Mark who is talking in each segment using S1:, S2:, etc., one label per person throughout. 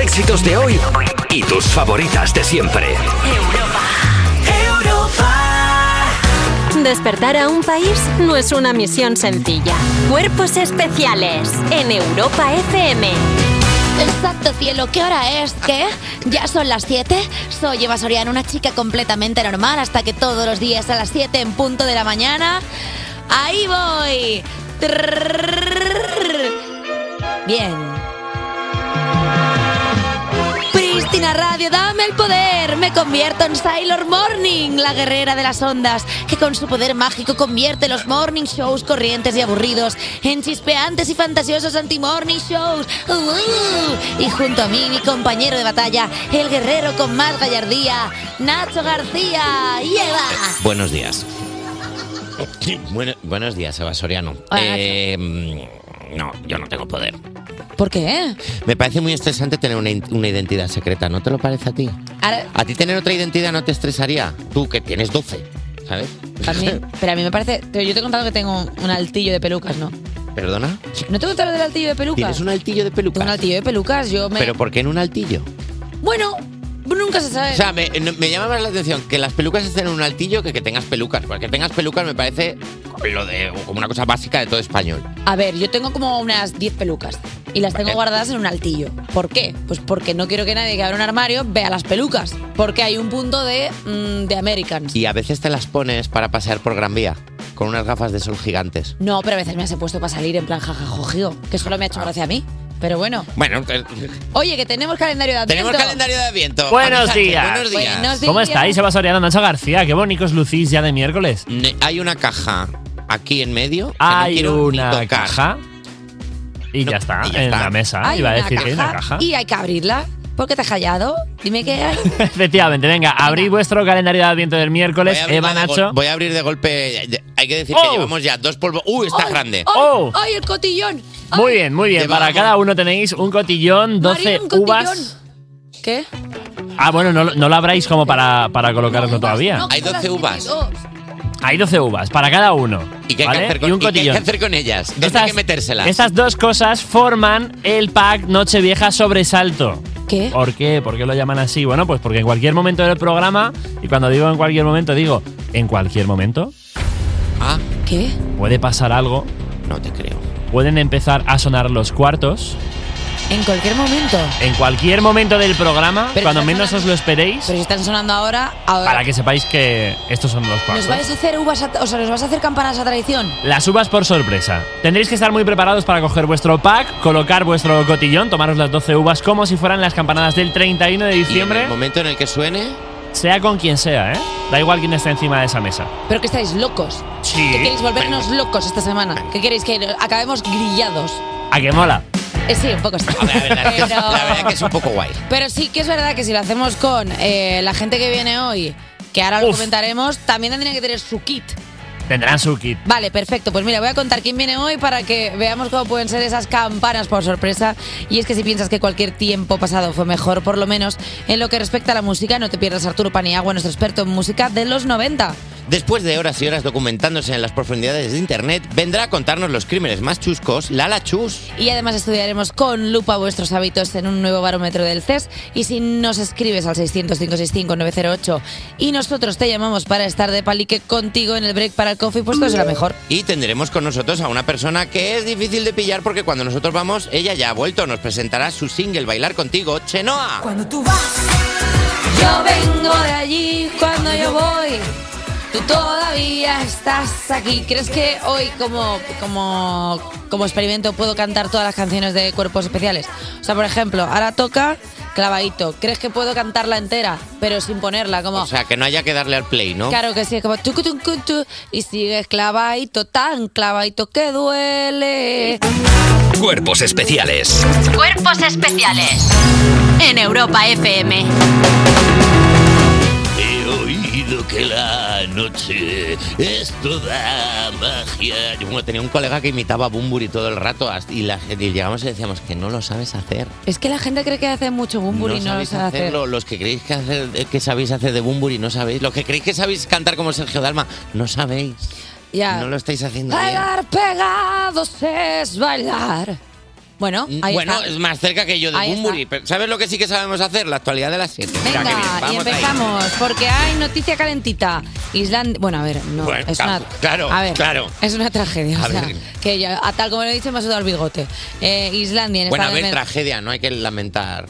S1: éxitos de hoy y tus favoritas de siempre.
S2: Despertar a un país no es una misión sencilla. Cuerpos especiales en Europa FM.
S3: Exacto, cielo. ¿Qué hora es? ¿Qué? ¿Ya son las 7? Soy Eva Soriano, una chica completamente normal hasta que todos los días a las 7 en punto de la mañana... ¡Ahí voy! Trrrrrrr. Bien. Pristina Radio, dame el poder. Me convierto en Sailor Morning, la guerrera de las ondas, que con su poder mágico convierte los morning shows corrientes y aburridos en chispeantes y fantasiosos anti-morning shows. ¡Uh! Y junto a mí, mi compañero de batalla, el guerrero con más gallardía, Nacho García. ¡Llega!
S4: Buenos días. Bueno- buenos días, Eva Soriano.
S3: Hola,
S4: Eh, mm, no, yo no tengo poder.
S3: ¿Por qué?
S4: Me parece muy estresante tener una, in- una identidad secreta, ¿no te lo parece a ti?
S3: Ahora,
S4: ¿A ti tener otra identidad no te estresaría? Tú que tienes 12, ¿sabes?
S5: A mí, pero a mí me parece. Pero yo te he contado que tengo un, un altillo de pelucas, ¿no?
S4: ¿Perdona?
S5: ¿No te he contado lo del altillo de pelucas?
S4: ¿Tienes un altillo de pelucas?
S5: Un altillo de pelucas, yo me.
S4: ¿Pero por qué en un altillo?
S5: Bueno, nunca se sabe.
S4: O sea, me, no- me llama más la atención que las pelucas estén en un altillo que que tengas pelucas. Porque que tengas pelucas me parece lo de, como una cosa básica de todo español.
S5: A ver, yo tengo como unas 10 pelucas y las tengo
S4: Vale.
S5: guardadas en un altillo. ¿Por qué? Pues porque no quiero que nadie que abra un armario vea las pelucas. Porque hay un punto de, mm, de Americans.
S4: Y a veces te las pones para pasear por Gran Vía con unas gafas de sol gigantes.
S5: No, pero a veces me las he puesto para salir en plan jajajojío, que solo me ha hecho
S4: Ah.
S5: gracia a mí. Pero bueno.
S4: Bueno, eh, te-
S5: Oye, que tenemos calendario de adviento.
S4: tenemos calendario de viento.
S6: Buenos días.
S4: Buenos días.
S5: Buenos días.
S6: ¿Cómo estáis, Eva Soriano, Nacho García? Qué bonitos lucís ya de miércoles.
S4: Ne- Hay una caja aquí en medio. que no
S6: Hay
S4: quiero ni
S6: una
S4: tocar.
S6: caja y ya está,
S4: y ya
S6: en
S4: está.
S6: la mesa.
S5: Hay
S6: Iba a
S5: una
S6: decir que hay una
S5: caja
S6: caja.
S5: Y hay que abrirla. ¿Por qué te has callado? Dime qué hay.
S6: Efectivamente, venga, abrid vuestro calendario de adviento del
S4: Voy
S6: miércoles,
S4: a, abrir
S6: Eva
S4: de gol-
S6: Nacho.
S4: voy a abrir de golpe. Hay que decir que
S6: Oh.
S4: llevamos ya dos polvos. ¡Uh, está
S5: ¡Ay!
S4: grande!
S5: ¡Ay!
S6: ¡Oh!
S5: ¡Ay, el cotillón! ¡Ay!
S6: Muy bien, muy bien.
S4: Llevamos-
S6: Para cada uno tenéis un cotillón, 12
S5: María, un cotillón.
S6: uvas.
S5: ¿Qué?
S6: Ah, bueno, no, lo- no lo abráis como para, para colocarlo
S5: Uvas,
S6: todavía.
S5: no,
S4: Hay
S5: que son
S4: 12
S5: las
S4: uvas.
S5: 22.
S6: Hay 12 uvas para cada uno.
S4: ¿Y qué hay, que
S6: ¿vale?
S4: hacer con,
S6: y un
S4: y qué hay que
S6: cotillón.
S4: hacer con ellas? ¿Dónde hay que metérselas?
S6: estas dos cosas forman el pack Nochevieja Sobresalto.
S5: ¿Qué?
S6: ¿Por qué? ¿Por qué lo llaman así? Bueno, pues porque en cualquier momento del programa, y cuando digo en cualquier momento, digo en cualquier momento,
S4: Ah,
S5: ¿Qué?
S6: puede pasar algo,
S4: no te creo.
S6: pueden empezar a sonar los cuartos.
S5: En cualquier momento.
S6: En cualquier momento del programa,
S5: Pero
S6: cuando
S5: está
S6: menos
S5: sonando.
S6: os lo esperéis,
S5: Pero si están sonando ahora, ahora.
S6: para que sepáis que estos son los
S5: ¿Nos
S6: cuartos.
S5: vais a hacer uvas, a- o sea, nos vais a hacer campanas a traición?
S6: Las uvas por sorpresa. Tendréis que estar muy preparados para coger vuestro pack, colocar vuestro cotillón, tomaros las 12 uvas como si fueran las campanadas del 31 de
S4: Y en
S6: diciembre,
S4: el momento en el que suene,
S6: sea con quien sea, ¿eh? Da igual quién esté encima de esa mesa.
S5: Pero que estáis locos.
S6: Sí.
S5: Que queréis volvernos locos esta semana. Que queréis que acabemos grillados.
S6: ¿A que mola?
S5: Eh, sí, un poco sí.
S4: A ver, la, verdad es que es,
S5: Pero-
S4: la verdad que es un poco guay.
S5: Pero sí que es verdad que si lo hacemos con eh, la gente que viene hoy, que ahora lo
S6: Uf.
S5: comentaremos, también tendría que tener su kit.
S6: Tendrán su kit.
S5: Vale, perfecto. Pues mira, voy a contar quién viene hoy para que veamos cómo pueden ser esas campanas por sorpresa. Y es que si piensas que cualquier tiempo pasado fue mejor, por lo menos en lo que respecta a la música, no te pierdas a Arturo Paniagua, nuestro experto en música de los 90.
S4: Después de horas y horas documentándose en las profundidades de Internet, vendrá a contarnos los crímenes más chuscos Lala Chus.
S5: Y además estudiaremos con lupa vuestros hábitos en un nuevo barómetro del CES. Y si nos escribes al 600-565-908 y nosotros te llamamos para estar de palique contigo en el break para el coffee, pues todo será mejor.
S4: Y tendremos con nosotros a una persona que es difícil de pillar porque cuando nosotros vamos, ella ya ha vuelto. Nos presentará su single Bailar Contigo, Chenoa.
S5: Yo vengo de allí cuando yo voy. Tú todavía estás aquí. ¿Crees que hoy como, como, como experimento puedo cantar todas las canciones de cuerpos especiales? O sea, por ejemplo, ahora toca clavadito. ¿Crees que puedo cantarla entera, pero sin ponerla? Como,
S4: O sea, que no haya que darle al play, ¿no?
S5: claro que sí, es como tucu, tucu, tu, y sigues clavadito, tan clavadito que duele.
S1: Cuerpos especiales
S2: Cuerpos especiales en Europa FM.
S7: He oído que la noche es toda magia.
S4: eh, Yo bueno, tenía un colega que imitaba a Bumburi todo el rato hasta- y, la, y llegamos y decíamos que no lo sabes hacer.
S5: Es que la gente cree que hace mucho bumburi y no, lo
S4: sabéis
S5: sabe hacer.
S4: hacerlo. Los que creéis que, hacer- eh, que sabéis hacer de Bumburi no sabéis. Los que creéis que sabéis cantar como Sergio Dalma no sabéis.
S5: Ya.
S4: No lo estáis haciendo bien.
S5: Bailar pegados es bailar. Bueno, ahí
S4: Mm, bueno,
S5: está.
S4: es más cerca que yo de
S5: Ahí está.
S4: Bumburi. pero ¿Sabes lo que sí que sabemos hacer? La actualidad de las 7.
S5: Venga, Ah, y
S4: ahí.
S5: empezamos, porque hay noticia calentita. Islandia. Bueno, a ver, no.
S4: Bueno,
S5: es
S4: ca-
S5: una,
S4: claro,
S5: a ver,
S4: claro.
S5: Es una tragedia.
S4: A
S5: o sea,
S4: ver.
S5: que ya, a tal como lo he dicho, me ha sudado el bigote. Eh, Islandia, en
S4: Bueno, a
S5: estado de
S4: ver,
S5: emer-
S4: tragedia, no hay que lamentar.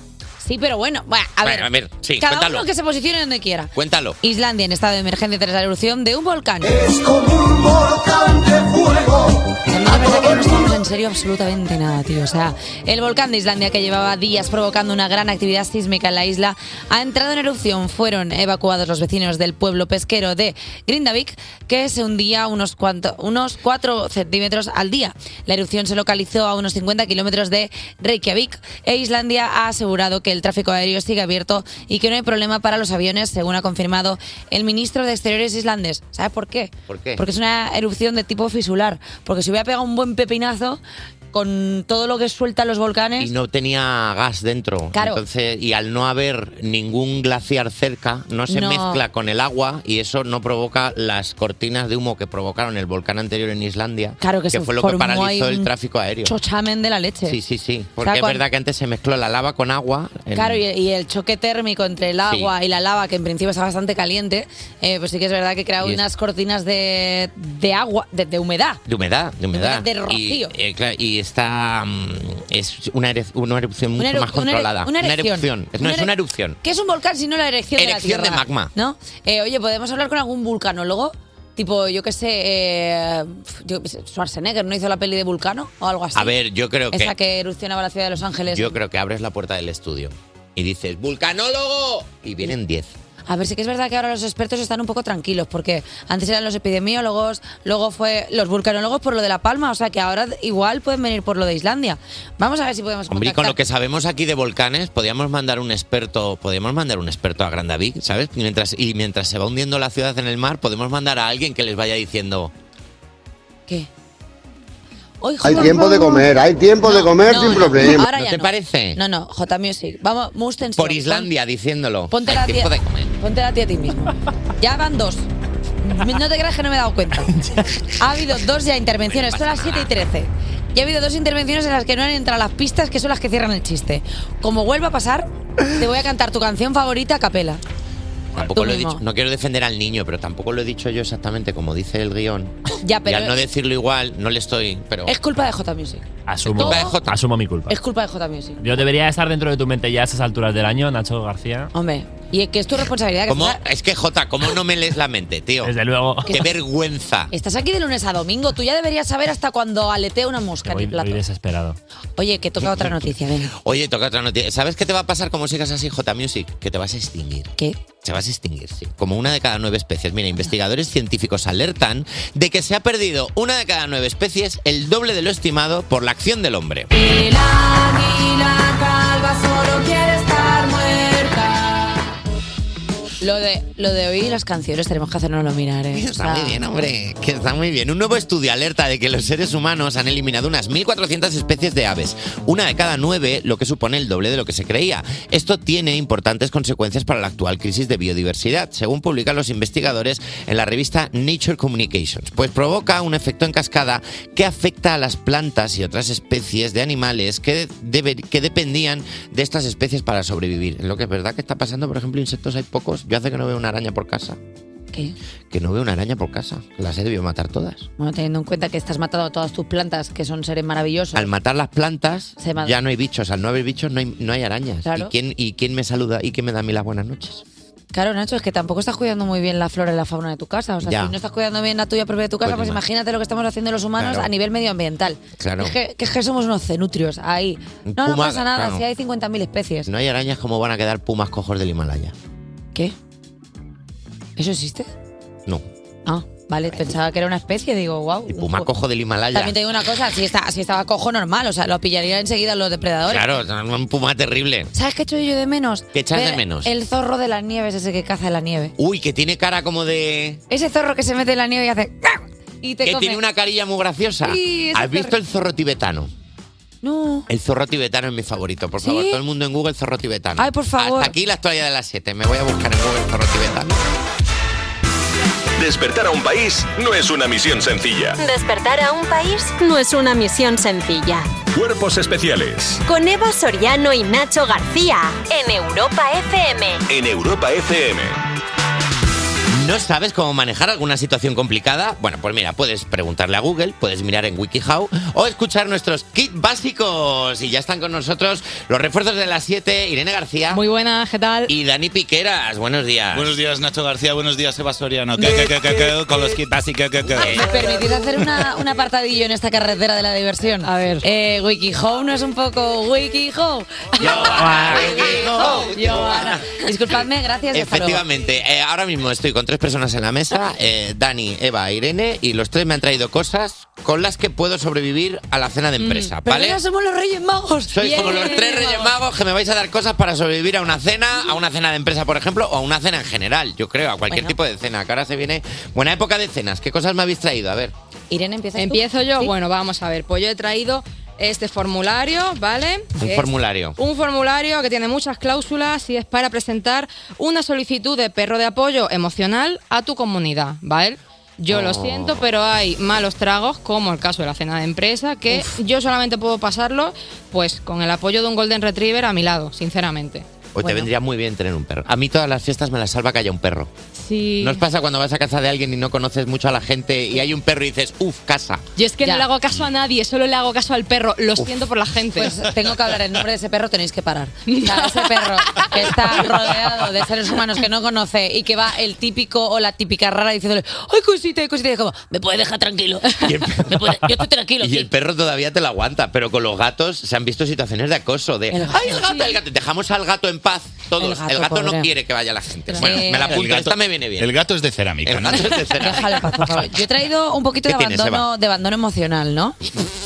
S5: Sí, pero bueno, bueno, a
S4: Bueno,
S5: ver.
S4: a ver, sí,
S5: cada
S4: cuéntalo.
S5: uno que se posicione donde quiera.
S4: Cuéntalo.
S5: Islandia en estado de emergencia tras la erupción de un volcán. También es verdad que no nos tomamos en serio absolutamente nada, tío. O sea, el volcán de Islandia que llevaba días provocando una gran actividad sísmica en la isla ha entrado en erupción. Fueron evacuados los vecinos del pueblo pesquero de Grindavik, que se hundía unos, cuanto, unos 4 centímetros al día. La erupción se localizó a unos 50 kilómetros de Reykjavik e Islandia ha asegurado que el tráfico aéreo sigue abierto y que no hay problema para los aviones, según ha confirmado el ministro de Exteriores islandés. ¿Sabes por qué?
S4: ¿Por qué?
S5: Porque es una erupción de tipo fisular. Porque si hubiera pegado un buen pepinazo con todo lo que sueltan los
S4: Y
S5: volcanes.
S4: no tenía gas dentro.
S5: Claro.
S4: Entonces, y al no haber ningún glaciar cerca, no se
S5: No.
S4: mezcla con el agua y eso no provoca las cortinas de humo que provocaron el volcán anterior en Islandia,
S5: Claro que se
S4: fue lo que
S5: formó ahí
S4: paralizó el
S5: un
S4: tráfico aéreo.
S5: Chochamen de la leche.
S4: Sí, sí, sí.
S5: O
S4: Porque
S5: sea,
S4: es
S5: cuan-
S4: verdad que antes se mezcló la lava con agua. en-
S5: Claro, y, y el choque térmico entre el agua y la lava, que en principio está bastante caliente, eh, pues sí que es verdad que crea
S4: Y es-
S5: unas cortinas de, de agua, de, de humedad.
S4: De humedad, de humedad.
S5: De rocío.
S4: Y, eh, claro, y está. mm, es una, ere- una erupción mucho
S5: Una eru-
S4: más
S5: una eru-
S4: controlada.
S5: una erupción.
S4: Es- No,
S5: Una
S4: es una
S5: eru-
S4: erupción.
S5: ¿Qué es un volcán sino la erección,
S4: Erección
S5: de la
S4: de
S5: Tierra?
S4: magma.
S5: ¿No? Eh, oye, ¿podemos hablar con algún vulcanólogo? Tipo, yo qué sé, eh, yo qué sé, Schwarzenegger no hizo la peli de Vulcano o algo así.
S4: A ver, yo creo que.
S5: Esa que erupcionaba la ciudad de Los Ángeles.
S4: Yo creo que abres la puerta del estudio y dices, ¡Vulcanólogo! Y vienen 10.
S5: A ver, sí que es verdad que ahora los expertos están un poco tranquilos, porque antes eran los epidemiólogos, luego fue los vulcanólogos por lo de La Palma, o sea que ahora igual pueden venir por lo de Islandia. Vamos a ver si podemos
S4: Hombre, y con lo
S5: contactar.
S4: que sabemos aquí de volcanes, podríamos mandar un experto, podríamos mandar un experto a Grandavik, ¿sabes? Y mientras, y mientras se va hundiendo la ciudad en el mar, podemos mandar a alguien que les vaya diciendo.
S5: ¿Qué? Hoy,
S8: Hay
S5: joder,
S8: tiempo de
S5: vamos.
S8: comer, hay tiempo de comer
S5: No,
S8: sin
S5: no,
S8: problema.
S5: ahora
S4: ¿No
S5: ya
S4: te parece?
S5: No, no, J Music. Vamos, Mustenson.
S4: Por Islandia diciéndolo.
S5: Ponte
S4: Hay
S5: la
S4: tiempo
S5: tía-
S4: de comer.
S5: Ponte la tía a ti mismo. Ya van dos. No te creas que no me he dado cuenta. Ha habido dos ya intervenciones, son las 7 y 13. Y ha habido dos intervenciones en las que no han entrado las pistas, que son las que cierran el chiste. Como vuelva a pasar, te voy a cantar tu canción favorita a capela.
S4: Tampoco
S5: Tú
S4: lo he
S5: mismo.
S4: dicho, no quiero defender al niño, pero tampoco lo he dicho yo exactamente como dice el guión.
S5: Ya,
S4: Y
S5: pero
S4: al no decirlo igual, no le estoy. Pero
S5: es culpa de J Music.
S6: Asumo,
S4: Culpa de Jota.
S6: asumo mi culpa.
S5: Es culpa de J Music.
S6: Yo debería estar dentro de tu mente ya a esas alturas del año, Nacho García.
S5: Hombre, y es que es tu responsabilidad. que
S4: ¿Cómo?
S5: estás-
S4: Es que Jota, ¿cómo no me lees la mente, tío?
S6: Desde luego.
S4: Qué vergüenza.
S5: Estás aquí de lunes a domingo, tú ya deberías saber hasta cuando aletea una mosca en
S6: Voy,
S5: el plato.
S6: voy desesperado.
S5: Oye, que toca otra noticia, venga.
S4: Oye, toca otra noticia. ¿Sabes qué te va a pasar como sigas así, J Music? Que te vas a extinguir.
S5: ¿Qué?
S4: Se vas a extinguir, sí. Como una de cada nueve especies. Mira, investigadores científicos alertan de que se ha perdido una de cada nueve especies, el doble de lo estimado por la acción del hombre.
S5: El águila calva solo quiere estar muerta. Lo de, lo de oír las canciones tenemos que hacernoslo mirar, ¿eh? O
S4: Está
S5: sea,
S4: muy bien, hombre, que está muy bien. Un nuevo estudio alerta de que los seres humanos han eliminado unas 1.400 especies de aves, una de cada nueve, lo que supone el doble de lo que se creía. Esto tiene importantes consecuencias para la actual crisis de biodiversidad, según publican los investigadores en la revista Nature Communications, pues provoca un efecto en cascada que afecta a las plantas y otras especies de animales que, debe- que dependían de estas especies para sobrevivir. Lo que es verdad que está pasando, por ejemplo, insectos hay pocos. Yo hace que no veo una araña por casa
S5: ¿Qué?
S4: que no veo una araña por casa. que Las he debido matar todas.
S5: Bueno, teniendo en cuenta que estás matando a todas tus plantas, que son seres maravillosos.
S4: Al matar las plantas,
S5: Se mata.
S4: ya no hay bichos. Al no haber bichos, no hay, no hay arañas.
S5: Claro.
S4: ¿Y, quién, ¿Y quién me saluda y quién me da a mí las buenas noches?
S5: Claro, Nacho, es que tampoco estás cuidando muy bien la flora y la fauna de tu casa. O sea,
S4: Ya.
S5: si no estás cuidando bien la tuya propia de tu casa,
S4: Pues
S5: pues,
S4: ima-
S5: imagínate lo que estamos haciendo los humanos
S4: Claro.
S5: a nivel medioambiental.
S4: Claro.
S5: Es que, que es que somos unos cenutrios ahí.
S4: Un
S5: No, no
S4: puma,
S5: pasa nada,
S4: claro.
S5: si hay 50.000 especies.
S4: Si no hay arañas, ¿cómo van a quedar pumas cojos del Himalaya?
S5: ¿Qué? ¿Eso existe?
S4: No.
S5: Ah, vale, pensaba que era una especie, digo, wow.
S4: El puma cojo del Himalaya.
S5: También te digo una cosa, si, está, si estaba cojo normal, o sea, lo pillarían enseguida los depredadores.
S4: Claro, un puma terrible.
S5: ¿Sabes qué echo yo de menos?
S4: ¿Qué echas de
S5: Ver
S4: menos?
S5: El zorro de las nieves, ese que caza en la nieve.
S4: Uy, que tiene cara como de.
S5: Ese zorro que se mete en la nieve y hace... Y te
S4: Que
S5: come.
S4: tiene una carilla muy graciosa.
S5: Sí, ese
S4: ¿Has visto
S5: zorro.
S4: el zorro tibetano?
S5: No.
S4: El zorro tibetano es mi favorito. Por favor,
S5: ¿Sí?
S4: todo el mundo en Google zorro tibetano.
S5: Ay, por favor.
S4: Hasta aquí la historia de las 7. Me voy a buscar en Google zorro tibetano.
S8: Despertar a un país no es una misión sencilla.
S2: Despertar a un país no es una misión sencilla.
S8: Cuerpos especiales
S2: Con Eva Soriano y Nacho García en Europa FM.
S8: en Europa FM.
S4: ¿No sabes cómo manejar alguna situación complicada? Bueno, pues mira, puedes preguntarle a Google, puedes mirar en WikiHow o escuchar nuestros kits básicos. Y ya están con nosotros los refuerzos de las 7, Irene García. Muy
S9: buena, ¿qué tal?
S4: Y Dani Piqueras, buenos días.
S10: Buenos días, Nacho García. Buenos días, Eva Soriano. ¿Qué, qué, qué, qué, qué? con los kits básicos. ¿qué, qué?
S5: ¿Me permitís hacer una- un apartadillo en esta carretera de la diversión? A ver. Eh, WikiHow no es un poco WikiHow. Joana. Disculpadme, gracias. y hasta luego.
S4: Efectivamente, eh, ahora mismo estoy con tres personas en la mesa, eh, Dani, Eva, Irene, y los tres me han traído cosas con las que puedo sobrevivir a la cena de empresa,
S5: Mm, Pero
S4: ¿vale?
S5: ya somos los Reyes Magos.
S4: Sois como los tres Reyes Magos que me vais a dar cosas para sobrevivir a una cena, a una cena de empresa, por ejemplo, o a una cena en general, yo creo, a cualquier
S9: Bueno.
S4: tipo de cena. Que ahora se viene buena época de cenas. ¿Qué cosas me habéis traído? A ver.
S9: Irene, empieza. Empiezo yo. Bueno, vamos a ver. Pues yo he traído este formulario, ¿vale?
S4: Un
S9: Que es
S4: formulario.
S9: Un formulario que tiene muchas cláusulas y es para presentar una solicitud de perro de apoyo emocional a tu comunidad, ¿vale? Yo lo
S11: Oh.
S9: siento, pero hay malos tragos, como el caso de la cena de empresa, que yo solamente puedo pasarlo pues con el apoyo de un Golden Retriever a mi lado, sinceramente.
S4: Hoy te
S9: Bueno.
S4: vendría muy bien tener un perro. A mí todas las fiestas me las salva que haya un perro.
S9: Sí.
S4: ¿No os pasa cuando vas a casa de alguien y no conoces mucho a la gente y hay un perro y dices, uff, casa?
S9: Yo es que no le hago caso a nadie, solo le hago caso al perro. Lo siento por la gente.
S5: Pues tengo que hablar en nombre de ese perro, tenéis que parar. O sea, ese perro que está rodeado de seres humanos que no conoce y que va el típico o la típica rara diciéndole, ¡ay, cosita, ay, cosita! Y es como, me puede dejar tranquilo. Me puede- yo estoy tranquilo.
S4: Y el perro todavía te lo aguanta, pero con los gatos se han visto situaciones de acoso, de ¡ay, el gato, el gato! Dejamos al gato en paz todos. El
S10: El
S4: gato,
S10: gato,
S4: no
S10: pobre.
S4: quiere que vaya la gente.
S10: Sí.
S4: Bueno, me la apunto,
S10: El gato-
S4: esta me viene bien.
S10: El gato es de cerámica,
S4: El
S10: ¿no?
S4: gato es de cerámica.
S5: Déjalo en paz, por favor. Yo he traído un poquito de
S4: ¿Qué tienes,
S5: abandono,
S4: Eva?
S5: de abandono emocional, ¿no?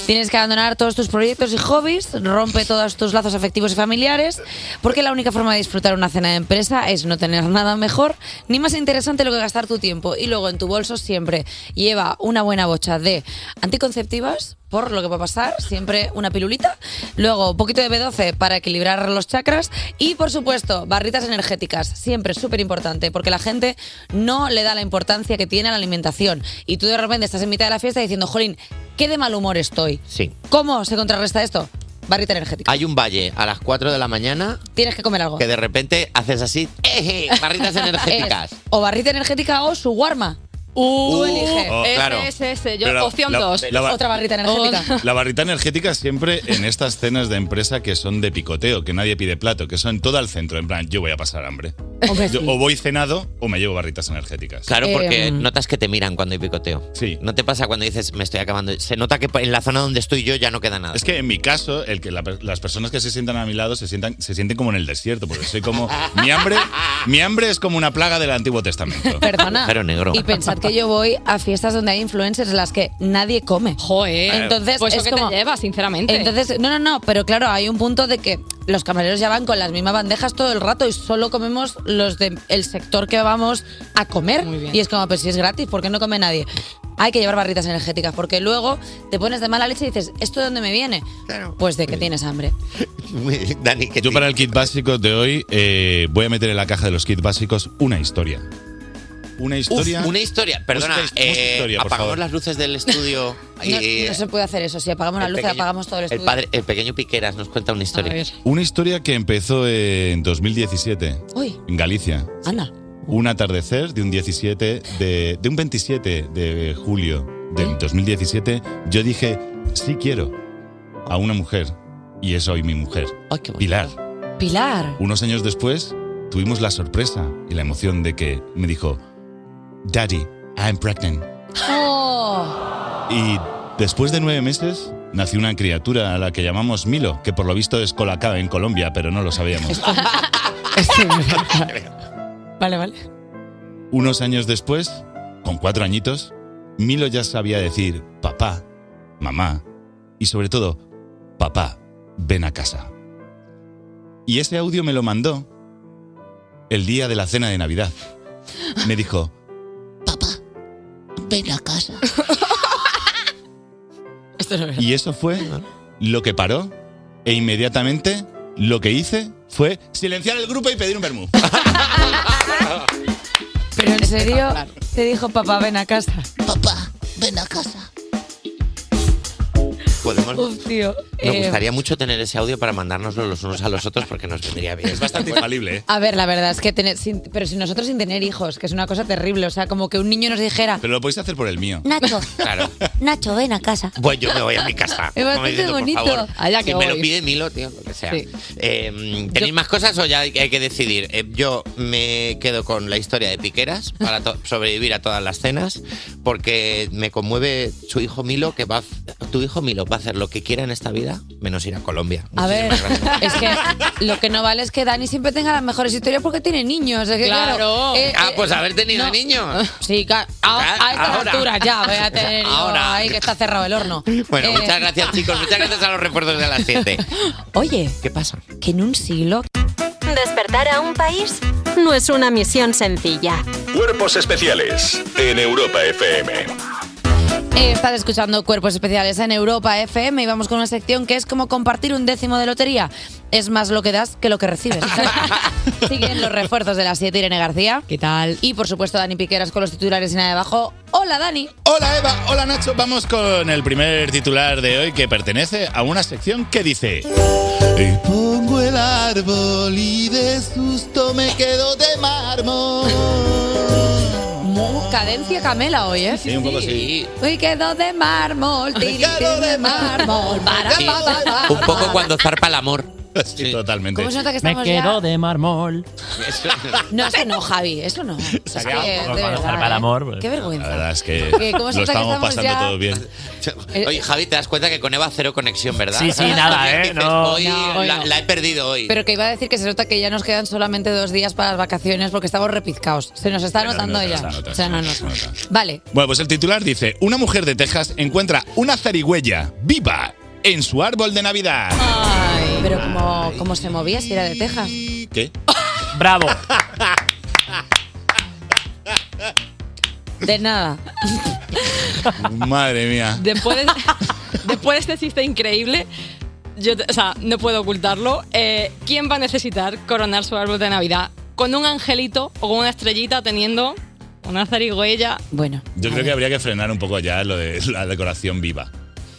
S5: Tienes que abandonar todos tus proyectos y hobbies, rompe todos tus lazos afectivos y familiares, porque la única forma de disfrutar una cena de empresa es no tener nada mejor ni más interesante lo que gastar tu tiempo. Y luego en tu bolso siempre lleva una buena bocha de anticonceptivas por lo que va a pasar, siempre una pilulita, luego un poquito de B12 para equilibrar los chakras y por supuesto barritas energéticas, siempre súper importante porque la gente no le da la importancia que tiene a la alimentación y tú de repente estás en mitad de la fiesta diciendo, jolín, qué de mal humor estoy.
S4: Sí.
S5: ¿Cómo se contrarresta esto? Barrita energética.
S4: Hay un valle a las 4 de la mañana
S5: Tienes que comer algo.
S4: que de repente haces así, ¡eh, eh! barritas energéticas.
S5: Es o barrita energética o su warma.
S9: Tú
S10: Uh,
S9: elige.
S10: oh,
S9: Ese,
S10: claro.
S9: ese, ese. Yo,
S10: Pero la-
S9: opción Oh,
S10: la-
S9: 2.
S10: la-
S5: Otra barrita energética.
S10: La barrita energética siempre en estas cenas de empresa que son de picoteo, que nadie pide plato, que son todo al centro. En plan, yo voy a pasar hambre. Yo o Eh, voy cenado o me llevo barritas energéticas.
S4: Claro, porque
S10: mm.
S4: notas que te miran cuando hay picoteo. Sí. ¿No te pasa cuando dices, me estoy acabando? Se nota que en la zona donde estoy yo ya no queda nada.
S10: Es que en mi caso, el que la per- las personas que se sientan a mi lado se, sientan, se sienten como en el desierto, porque soy como. Mi hambre, mi hambre es como una plaga del Antiguo Testamento.
S5: Perdona.
S10: Agujero negro.
S5: Y pensad que yo voy a fiestas donde hay influencers en las que nadie come.
S9: Joder.
S5: Entonces,
S9: Pues eso
S5: es
S9: que
S5: como,
S9: te lleva, sinceramente.
S5: Entonces, no, no, no, pero claro, hay un punto de que los camareros ya van con las mismas bandejas todo el rato y solo comemos los del sector que vamos a comer. Y es como, pues si es gratis, ¿por qué no come nadie? Hay que llevar barritas energéticas porque luego te pones de mala leche y dices, ¿esto de dónde me viene? Pues de que tienes hambre.
S10: Yo para el kit básico de hoy eh, voy a meter en la caja de los kits básicos una historia. Una historia.
S4: Uf, una historia. Perdona,
S10: Busca- busca
S4: eh,
S10: historia, por
S4: apagamos
S10: favor.
S4: las luces del estudio. y,
S5: No, no se puede hacer eso, si apagamos la
S4: el
S5: luz
S4: pequeño-
S5: apagamos todo el
S4: el,
S5: estudio.
S4: padre, el pequeño Piqueras nos cuenta una historia.
S10: Una historia que empezó en 2017
S5: Uy,
S10: en Galicia.
S5: anda.
S10: Un atardecer de un 17 de, de un 27 de julio del 2017, yo dije sí quiero a una mujer y es hoy mi mujer, Pilar.
S5: Pilar.
S10: Unos años después tuvimos la sorpresa y la emoción de que me dijo Daddy, I'm pregnant.
S5: Oh.
S10: Y después de nueve meses nació una criatura a la que llamamos Milo, que por lo visto es colacao en Colombia, pero no lo sabíamos.
S5: Vale, vale.
S10: Unos años después, con cuatro añitos, Milo ya sabía decir papá, mamá y sobre todo, papá, ven a casa. Y ese audio me lo mandó el día de la cena de Navidad. Me dijo,
S12: Ven a casa.
S10: y eso fue lo que paró e inmediatamente lo que hice fue silenciar el grupo y pedir un vermú.
S5: Pero en serio? Te dijo papá, ven a casa. Papá,
S3: ven a casa.
S4: Podemos-
S5: Uf, tío.
S4: Nos
S5: Eh,
S4: gustaría mucho tener ese audio para mandárnoslo los unos a los otros porque nos vendría bien. Es bastante infalible, ¿eh?
S5: A ver, la verdad es que tener, sin- pero si nosotros sin tener hijos, que es una cosa terrible, o sea, como que un niño nos dijera,
S10: Pero lo podéis hacer por el mío.
S3: Nacho,
S4: Claro.
S3: Nacho, ven a casa.
S4: Pues yo me voy a mi casa.
S3: Es
S4: Como
S3: bastante
S4: diciendo, por
S3: bonito.
S4: favor,
S3: Allá
S4: si
S3: que
S4: me lo
S3: voy.
S4: pide Milo, tío, lo que sea.
S3: Sí.
S4: Eh, ¿Tenéis más cosas o ya hay, hay que decidir? Eh, yo me quedo con la historia de Piqueras para to- sobrevivir a todas las cenas porque me conmueve su hijo Milo que va a hacer- tu hijo Milo va a hacer lo que quiera en esta vida menos ir a Colombia.
S5: a ver,
S4: Muchísimas gracias.
S5: es que lo que no vale es que Dani siempre tenga las mejores historias porque tiene niños. es que, claro.
S9: Claro.
S5: eh,
S4: Ah,
S5: eh,
S4: pues haber tenido
S5: no.
S4: niños.
S5: Sí, claro. A,
S4: Claro,
S5: a estas
S4: ahora.
S5: alturas ya voy a tener yo
S4: Ahora.
S5: ahí que está cerrado el horno.
S4: Bueno,
S5: Eh,
S4: muchas gracias chicos, muchas gracias a los reporteros de las 7.
S5: Oye,
S4: ¿Qué pasa?
S5: que en un siglo
S2: Despertar a un país no es una misión sencilla.
S8: Cuerpos especiales en Europa FM.
S5: Eh, Estás escuchando Cuerpos Especiales en Europa FM y vamos con una sección que es como compartir un décimo de lotería. Es más lo que das que lo que recibes. Siguen los refuerzos de las 7, Irene García. ¿Qué tal? Y por supuesto, Dani Piqueras con los titulares y nada de abajo. Hola, Dani.
S10: Hola, Eva. Hola, Nacho. Vamos con el primer titular de hoy que pertenece a una sección que dice... "Eh,
S11: Pongo el árbol y de susto me quedo de mármol.
S5: Mu- Uh, cadencia camela hoy, ¿eh?
S10: Sí, un poco así.
S5: Hoy quedó de mármol, tiri, tiri, de mármol, para,
S4: Sí.
S5: pa, pa, pa.
S4: Un poco cuando zarpa el amor.
S10: Sí, totalmente.
S5: ¿Cómo se nota que estamos ya?
S6: de mármol.
S5: No, eso no, Javi, eso no. Es que,
S6: Cuando
S5: de
S6: zarpa el
S5: verdad, ¿eh?
S6: amor, pues.
S5: Qué vergüenza.
S10: La verdad es que
S5: Que cómo se
S10: lo
S5: nota que
S10: estamos
S5: estamos
S10: pasando
S5: ya-
S10: todo bien.
S4: Oye, Javi, te das cuenta que con Eva cero conexión, ¿verdad?
S6: Sí, sí, nada, ¿eh?
S4: Dices,
S6: No.
S4: hoy
S5: No, hoy
S4: la,
S5: no.
S4: la he perdido hoy.
S5: Pero que iba a decir que se nota que ya nos quedan solamente dos días para las vacaciones porque estamos repizcaos. Se nos está
S10: Se nos
S5: notando
S10: nota,
S5: ya.
S10: se nos nota,
S5: O sea,
S10: se
S5: no,
S10: nos
S5: no.
S10: nota.
S5: Vale.
S10: Bueno, pues el titular dice, una mujer de Texas encuentra una zarigüeya viva en su árbol de Navidad.
S5: Pero como, como se movía si era de Texas.
S10: ¿Qué?
S6: Bravo.
S5: De nada.
S10: Madre mía.
S9: Después de, después de este chiste increíble, yo, te- o sea, no puedo ocultarlo. eh, ¿Quién va a necesitar coronar su árbol de Navidad con un angelito o con una estrellita teniendo una zarigüeya?
S5: Bueno.
S10: Yo creo que habría que frenar un poco ya lo de la decoración viva.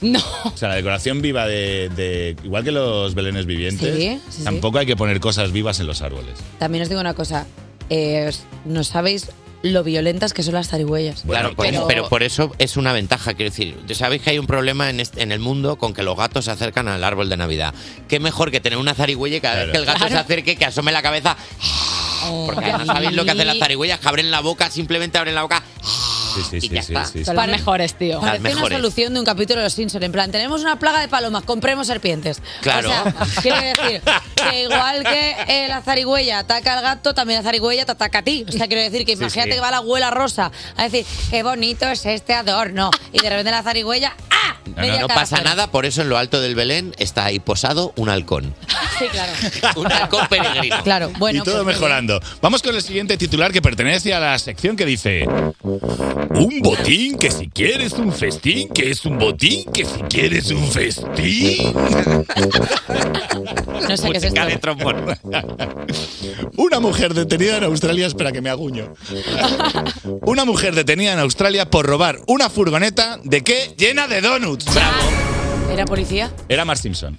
S9: No.
S10: O sea, la decoración viva de, de- igual que los belenes vivientes,
S5: Sí, sí, sí.
S10: tampoco hay que poner cosas vivas en los árboles.
S5: También os digo una cosa. Eh, os- no sabéis lo violentas que son las zarigüeyas.
S4: Claro,
S10: pues,
S4: por eso- pero, por eso es una ventaja, quiero decir, sabéis que hay un problema en, este- en el mundo con que los gatos se acercan al árbol de Navidad. Qué mejor que tener una zarigüeya y cada vez que el gato se acerque que asome la cabeza,
S5: Oh,
S4: porque además sabéis lo que hacen las zarigüeyas, que abren la boca, simplemente abren la boca.
S10: Sí, sí,
S4: sí, sí,
S9: Son las mejores, tío.
S4: Las
S5: Parece una
S4: mejores.
S5: solución de un capítulo de Los Simpson. En plan, tenemos una plaga de palomas, compremos serpientes.
S4: Claro.
S5: O sea, quiero decir que igual que eh, la zarigüeya ataca al gato, también la zarigüeya te ataca a ti. O sea, quiero decir que
S9: Sí,
S5: imagínate
S9: sí.
S5: que va la abuela rosa a decir, qué bonito es este adorno. Y de repente la zarigüeya, ¡ah!
S4: No,
S5: Media
S4: no, no
S5: cara
S4: pasa
S5: fuera.
S4: nada, por eso en lo alto del Belén está ahí posado un halcón.
S5: Sí, claro.
S4: Un halcón peregrino.
S5: Claro, bueno.
S10: y todo
S5: pues,
S10: mejorando. Vamos con el siguiente titular que pertenece a la sección que dice... Un botín que si quieres un festín, que es un botín que si quieres un festín.
S5: No sé qué es esto.
S4: Música de trombón.
S10: Una mujer detenida en Australia, espera que me aguño. Una mujer detenida en Australia por robar una furgoneta de qué llena de donuts.
S5: ¿Era policía?
S10: Era Mar Simpson.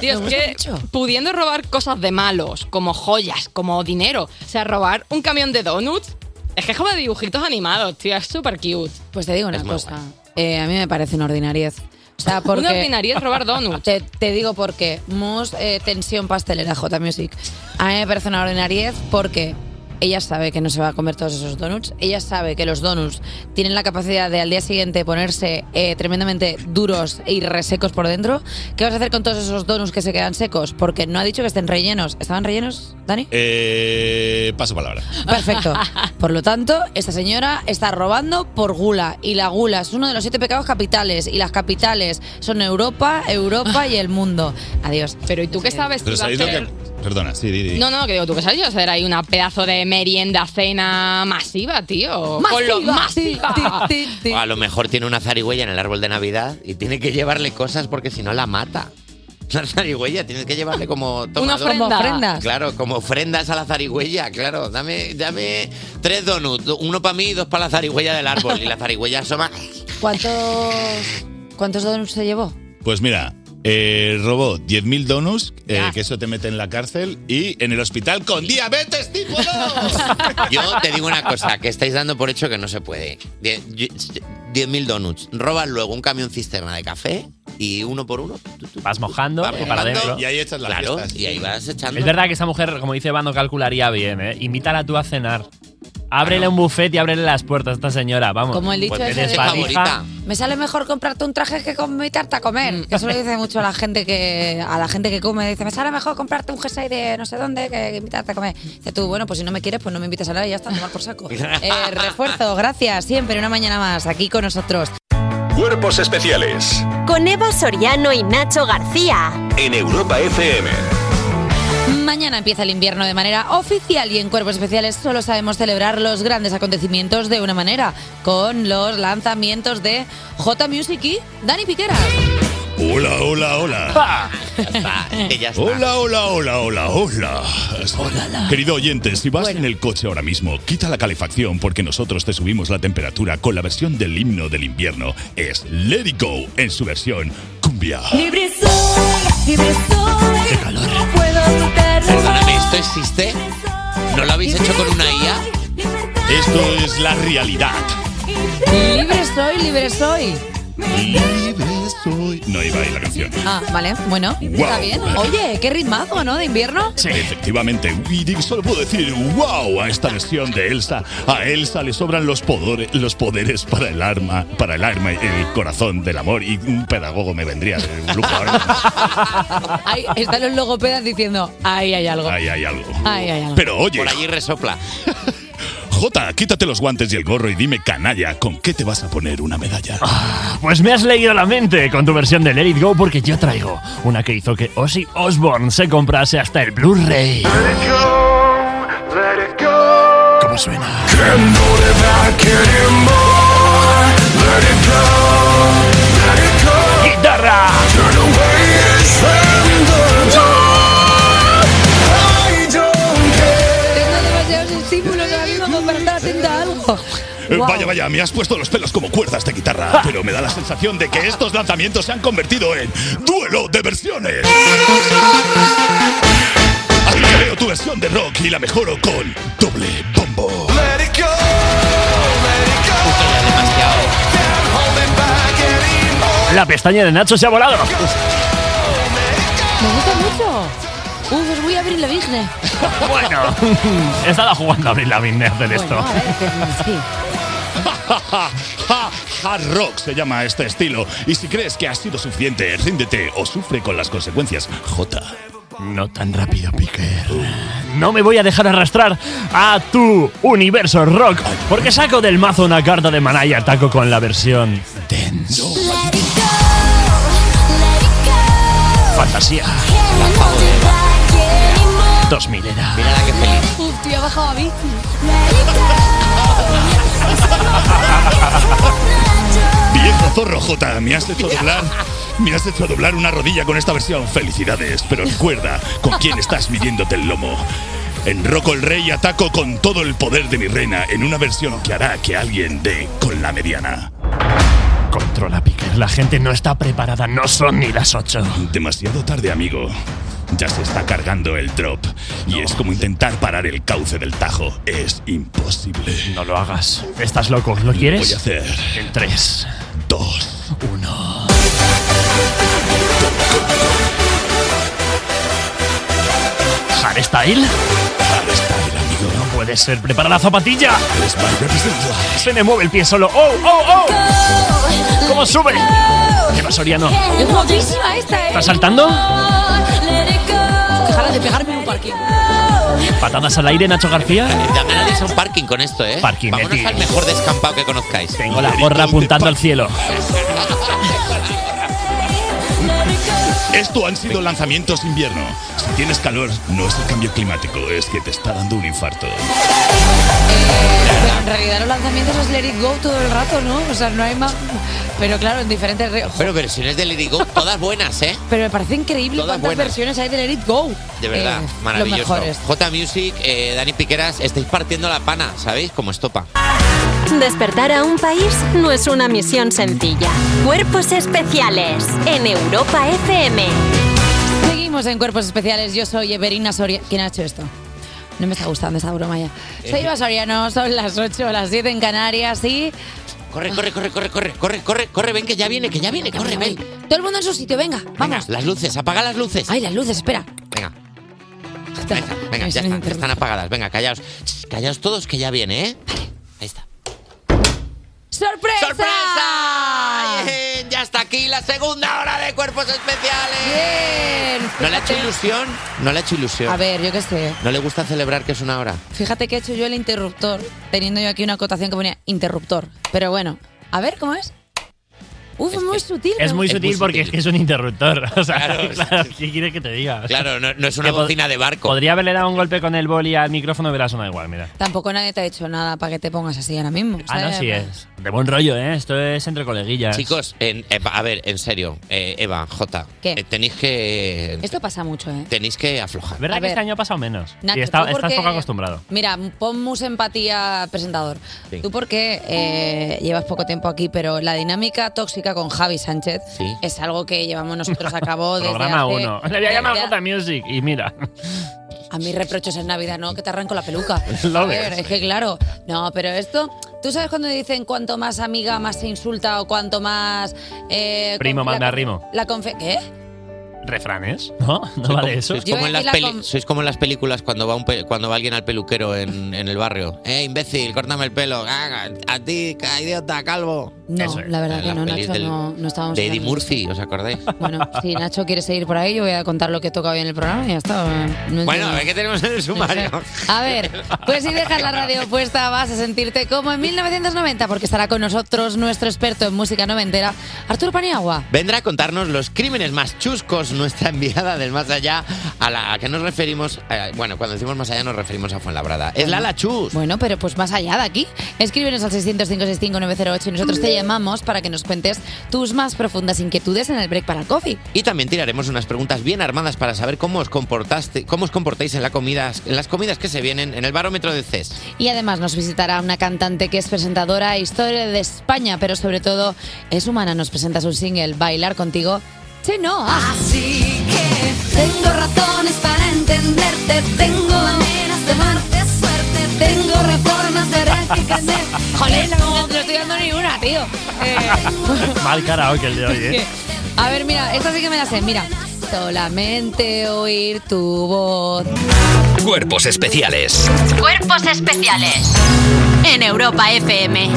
S9: Tío, es que pudiendo robar cosas de malos, como joyas, como dinero, o sea, robar un camión de donuts, es que es como de dibujitos animados, tío, es súper cute.
S5: Pues te digo una cosa. Eh, a mí me parece una ordinariez. O sea, porque...
S9: Una ordinariez robar donuts.
S5: Te, te digo por qué. Mus eh, tensión pastelera, J Music. A mí me parece una ordinariez porque ella sabe que no se va a comer todos esos donuts. Ella sabe que los donuts tienen la capacidad de al día siguiente ponerse eh, tremendamente duros y resecos por dentro. ¿Qué vas a hacer con todos esos donuts que se quedan secos? Porque no ha dicho que estén rellenos. ¿Estaban rellenos, Dani?
S10: Eh, paso palabra.
S5: Perfecto. Por lo tanto, esta señora está robando por gula. Y la gula es uno de los siete pecados capitales. Y las capitales son Europa, Europa y el mundo. Adiós.
S9: Pero ¿y tú qué sabes?
S10: Pero
S9: tú
S10: sabéis lo
S9: hacer-
S10: que... Perdona, sí, di, di.
S9: No, no, que digo, tú qué sabes yo hacer ahí una pedazo de merienda, cena masiva, tío. Con
S5: Masiva,
S9: los masiva.
S4: O a lo mejor tiene una zarigüeya en el árbol de Navidad y tiene que llevarle cosas porque si no la mata. La zarigüeya, tienes que llevarle como... toma,
S5: Una
S4: dos-
S5: ofrenda. Como ofrendas.
S4: Claro, como ofrendas a la zarigüeya, claro. Dame, dame tres donuts, uno para mí y dos para la zarigüeya del árbol. Y la zarigüeya asoma...
S5: ¿Cuántos, cuántos donuts se llevó?
S1: Pues mira, eh, robó 10.000 donuts, eh, que eso te mete en la cárcel y en el hospital con diabetes tipo
S4: Yo te digo una cosa, que estáis dando por hecho que no se puede. Die- yo- 10.000 donuts. Robas luego un camión cisterna de café y uno por uno.
S6: Vas mojando
S4: Vas
S6: y para
S4: mojando
S6: adentro.
S4: y ahí echas las Claro, fiestas. y ahí vas echando.
S6: Es verdad que esa mujer, como dice Bando, calcularía bien, ¿eh? Invítala tú a cenar. Ábrele un buffet y ábrele las puertas a esta señora, vamos.
S5: Como el dicho
S6: Pues
S5: ese
S6: eres
S5: de-
S6: valija.
S5: Me sale mejor comprarte un traje que invitarte a
S6: Mm.
S5: comer. Que eso lo dice mucho a la gente que a la gente que come. Dice, me sale mejor comprarte un jersey de no sé dónde que invitarte a comer. Dice tú, bueno, pues si no me quieres, pues no me invites a nada y ya está, tomar por saco. Eh, refuerzo, gracias. Siempre una mañana más aquí con nosotros.
S8: Cuerpos especiales
S13: Con Eva Soriano y Nacho García.
S8: en Europa FM.
S5: Mañana empieza el invierno de manera oficial y en Cuerpos Especiales solo sabemos celebrar los grandes acontecimientos de una manera, con los lanzamientos de J Music y Dani Piqueras.
S1: Hola, hola,
S5: Ah.
S1: hola.
S4: Eh.
S1: Hola, hola, hola, hola, hola. Querido oyente, si vas en el coche ahora mismo, quita la calefacción porque nosotros te subimos la temperatura con la versión del himno del invierno. Es Let It Go en su versión cumbia.
S12: Libre soy, libre soy. No puedo
S4: Perdóname, ¿esto existe? ¿No lo habéis hecho con una IA?
S1: Esto es la realidad.
S5: Libre soy, libre soy.
S1: Libre soy. No iba a ir la canción.
S5: Ah, vale, bueno,
S1: Guau.
S5: está bien. Oye, qué ritmazo, ¿no? De invierno.
S1: Efectivamente, y di- solo puedo decir wow a esta versión de Elsa. A Elsa le sobran los poderes, los poderes para el arma, para el arma, y el corazón del amor y un pedagogo me vendría de un lujo ahora.
S5: Ahí están los logopedas diciendo, ahí hay algo.
S1: Ahí hay algo.
S5: Ahí hay algo.
S1: Pero oye,
S4: Por allí resopla.
S1: Jota, quítate los guantes y el gorro y dime canalla, ¿con qué te vas a poner una medalla?
S4: Ah.
S6: Pues me has leído la mente con tu versión de Let It Go porque yo traigo una que hizo que Ozzy Osbourne se comprase hasta el Blu-ray. ¿Cómo suena? Guitarra.
S5: Tengo demasiados estímulos ahora mismo como para estar atenta a algo.
S1: Eh,
S5: Guau.
S1: Vaya, vaya, me has puesto los pelos como cuerdas de guitarra, pero me da la sensación de que estos lanzamientos se han convertido en duelo de versiones. Así que veo tu versión de rock y la mejoro con doble bombo.
S6: La pestaña de Nacho se ha volado.
S5: Me gusta mucho. Uf, os voy a abrir la Vigne.
S6: Bueno, estaba jugando a abrir la Vine hacer esto.
S1: Hard rock se llama este estilo. Y si crees que ha sido suficiente, ríndete o sufre con las consecuencias. J.
S6: No tan rápido, Piquer. No me voy a dejar arrastrar a tu universo rock, porque saco del mazo una carta de maná y ataco con la versión dance. Fantasía. Dos milera.
S4: Mira la que feliz.
S5: Uf, tío, ha bajado a mí.
S1: Viejo zorro J, me has hecho doblar. Me has hecho doblar una rodilla con esta versión. Felicidades, pero recuerda con quién estás midiéndote el lomo. Enroco el rey y ataco con todo el poder de mi reina en una versión que hará que alguien dé con la mediana.
S6: Controla, Piquer. La gente no está preparada. No son ni las ocho.
S1: Demasiado tarde, amigo. Ya se está cargando el drop. Y es como intentar parar el cauce del Tajo. Es imposible.
S6: No lo hagas. Estás loco. ¿Lo
S4: pues
S6: quieres?
S1: voy a hacer.
S6: En tres.
S1: Dos.
S6: ¿Hardstyle?
S1: Hardstyle, amigo.
S6: No puede ser. Prepara la zapatilla.
S1: Es my representative.
S6: Se me mueve el pie solo. ¡Oh, oh, oh! ¿Cómo sube? ¿Qué va, Soriano?
S5: Es guapísima esta, eh.
S6: ¿Estás saltando?
S5: Déjala de pegarme en un parking.
S6: ¿Patadas al aire, Nacho García?
S4: Da ganas de irse a un parking con esto, ¿eh? Parking, Vámonos al mejor descampado que conozcáis.
S6: Tengo la gorra apuntando al cielo.
S1: Esto han sido lanzamientos invierno. Si tienes calor, no es el cambio climático, es que te está dando un infarto.
S5: Pero en realidad los lanzamientos es Let It Go todo el rato, ¿no? O sea, no hay más. Pero claro, en diferentes... re- Jo,
S4: Pero versiones de Let It Go, todas buenas, ¿eh?
S5: Pero me parece increíble
S4: Todas
S5: cuántas
S4: buenas.
S5: versiones hay de Let It Go.
S4: De verdad,
S5: Eh, Los
S4: maravilloso.
S5: mejores.
S4: J Music, eh, Dani Piqueras, estáis partiendo la pana, ¿sabéis? Como estopa.
S2: Despertar a un país no es una misión sencilla. Cuerpos especiales en Europa FM.
S5: Seguimos en Cuerpos Especiales. Yo soy Everina Soriano. ¿Quién ha hecho esto? No me está gustando esta broma ya. Soy Eva Soriano, son las 8 o las 7 en Canarias y...
S4: Corre, corre, corre, corre, corre, corre, corre, corre, ven que ya viene, que ya viene, corre, ven.
S5: Todo el mundo en su sitio, venga, vamos.
S4: Las luces, apaga las luces.
S5: Ay, las luces, espera.
S4: Venga. Venga, venga, ya están, ya están apagadas. Venga, callaos. Ch, Callaos todos que ya viene, ¿eh? Ahí está.
S5: ¡Sorpresa!
S4: ¡Sorpresa! Bien, eh! ya está aquí la segunda hora de Cuerpos Especiales. ¿No le ha hecho ilusión? No le ha hecho ilusión.
S5: A ver, yo qué sé.
S4: ¿No le gusta celebrar que es una hora?
S5: Fíjate que he hecho yo el interruptor, teniendo yo aquí una acotación que ponía interruptor. Pero bueno, a ver, ¿cómo es? Uf, es muy sutil.
S6: Es
S5: me
S6: muy
S5: gusta.
S6: sutil porque es que es un interruptor. O sea, claro, ¿qué quieres que te diga? O sea,
S4: Claro, no, no es una
S6: que pod-
S4: bocina de barco.
S6: Podría haberle dado un golpe con el boli al micrófono, hubiera sonado igual, mira.
S5: Tampoco nadie te ha dicho nada para que te pongas así ahora mismo.
S6: Ah, no,
S5: ¿sabes?
S6: sí es. De buen rollo, ¿eh? Esto es entre coleguillas.
S4: Chicos, en- eh, a ver, en serio, eh, Eva, J,
S5: ¿Qué?
S4: eh, tenéis que
S5: Esto pasa mucho, ¿eh?
S4: tenéis que aflojar.
S5: ¿Verdad A que ver. este año
S6: ha pasado menos?
S5: Nacho, Y está- tú estás porque- poco
S6: acostumbrado.
S5: Mira, pon mus empatía presentador.
S4: Sí.
S5: Tú porque eh, llevas poco tiempo aquí, pero la dinámica tóxica con Javi Sánchez
S6: Sí.
S5: es algo que llevamos nosotros a cabo desde
S6: Programa
S5: hace-
S6: 1. Le había llamado
S5: desde
S6: J Music y mira.
S5: A mí reproches en Navidad, no, que te arranco la peluca.
S6: Lo
S5: a ver,
S6: ves.
S5: es que claro. No, pero esto. ¿Tú sabes cuando dicen cuanto más amiga, más se insulta o cuanto más. eh,
S6: Primo
S5: conf- la-
S6: manda rimo.
S5: La confe- ¿Qué?
S6: ¿Refranes? ¿No? ¿No vale eso?
S4: Sois como, en las
S5: decir la
S4: peli-
S5: com-
S4: sois como en las películas cuando va, un pe- cuando va alguien al peluquero en, en el barrio. ¡Eh, imbécil, córtame el pelo! Ah, A, ti, ca- idiota, calvo!
S5: No, la verdad que
S4: las
S5: no,
S4: pelis
S5: Nacho, no- no estábamos
S4: De Eddie
S5: hablando
S4: Murphy, ¿os acordáis?
S5: Bueno, si Nacho quiere seguir por ahí, yo voy a contar lo que toca hoy en el programa y ya está. No
S4: bueno,
S5: entiendo.
S4: a ver qué tenemos en el sumario.
S5: A ver, pues si dejas la radio puesta vas a sentirte como en 1990 porque estará con nosotros nuestro experto en música noventera, Arturo Paniagua.
S4: Vendrá a contarnos los crímenes más chuscos nuestra enviada del más allá. ¿A, la, a qué nos referimos? Eh, bueno, cuando decimos más allá nos referimos a Fuenlabrada. Es Lala Chus.
S5: Bueno, pero pues más allá de aquí. Escríbenos al 600-565-908 y nosotros te llamamos para que nos cuentes tus más profundas inquietudes en el break para el coffee.
S4: Y también tiraremos unas preguntas bien armadas para saber cómo os comportaste, cómo os comportáis en, la comida, en las comidas que se vienen en el barómetro de CES.
S5: Y además nos visitará una cantante que es presentadora e historia de España, pero sobre todo es humana. Nos presenta su single Bailar contigo. Chenoa.
S12: Así que tengo razones para entenderte, tengo maneras de darte suerte, tengo reformas de crecer.
S5: Joder, no te estoy dando ni una, tío.
S6: Mal karaoke el de hoy, ¿eh?
S5: A ver, mira, esta sí que me la sé. Mira, solamente oír tu voz.
S1: Cuerpos especiales.
S2: Cuerpos especiales en Europa FM.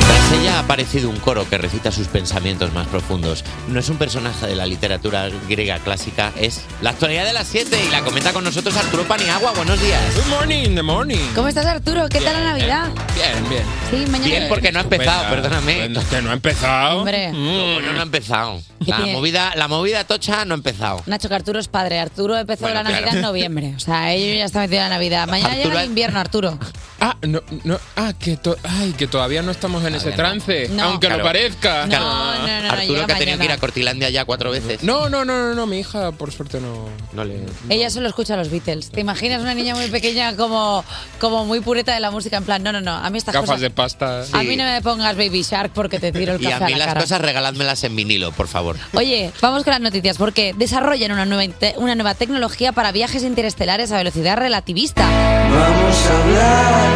S4: Tras ella ha aparecido un coro que recita sus pensamientos más profundos. No es un personaje de la literatura griega clásica, es la actualidad de las 7 y la comenta con nosotros Arturo Paniagua. Buenos días. Good morning, the morning.
S5: ¿Cómo estás, Arturo? ¿Qué tal la Navidad?
S4: Bien, bien.
S5: Sí, mañana.
S4: Bien, porque no ha empezado,
S14: Estupenda.
S4: perdóname. Que Pues no ha empezado. Mm.
S5: Hombre.
S4: No, bueno, no ha empezado.
S5: ¿Qué
S4: La
S5: tiene?
S4: movida, la movida tocha no ha empezado.
S5: Nacho, que Arturo es padre. Arturo empezó
S4: Bueno,
S5: la Navidad
S4: claro.
S5: en noviembre. O sea, ellos ya está metido en la Navidad. Mañana
S14: Arturo
S5: llega
S14: es-
S5: el invierno, Arturo.
S14: Ah, no, no, ah, que, to- ay, que todavía no estamos en ese trance,
S5: No.
S14: aunque
S5: Claro.
S14: lo parezca.
S5: No, no, no, no,
S4: Arturo
S5: llega
S4: que ha tenido
S5: mañana.
S4: que ir a Cortilandia ya cuatro veces.
S14: No, no, no, no, no, mi hija, por suerte no.
S4: No le.
S5: Ella solo escucha a los Beatles. ¿Te imaginas una niña muy pequeña como, como muy pureta de la música? En plan, no, no, no. A mí estas
S14: Gafas
S5: cosas.
S14: de pasta.
S5: A mí no me pongas Baby Shark porque te tiro el
S4: Y
S5: café
S4: a mí
S5: la
S4: las
S5: cara.
S4: cosas regaládmelas en vinilo, por favor.
S5: Oye, vamos con las noticias porque desarrollan una nueva, inte- una nueva tecnología para viajes interestelares a velocidad relativista.
S12: Vamos a hablar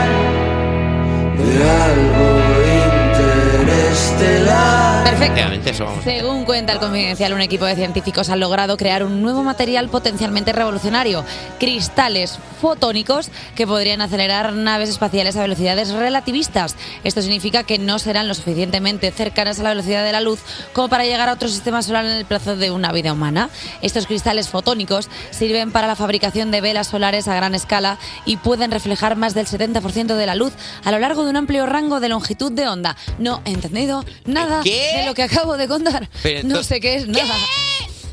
S12: de algo interestelar.
S4: Perfectamente, eso vamos.
S5: Según cuenta el Confidencial, un equipo de científicos ha logrado crear un nuevo material potencialmente revolucionario, cristales fotónicos que podrían acelerar naves espaciales a velocidades relativistas. Esto significa que no serán lo suficientemente cercanas a la velocidad de la luz como para llegar a otro sistema solar en el plazo de una vida humana. Estos cristales fotónicos sirven para la fabricación de velas solares a gran escala y pueden reflejar más del 70% de la luz a lo largo de un amplio rango de longitud de onda. No he entendido nada
S4: ¿Qué?
S5: de lo que acabo de contar.
S4: Pero
S5: no
S4: entonces-
S5: sé qué es nada.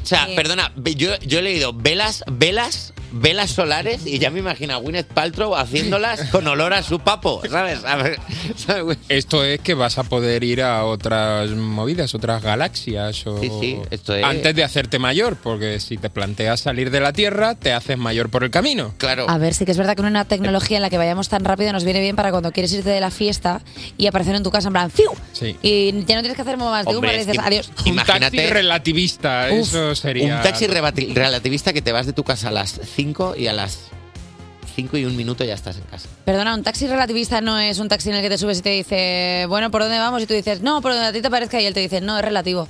S4: O sea, perdona, ve- yo, yo he leído velas, velas, velas solares y ya me imagino a Gwyneth Paltrow haciéndolas con olor a su papo, ¿sabes? A ver,
S14: Esto es que vas a poder ir a otras movidas, otras galaxias. O...
S4: Sí, sí, esto es-
S14: Antes de hacerte mayor, porque si te planteas salir de la Tierra, te haces mayor por el camino.
S4: Claro.
S5: A ver, sí que es verdad que una tecnología en la que vayamos tan rápido nos viene bien para cuando quieres irte de la fiesta y aparecer en tu casa en plan ¡fiu!
S14: Sí.
S5: Y ya no tienes que hacer más de
S4: Hombre,
S5: humor y
S4: es
S5: dices
S4: que
S5: adiós.
S4: imagínate-
S14: Taxi relativista,
S4: Uf,
S14: eso sería.
S4: Un taxi rebati- relativista que te vas de tu casa a las 5 y a las 5 y un minuto ya estás en casa.
S5: Perdona, un taxi relativista no es un taxi en el que te subes y te dice, bueno, ¿por dónde vamos? Y tú dices, no, por donde a ti te parezca. Y él te dice, no, es relativo.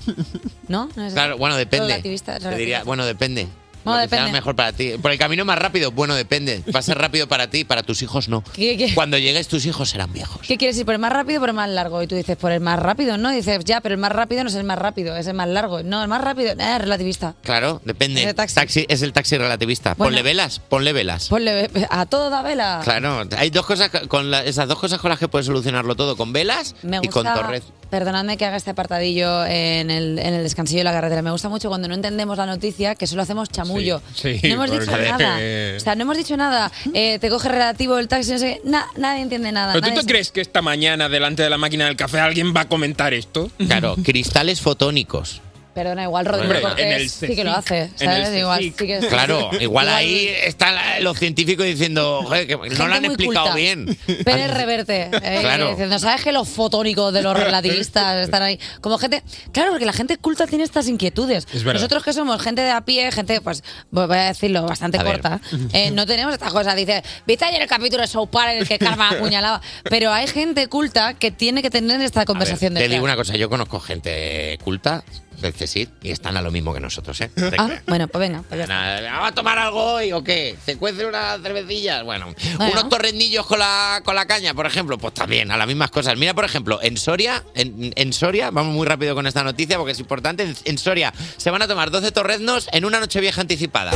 S5: ¿No? No es-
S4: Claro, bueno, depende.
S5: Relativista,
S4: Te
S5: relativista.
S4: diría, bueno, depende.
S5: Bueno,
S4: Lo que sea
S5: depende.
S4: mejor para ti. Por el camino más rápido, bueno, depende. Va a ser rápido para ti, para tus hijos no.
S5: ¿Qué- qué?
S4: Cuando llegues tus hijos serán viejos.
S5: ¿Qué quieres ir? ¿Por el más rápido o por el más largo? Y tú dices, por el más rápido, ¿no? Y dices, ya, pero el más rápido no es el más rápido, es el más largo. No, el más rápido, eh, relativista.
S4: Claro, depende.
S5: Ese taxi.
S4: Taxi- es el taxi relativista.
S5: Bueno.
S4: Ponle velas, ponle velas.
S5: Ponle ve- a toda vela.
S4: Claro, hay dos cosas que- con la- esas dos cosas con las que puedes solucionarlo todo, con velas
S5: Me
S4: y con
S5: gusta-
S4: torres.
S5: Perdonadme que haga este apartadillo en el, en el descansillo de la carretera. Me gusta mucho cuando no entendemos la noticia, que solo hacemos chamullo.
S4: Sí, sí,
S5: no hemos dicho
S4: porque-
S5: nada. O sea, no hemos dicho nada. Eh, te coge relativo el taxi, no sé qué. Na- nadie entiende nada.
S14: ¿Pero tú
S5: nadie
S14: te crees que esta mañana, delante de la máquina del café, alguien va a comentar esto?
S4: Claro, cristales fotónicos.
S5: sabe- Perdona, igual Rodrigo
S14: Hombre,
S5: Cortés
S14: en el
S5: sí que lo
S14: CSIC,
S5: hace.
S14: en el
S5: ¿sabes? Igual sí que-
S4: Claro, igual ahí están la- los científicos diciendo, "Joder, que no lo han
S5: muy
S4: explicado
S5: culta.
S4: bien.
S5: Pérez Reverte. eh,
S4: Claro.
S5: que dice, No sabes que los fotónicos de los relativistas están ahí. Como gente. Claro, porque la gente culta tiene estas inquietudes.
S12: Es verdad.
S5: Nosotros que somos gente de a pie, gente, pues, voy a decirlo, bastante
S12: A ver.
S5: corta, eh, no tenemos estas cosas. Dice, ¿viste ayer el capítulo de South Park en el que Karma apuñalaba? Pero hay gente culta que tiene que tener esta
S4: A ver,
S5: conversación de
S4: te digo una cosa, yo conozco gente culta del CSIC y están a lo mismo que nosotros, ¿eh?
S5: Ah, bueno, pues venga. pues ya está.
S4: Nada, ¿Vamos a tomar algo hoy o qué? ¿Se cuece unas cervecillas? Bueno, unos torrendillos con la, ah, con la caña, por ejemplo, pues también, a las mismas cosas. Mira, por ejemplo, en Soria, en, en Soria, vamos muy rápido con esta noticia porque es importante, en, en Soria se van a tomar 12 torreznos en una noche vieja anticipada.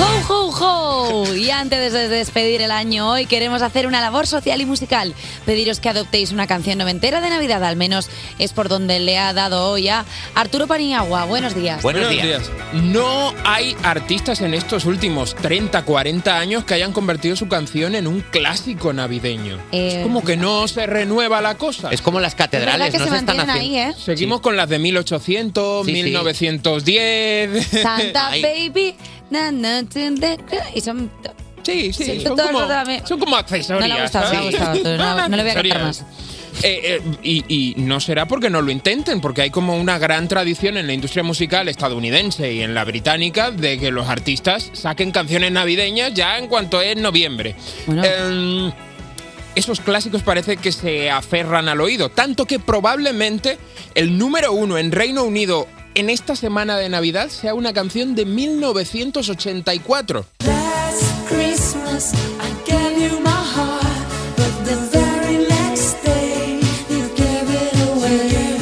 S5: ¡Ho, ho, ho! Y antes de despedir el año, hoy queremos hacer una labor social y musical. Pediros que adoptéis una canción noventera de Navidad, al menos es por donde le ha dado hoy a Arturo Paniagua. Buenos días.
S14: No hay artistas en estos últimos 30, 40 años que hayan convertido su canción en un clásico navideño.
S5: Eh,
S14: es como que no se renueva la cosa.
S4: Es como las
S5: catedrales, que no se se están mantienen haciendo. ahí, ¿eh?
S14: Seguimos con las de 1800,
S4: Sí, sí.
S14: 1910.
S5: Santa
S14: Ay.
S5: Baby. na, na, tun, de, de, y son.
S14: Sí, sí, son
S5: todas
S14: como-
S5: todas las-
S14: Son como accesorias.
S5: No le ha gustado, no le ha
S14: ¿sabes?
S5: gustado, Arturo, no-
S14: Son
S5: no le voy a contar
S14: accesorias. Eh, eh, y, y no será porque no lo intenten, porque hay como una gran tradición en la industria musical estadounidense y en la británica de que los artistas saquen canciones navideñas ya en cuanto es noviembre. Em, esos clásicos parece que se aferran al oído, tanto que probablemente el número uno en Reino Unido en esta semana de Navidad sea una canción de 1984.
S12: Christmas, I gave you my heart, but the very next day you gave it away.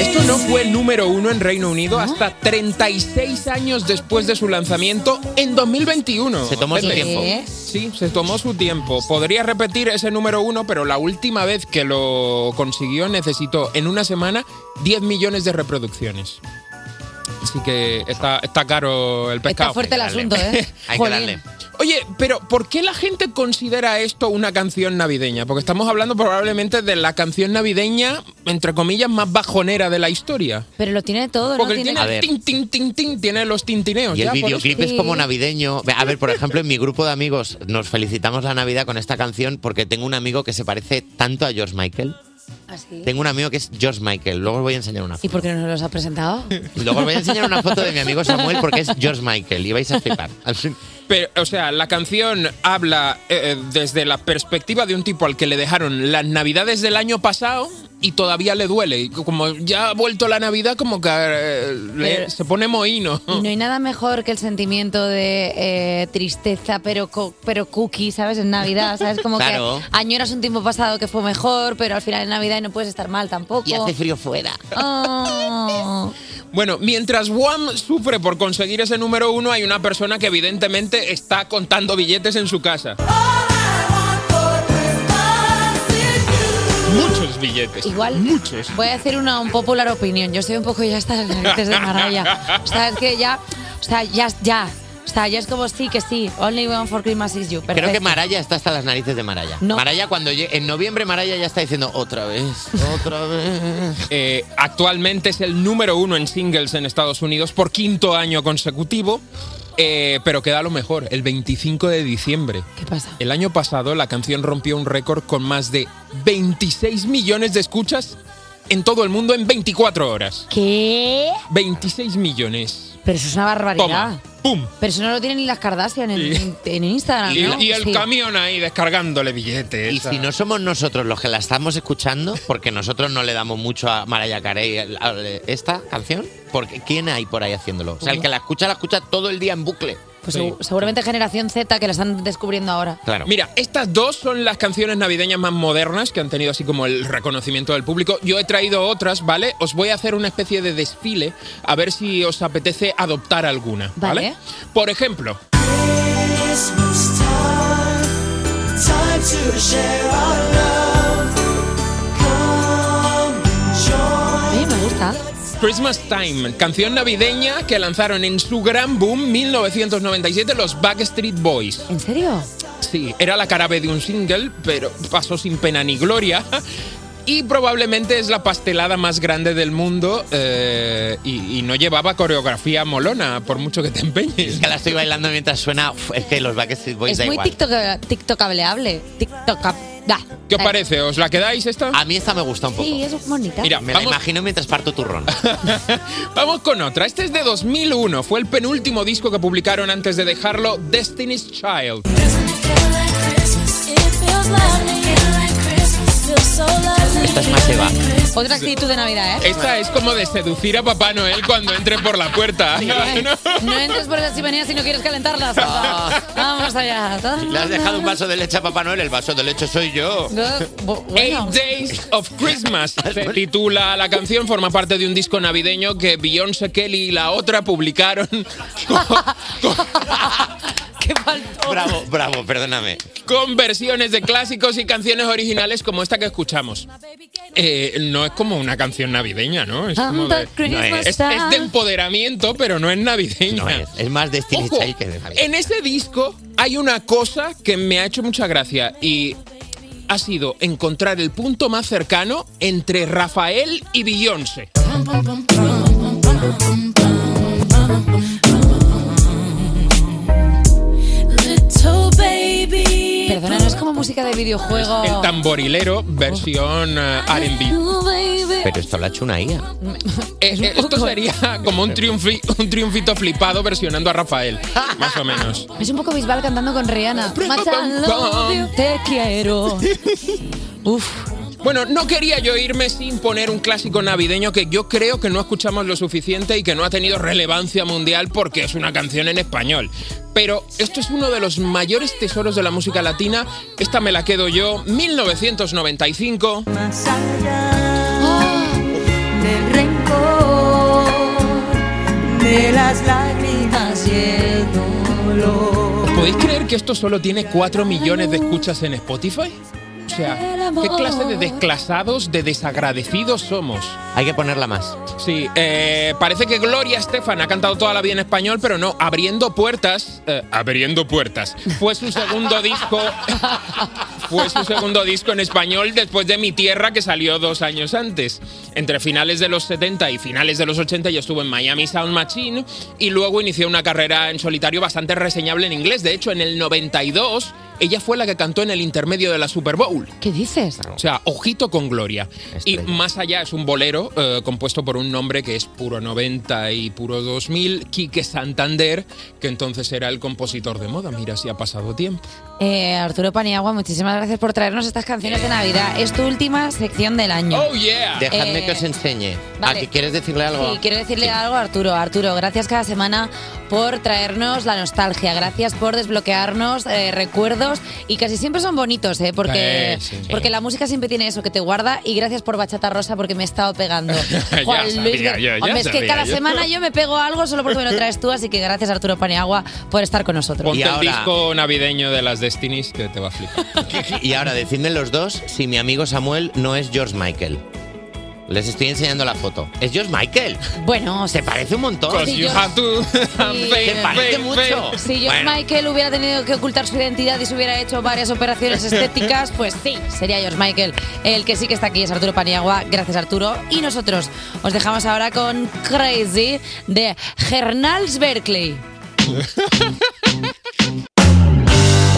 S14: Esto no fue número uno en Reino Unido hasta 36 años después de su lanzamiento en 2021.
S4: Se tomó su
S14: Pepe.
S4: tiempo.
S14: Sí, se tomó su tiempo. Podría repetir ese número uno, pero la última vez que lo consiguió necesitó en una semana 10 millones de reproducciones. Así que está, está caro el pescado.
S5: Está fuerte el asunto, ¿eh?
S14: Hay que
S5: Jolín.
S14: darle. Oye, pero ¿por qué la gente considera esto una canción navideña? Porque estamos hablando probablemente de la canción navideña, entre comillas, más bajonera de la historia.
S5: Pero lo tiene todo, ¿no?
S14: Porque tiene,
S4: A ver.
S14: el tin, tin, tin, tin, tiene los tintineos.
S4: Y el
S14: ya, por
S4: videoclip
S14: eso.
S4: es como navideño. A ver, por ejemplo, en mi grupo de amigos nos felicitamos la Navidad con esta canción porque tengo un amigo que se parece tanto a George Michael.
S5: Así.
S4: Tengo un amigo que es George Michael. Luego os voy a enseñar una
S5: ¿Y por qué no nos los ha presentado?
S4: Luego os voy a enseñar una foto de mi amigo Samuel porque es George Michael y vais a flipar. Al fin-
S14: Pero, o sea, la canción habla eh, eh, desde la perspectiva de un tipo al que le dejaron las navidades del año pasado y todavía le duele. Y Como ya ha vuelto la Navidad, como que eh, le-
S5: Pero-
S14: se pone mohino.
S4: Mm.
S5: Y no hay nada mejor que el sentimiento de eh, tristeza, pero co- pero cookie, ¿sabes? En Navidad, ¿sabes? Como
S4: Claro.
S5: que añoras un tiempo pasado que fue mejor, pero al final en Navidad no puedes estar mal tampoco.
S4: Y hace frío fuera.
S5: Oh.
S14: Bueno, mientras Wham sufre por conseguir ese número uno, hay una persona que evidentemente está contando billetes en su casa. Muchos billetes.
S5: Igual
S14: Muchos.
S5: voy a hacer una un popular opinión. Yo soy un poco ya hasta las narices de Maraya. O sea, es que ya, o sea, ya, ya. O sea, ya es como sí que sí. Only one for Christmas is you.
S4: Creo que
S5: Perfecto.
S4: Maraya está hasta las narices de Maraya. Maraya cuando llegue- en noviembre Maraya ya está diciendo otra vez, otra vez.
S14: Eh, actualmente es el número uno en singles en Estados Unidos por quinto año consecutivo. eh, pero queda lo mejor, el 25 de diciembre.
S5: ¿Qué pasa?
S14: El año pasado la canción rompió un récord con más de 26 millones de escuchas en todo el mundo en 24 horas.
S5: ¿Qué?
S14: 26 millones.
S5: Pero eso es una barbaridad.
S14: Toma, ¡Pum!
S5: Pero eso no lo tienen ni las Kardashian en,
S14: Y-
S5: en Instagram,
S14: Y,
S5: Ah, ¿no?
S14: y el
S5: Sí.
S14: camión ahí descargándole billetes.
S4: Y si no somos nosotros los que la estamos escuchando, porque nosotros no le damos mucho a Mariah Carey el- a- esta canción, porque ¿quién hay por ahí haciéndolo? O sea, el que la escucha, la escucha todo el día en bucle.
S5: Pues segu- seguramente Generación Z que la están descubriendo ahora.
S4: Claro.
S14: Mira, estas dos son las canciones navideñas más modernas que han tenido así como el reconocimiento del público. Yo he traído otras, ¿vale? Os voy a hacer una especie de desfile a ver si os apetece adoptar alguna, ¿vale?
S15: Vale.
S14: Por ejemplo,
S15: Christmas time, time to share our love. Come join.
S5: me gusta.
S14: Christmas Time, canción navideña que lanzaron en su gran boom 1997 los Backstreet Boys.
S5: ¿En serio?
S14: Sí, era la carabe de un single, pero pasó sin pena ni gloria. Y probablemente es la pastelada más grande del mundo eh, y, y no llevaba coreografía molona, por mucho que te empeñes.
S4: Es que la estoy bailando mientras suena. uf, Es que los Backstreet
S14: Pues
S4: Boys
S5: es
S4: da
S5: muy
S4: igual.
S5: TikTok- tiktokableable. TikTok.
S14: ¿Qué os parece? ¿Os la quedáis esta?
S4: A mí esta me gusta un poco.
S5: Sí, es bonita.
S14: Mira,
S4: me
S14: vamos-
S4: la imagino mientras parto turrón.
S14: Vamos con otra. Este es de 2001. Fue el penúltimo disco que publicaron antes de dejarlo, Destiny's Child.
S4: Esta es más Eva.
S5: Otra actitud de Navidad, ¿eh?
S14: Esta es como de seducir a Papá Noel cuando entre por la puerta.
S5: No entres por las chimeneas si no quieres calentarlas. Vamos allá.
S4: Le has dejado un vaso de leche a Papá Noel, el vaso de leche soy yo.
S14: Eight Days of Christmas se titula la canción, forma parte de un disco navideño que Beyoncé Kelly y la otra publicaron.
S4: Bravo, bravo, perdóname.
S14: con versiones de clásicos y canciones originales como esta que escuchamos. Eh, no es como una canción navideña, ¿no? Es, como de,
S15: No es.
S14: es- es de empoderamiento, pero no es navideña.
S4: Es más Destiny's
S14: Ojo,
S4: Child que de Navidad.
S14: en ese disco hay una cosa que me ha hecho mucha gracia y ha sido encontrar el punto más cercano entre Rafael y Beyoncé.
S5: Perdona, no es como música de videojuego.
S14: El tamborilero versión eh, R&B.
S4: Pero esto lo ha hecho una IA.
S14: Eh, eh, esto sería como un, triunfi- un triunfito flipado versionando a Rafael, más o menos.
S5: Es un poco Bisbal cantando con Rihanna. Macha, love you, te quiero.
S14: Bueno, no quería yo irme sin poner un clásico navideño que yo creo que no escuchamos lo suficiente y que no ha tenido relevancia mundial porque es una canción en español. Pero esto es uno de los mayores tesoros de la música latina. Esta me la quedo yo, 1995.
S15: Ah, Del rencor, de las lágrimas y el dolor.
S14: ¿Podéis creer que esto solo tiene 4 millones de escuchas en Spotify? O sea, ¿qué clase de desclasados, de desagradecidos somos?
S4: Hay que ponerla más.
S14: Sí, eh, parece que Gloria Estefan ha cantado toda la vida en español, pero no, Abriendo Puertas, eh, Abriendo Puertas, fue su segundo disco, fue su segundo disco en español después de Mi Tierra, que salió dos años antes. Entre finales de los 70 y finales de los 80 yo estuve en Miami Sound Machine y luego inició una carrera en solitario bastante reseñable en inglés. De hecho, en el 92 ella fue la que cantó en el intermedio de la Super Bowl.
S5: ¿Qué dices?
S14: O sea, ojito con Gloria. Y más allá es un bolero eh, compuesto por un nombre que es puro 90 y puro 2000, Quique Santander, que entonces era el compositor de moda. Mira si ha pasado tiempo.
S5: Eh, Arturo Paniagua, muchísimas gracias por traernos estas canciones de Navidad. Es tu última sección del año.
S14: Oh, yeah.
S4: Dejadme
S5: Eh,
S4: que os enseñe.
S5: vale.
S4: ¿A que quieres decirle algo?
S5: Sí, quiero decirle algo a Arturo. Arturo, gracias cada semana por traernos la nostalgia. Gracias por desbloquearnos eh, recuerdos y casi siempre son bonitos, ¿eh? Porque,
S16: Eh, sí.
S5: porque la música siempre tiene eso que te guarda. Y gracias por Bachata Rosa porque me he estado pegando.
S16: Ya sabía
S5: Ver-
S16: yo, ya
S5: Hombre, es que
S16: sabía
S5: cada
S16: yo.
S5: semana yo me pego algo solo porque me lo traes tú. Así que gracias, Arturo Paniagua, por estar con nosotros.
S14: Ponte el disco navideño de las Destinies que te va a flipar.
S4: Y ahora decidme los dos si mi amigo Samuel no es George Michael. Les estoy enseñando la foto. Es George Michael.
S5: Bueno, se
S4: parece un montón.
S14: Because you have to-
S4: Se parece mucho.
S5: Si George
S4: Bueno.
S5: Michael hubiera tenido que ocultar su identidad y se hubiera hecho varias operaciones estéticas, pues sí, sería George Michael. El que sí que está aquí es Arturo Paniagua. Gracias, Arturo. Y nosotros os dejamos ahora con Crazy de Gernals Berkeley.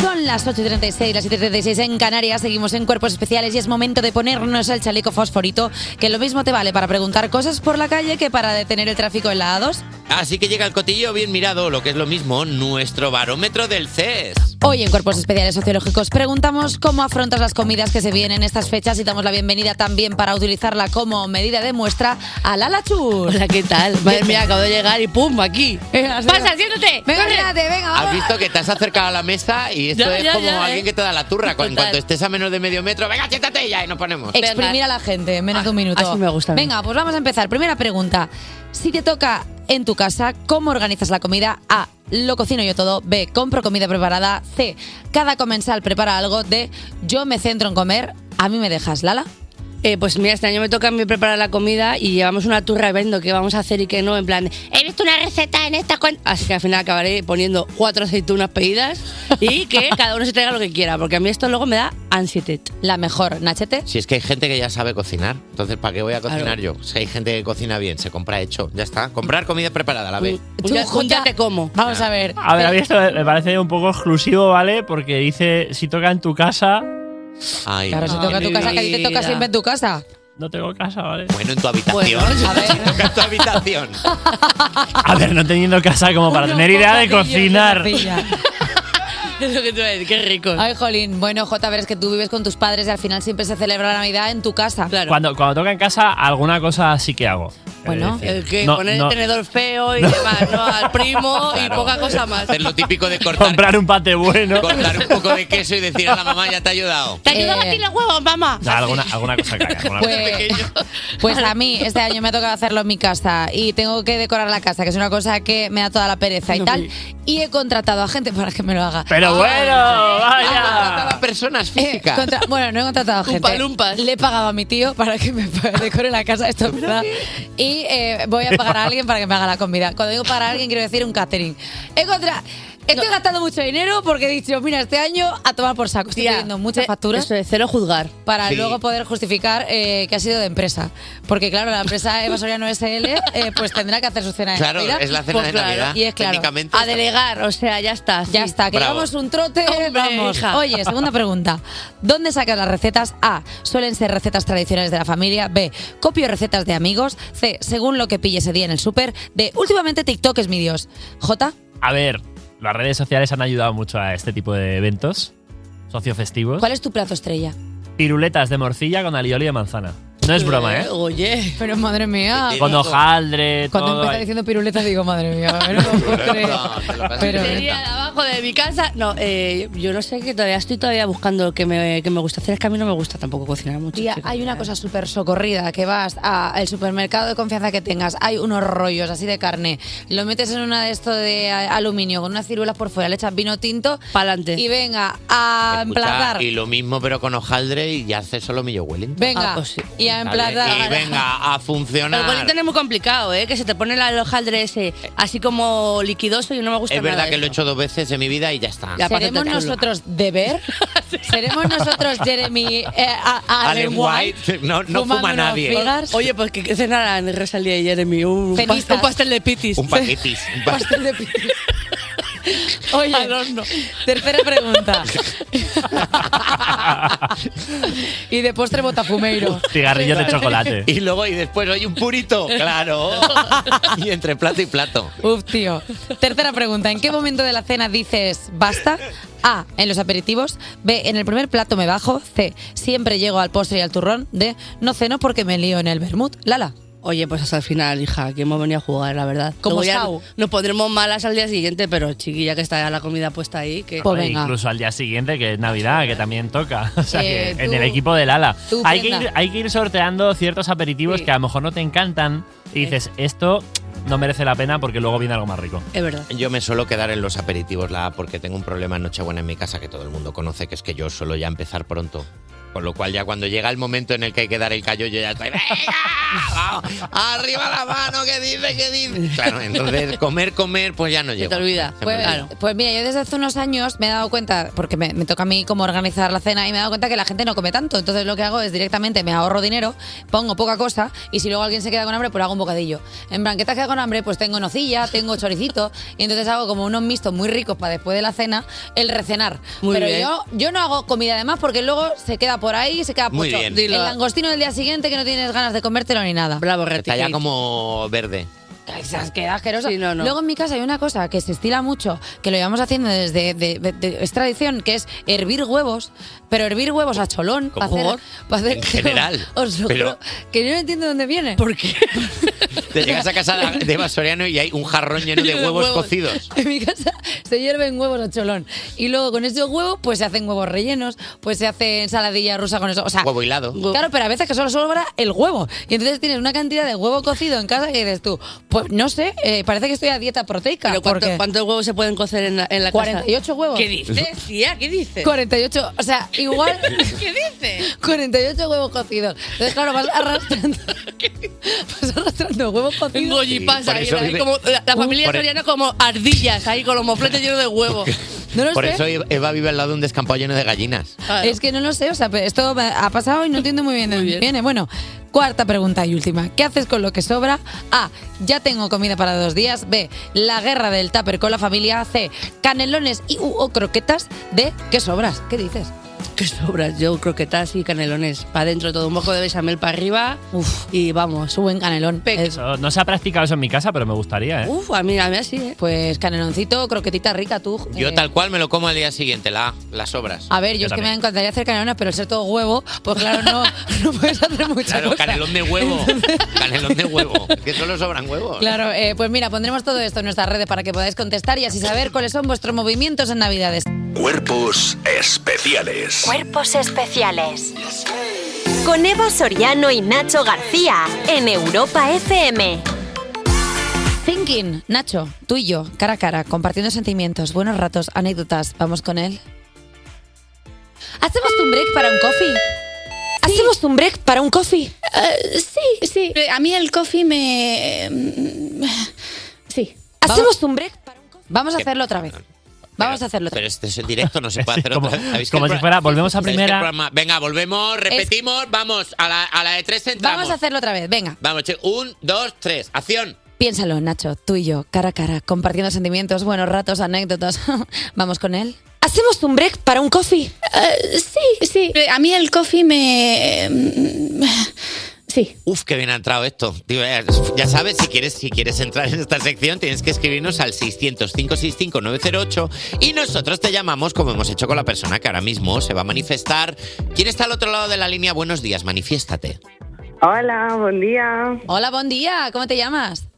S5: Son las 8.36, las 7.36 en Canarias, seguimos en Cuerpos Especiales y es momento de ponernos el chaleco fosforito, que lo mismo te vale para preguntar cosas por la calle que para detener el tráfico en la A2.
S4: Así que llega el cotillo bien mirado, lo que es lo mismo, nuestro barómetro del CES.
S5: Hoy en Cuerpos Especiales Sociológicos preguntamos cómo afrontas las comidas que se vienen estas fechas y damos la bienvenida también para utilizarla como medida de muestra a Lala Chur. Hola, ¿qué tal?
S16: Madre mía, acabo de llegar y ¡pum! Aquí.
S5: ¡Pasa, siéntate! ¡Venga,
S16: corre.
S5: siéntate, venga,
S4: Has
S5: vamos!
S4: visto que te has acercado a la mesa y esto
S5: Ya,
S4: es
S5: ya,
S4: como
S5: ya,
S4: alguien
S5: ¿eh?
S4: que te da la turra. Cu- En
S5: Total.
S4: cuanto estés a menos de medio metro, venga, siéntate y ya, y nos ponemos.
S5: Exprimir a la gente, menos de un minuto.
S16: Ah, así me gusta a mí.
S5: Venga, pues vamos a empezar. Primera pregunta. Si te toca en tu casa, ¿cómo organizas la comida? A. Lo cocino yo todo. B. Compro comida preparada. C. Cada comensal prepara algo. D. Yo me centro en comer. A mí me dejas, Lala.
S16: Eh, pues mira, este año me toca a mí preparar la comida y llevamos una turra viendo qué vamos a hacer y qué no, en plan, he visto una receta en esta cuenta. Así que al final acabaré poniendo cuatro aceitunas pedidas y que cada uno se traiga lo que quiera, porque a mí esto luego me da ansiedad.
S5: La mejor, Nachete.
S4: Si es que hay gente que ya sabe cocinar, entonces ¿para qué voy a cocinar yo? Si hay gente que cocina bien, se compra hecho, ya está. Comprar comida preparada, a la vez.
S5: Tú, te
S16: como.
S5: Vamos a ver.
S6: A ver, a mí esto me parece un poco exclusivo, ¿vale? Porque dice, si toca en tu casa...
S4: Ay,
S5: Claro, si toca tu casa, que a ti te toca siempre en tu casa.
S6: No tengo casa, ¿vale?
S4: Bueno, en tu habitación. Si toca en tu habitación.
S6: A ver, no teniendo casa como para tener idea de cocinar.
S16: Es lo que te iba a decir, qué rico.
S5: Ay, Jolín. Bueno, Jota, a ver, es que tú vives con tus padres y al final siempre se celebra la Navidad en tu casa. Claro.
S6: Cuando, cuando toca en casa, alguna cosa sí que hago.
S5: Bueno,
S16: El que
S6: No,
S16: poner
S6: no.
S16: el tenedor feo y demás, ¿no? Al primo y poca cosa más.
S4: Es lo típico de cortar,
S6: Comprar un pate bueno.
S4: cortar un poco de queso y decir a la mamá, ya te ha ayudado.
S16: ¿Te ayudan
S5: Eh.
S16: a ti los huevos, mamá?
S6: No, alguna, alguna cosa que haga, alguna cosa.
S5: Pues, pues a mí este año me ha tocado hacerlo en mi casa y tengo que decorar la casa, que es una cosa que me da toda la pereza y tal. Y he contratado a gente para que me lo haga.
S6: Pero bueno,
S4: vaya. personas
S5: Eh,
S4: físicas.
S5: contra- bueno, no he contratado a gente. Le he pagado a mi tío para que me decore la casa, esto es verdad. Y eh, voy a pagar a alguien para que me haga la comida. Cuando digo pagar a alguien, quiero decir un catering. He contra- Estoy gastando mucho dinero porque he dicho, mira, este año a tomar por saco. Estoy pidiendo muchas facturas.
S16: Eso es cero juzgar.
S5: para
S16: Sí.
S5: luego poder justificar eh, que ha sido de empresa. Porque claro, la empresa Eva Soriano SL eh, pues tendrá que hacer su cena de
S4: Claro,
S5: Navidad.
S4: es la cena de
S5: claro,
S4: Navidad,
S5: Y es claro,
S4: técnicamente.
S5: a delegar,
S16: o sea, ya está.
S5: Ya está, que
S4: Bravo.
S5: llevamos un trote, vamos.
S16: hija.
S5: Oye, segunda pregunta. ¿Dónde sacas las recetas? A, suelen ser recetas tradicionales de la familia. B, copio recetas de amigos. C, según lo que pille ese día en el súper. D, últimamente TikTok es mi dios. J,
S6: A ver, las redes sociales han ayudado mucho a este tipo de eventos sociofestivos.
S5: ¿cuál es tu plato estrella?
S6: Piruletas de morcilla con alioli de manzana. No es broma, ¿eh?
S16: Oye.
S5: Pero madre mía.
S6: Con hojaldre,
S5: Cuando
S6: todo.
S5: empezó
S6: ahí.
S5: diciendo piruletas digo, madre mía, menudo postre. Pero-
S16: Sería de abajo de mi casa. No, eh, yo no sé que todavía estoy todavía buscando lo que me, que me gusta hacer. Es que a mí no me gusta tampoco cocinar mucho.
S5: Tía, hay una cosa súper socorrida, que vas al supermercado de confianza que tengas, hay unos rollos así de carne, lo metes en una de esto de a- aluminio con unas ciruelas por fuera, le echas vino tinto
S16: pa'lante
S5: y venga a
S4: Escucha,
S5: emplatar.
S4: y lo mismo pero con hojaldre y ya hace solo millo Wellington.
S5: Venga, y a emplatar.
S4: Y venga a
S16: Pero el
S4: funcionar.
S16: Wellington es muy complicado, ¿eh? Que se te pone la- el hojaldre ese así como liquidoso y no me gusta
S4: Es verdad
S16: nada ¿eh?
S4: que lo he
S16: eso.
S4: hecho dos veces en mi vida y ya está.
S5: ¿Seremos nosotros de ver? ¿Seremos nosotros Jeremy eh, a- a-
S4: Allen
S5: Allen White?
S4: White no, no fuma nadie.
S16: Oye, pues que cenarán Rosalía y Jeremy. Un, pas-
S5: Cenistas.
S16: un pastel de pitis.
S4: Un paquetis. un pa-
S5: Oye, tercera pregunta. y de postre botafumeiro.
S6: Cigarrillo de chocolate.
S4: Y luego y después hay un purito. Claro. y entre plato y plato.
S5: Uf, tío. Tercera pregunta. ¿En qué momento de la cena dices basta? A. En los aperitivos. B. En el primer plato me bajo. C. Siempre llego al postre y al turrón. D. No ceno porque me lío en el vermut. Lala.
S16: Oye, pues hasta el final, hija, que hemos venido a jugar, la verdad.
S5: Como
S16: Luego ya
S5: Sau.
S16: Nos pondremos malas al día siguiente, pero chiquilla que está la comida puesta ahí, que...
S5: pues
S6: Oye, Incluso al día siguiente, que es Navidad, que también toca. O sea,
S16: Eh,
S6: que
S16: tú-
S6: en el equipo del ala.
S16: tú,
S6: Hay que,
S16: Brenda.
S6: ir, hay que ir sorteando ciertos aperitivos
S16: Sí.
S6: que a lo mejor no te encantan y dices, esto no merece la pena porque luego viene algo más rico.
S16: Es verdad.
S4: Yo me suelo quedar en los aperitivos, la A, porque tengo un problema en Nochebuena en mi casa que todo el mundo conoce, que es que yo suelo ya empezar pronto. Con lo cual ya cuando llega el momento en el que hay que dar el callo, yo ya estoy... Arriba la mano, que dice, que dice. Claro, entonces comer, comer, pues ya no llego. Se me
S5: Pues,
S4: olvida.
S5: pues mira, yo desde hace unos años me he dado cuenta, porque me, me toca a mí como organizar la cena, y me he dado cuenta que la gente no come tanto. Entonces lo que hago es directamente me ahorro dinero, pongo poca cosa, y si luego alguien se queda con hambre, pues hago un bocadillo. En plan, ¿qué te has quedado con hambre? Pues tengo nocilla, tengo choricito, y entonces hago como unos mixtos muy ricos para después de la cena, el recenar.
S16: Muy
S5: Pero
S16: bien.
S5: yo yo no hago comida además porque luego se queda por ahí, se queda
S4: Muy
S5: pocho.
S4: bien.
S5: El
S4: Dilo.
S5: langostino del día siguiente que no tienes ganas de comértelo ni nada.
S16: Bravo,
S4: Está ya como verde.
S5: Esas queda asquerosa.
S16: Sí, no, no.
S5: Luego en mi casa hay una cosa que se estila mucho, que lo llevamos haciendo desde de- de- de- es tradición, que es hervir huevos, pero hervir huevos a cholón, para hacer,
S4: ¿Cómo?
S5: para hacer-
S4: En general,
S5: Os lo
S4: pero-
S5: juro que yo no entiendo dónde viene. ¿Por qué?
S4: Te llegas a casa de de Eva Soriano y hay un jarrón lleno de
S5: Lleno de
S4: huevos,
S5: huevos.
S4: cocidos.
S5: En mi casa se hierven huevos a cholón y luego con esos huevos pues se hacen huevos rellenos, pues se hace ensaladilla rusa con eso, o sea,
S4: Huevo hilado.
S5: Claro, pero a veces que solo sobra el huevo. Y entonces tienes una cantidad de huevo cocido en casa que dices tú, pues no sé, eh, parece que estoy a dieta proteica.
S16: Pero ¿cuánto-
S5: ¿Cuántos huevos se pueden cocer en la,
S16: la casa?
S5: 48 huevos.
S16: ¿Qué dices, tía? ¿Qué dices?
S5: 48, o sea, igual...
S16: ¿Qué dices?
S5: 48 huevos cocidos. Entonces, claro, vas arrastrando, vas arrastrando huevos cocidos.
S16: Un gollipas
S4: por
S16: ahí,
S4: eso
S16: ahí
S4: dice-
S16: como la, la familia
S4: Por e-
S16: italiana como ardillas ahí con los mofletes llenos de huevo.
S4: Por eso Eva vive al lado de un descampado lleno de gallinas.
S5: Es que no lo sé, o sea, pero esto me ha pasado y no entiendo muy bien de dónde viene. Bueno, cuarta pregunta y última. ¿Qué haces con lo que sobra? A. Ya tengo comida para dos días. B. La guerra del tupper con la familia. C. Canelones y u, o croquetas. D. ¿Qué sobras? ¿Qué dices?
S16: ¿Qué sobras? Yo croquetas y canelones. Para adentro todo, un poco de bechamel para arriba. y vamos.
S5: Un buen canelón.
S6: Eso, no se ha practicado eso en mi casa, pero me gustaría, ¿eh?
S5: Uf, a mí, a mí así, ¿eh? Pues caneloncito, croquetita rica, tú.
S4: Yo
S5: Eh,
S4: tal cual me lo como al día siguiente, la, las sobras.
S5: A ver, yo, es que me encantaría hacer canelones, pero ser todo huevo, pues claro, no, no puedes hacer mucha
S4: Claro,
S5: cosa.
S4: canelón de huevo. Canelón de huevo. Que solo sobran huevos.
S5: Claro, eh, pues mira, pondremos todo esto en nuestras redes para que podáis contestar y así saber cuáles son vuestros movimientos en Navidades.
S8: Cuerpos especiales.
S2: Cuerpos especiales. Con Eva Soriano y Nacho García en Europa FM.
S5: Thinking, Nacho, tú y yo, cara a cara, compartiendo sentimientos, buenos ratos, anécdotas. Vamos con él. ¿Hacemos un break para un coffee? ¿Hacemos un break para un coffee? Eh,
S17: sí, sí. A mí el coffee me... mm, Sí.
S5: ¿Hacemos un break para un coffee? Vamos a hacerlo otra vez. Vamos a hacerlo otra
S4: Pero este es el directo, no se puede hacer
S6: como-
S4: otra vez. ¿Habéis
S6: como
S4: que el
S6: si
S4: pro-
S6: fuera- volvemos a
S4: ¿Sabéis que el
S6: primera.
S4: programa- Venga, volvemos, repetimos, vamos, a la, a la de tres
S5: vez.
S4: entramos.
S5: Vamos a hacerlo otra vez, venga.
S4: Vamos, che, un, dos, tres, acción.
S5: Piénsalo, Nacho, tú y yo, cara a cara, compartiendo sentimientos, buenos ratos, anécdotas. Vamos con él. Eh, ¿Hacemos un break para un coffee?
S17: sí, sí. A mí el coffee me... mm, Sí.
S4: Uf, que bien ha entrado esto. Digo, eh, Ya sabes, si quieres, si quieres entrar en esta sección, tienes que escribirnos al 600-565-908 y nosotros te llamamos como hemos hecho con la persona que ahora mismo se va a manifestar. ¿Quién está al otro lado de la línea? Buenos días, manifiéstate.
S18: Hola, buen día.
S5: Hola, buen día. ¿Cómo te llamas?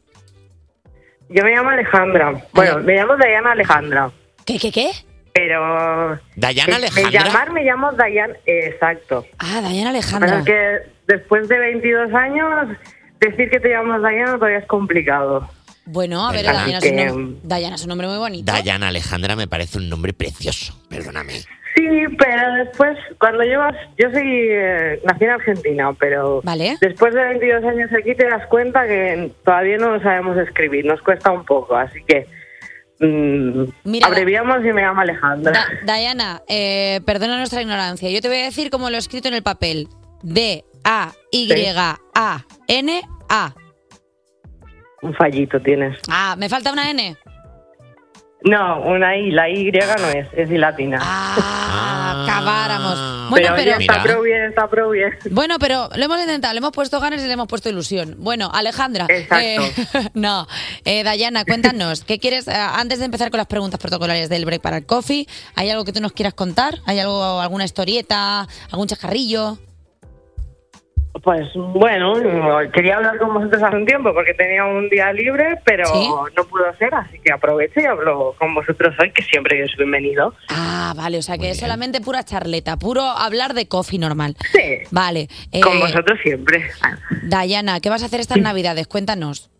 S18: Yo me llamo Alejandra. Bueno, me llamo Dayana Alejandra.
S5: ¿Qué, qué, qué?
S18: Pero...
S4: ¿Dayana
S18: me-
S4: Alejandra?
S18: Me llamar me llamo Dayana... eh, exacto.
S5: Ah, Dayana
S18: Alejandra. que después de 22 años, decir que te llamas Dayana todavía es complicado.
S5: Bueno, a ver,
S4: Perdona,
S5: Dayana es, un
S4: que-
S5: nom- Dayana es un nombre muy bonito.
S4: Dayana Alejandra me parece un nombre precioso, perdóname.
S18: Sí, pero después, cuando llevas... Yo soy... eh, nací en Argentina, pero... Después de 22 años aquí te das cuenta que todavía no sabemos escribir. Nos cuesta un poco, así que... mm,
S5: Mira,
S18: abreviamos y me llamo Alejandra.
S5: Da- Dayana, eh, perdona nuestra ignorancia. Yo te voy a decir como lo he escrito en el papel. D-A-Y-A-N-A.
S18: Un fallito tienes.
S5: Ah, me falta una N.
S18: No, una I, la Y no es, es I latina.
S5: Ah. acabáramos. Bueno,
S18: pero,
S5: pero-
S18: oye, está pro bien, está pro bien.
S5: Bueno, pero lo hemos intentado, le hemos puesto ganas y le hemos puesto ilusión. Bueno, Alejandra. eh, no, eh, Dayana, cuéntanos, ¿qué quieres? eh, antes de empezar con las preguntas protocolarias del break para el coffee, ¿hay algo que tú nos quieras contar? ¿Hay algo, alguna historieta, algún chascarrillo?
S18: Pues bueno, quería hablar con vosotros hace un tiempo porque tenía un día libre, pero no pudo ser, así que aprovecho y hablo con vosotros hoy, que siempre es bienvenido.
S5: Ah, vale, o sea que es solamente pura charleta, puro hablar de coffee normal.
S18: Sí.
S5: Vale. eh,
S18: Con vosotros siempre.
S5: Dayana, ¿qué vas a hacer estas navidades? Cuéntanos.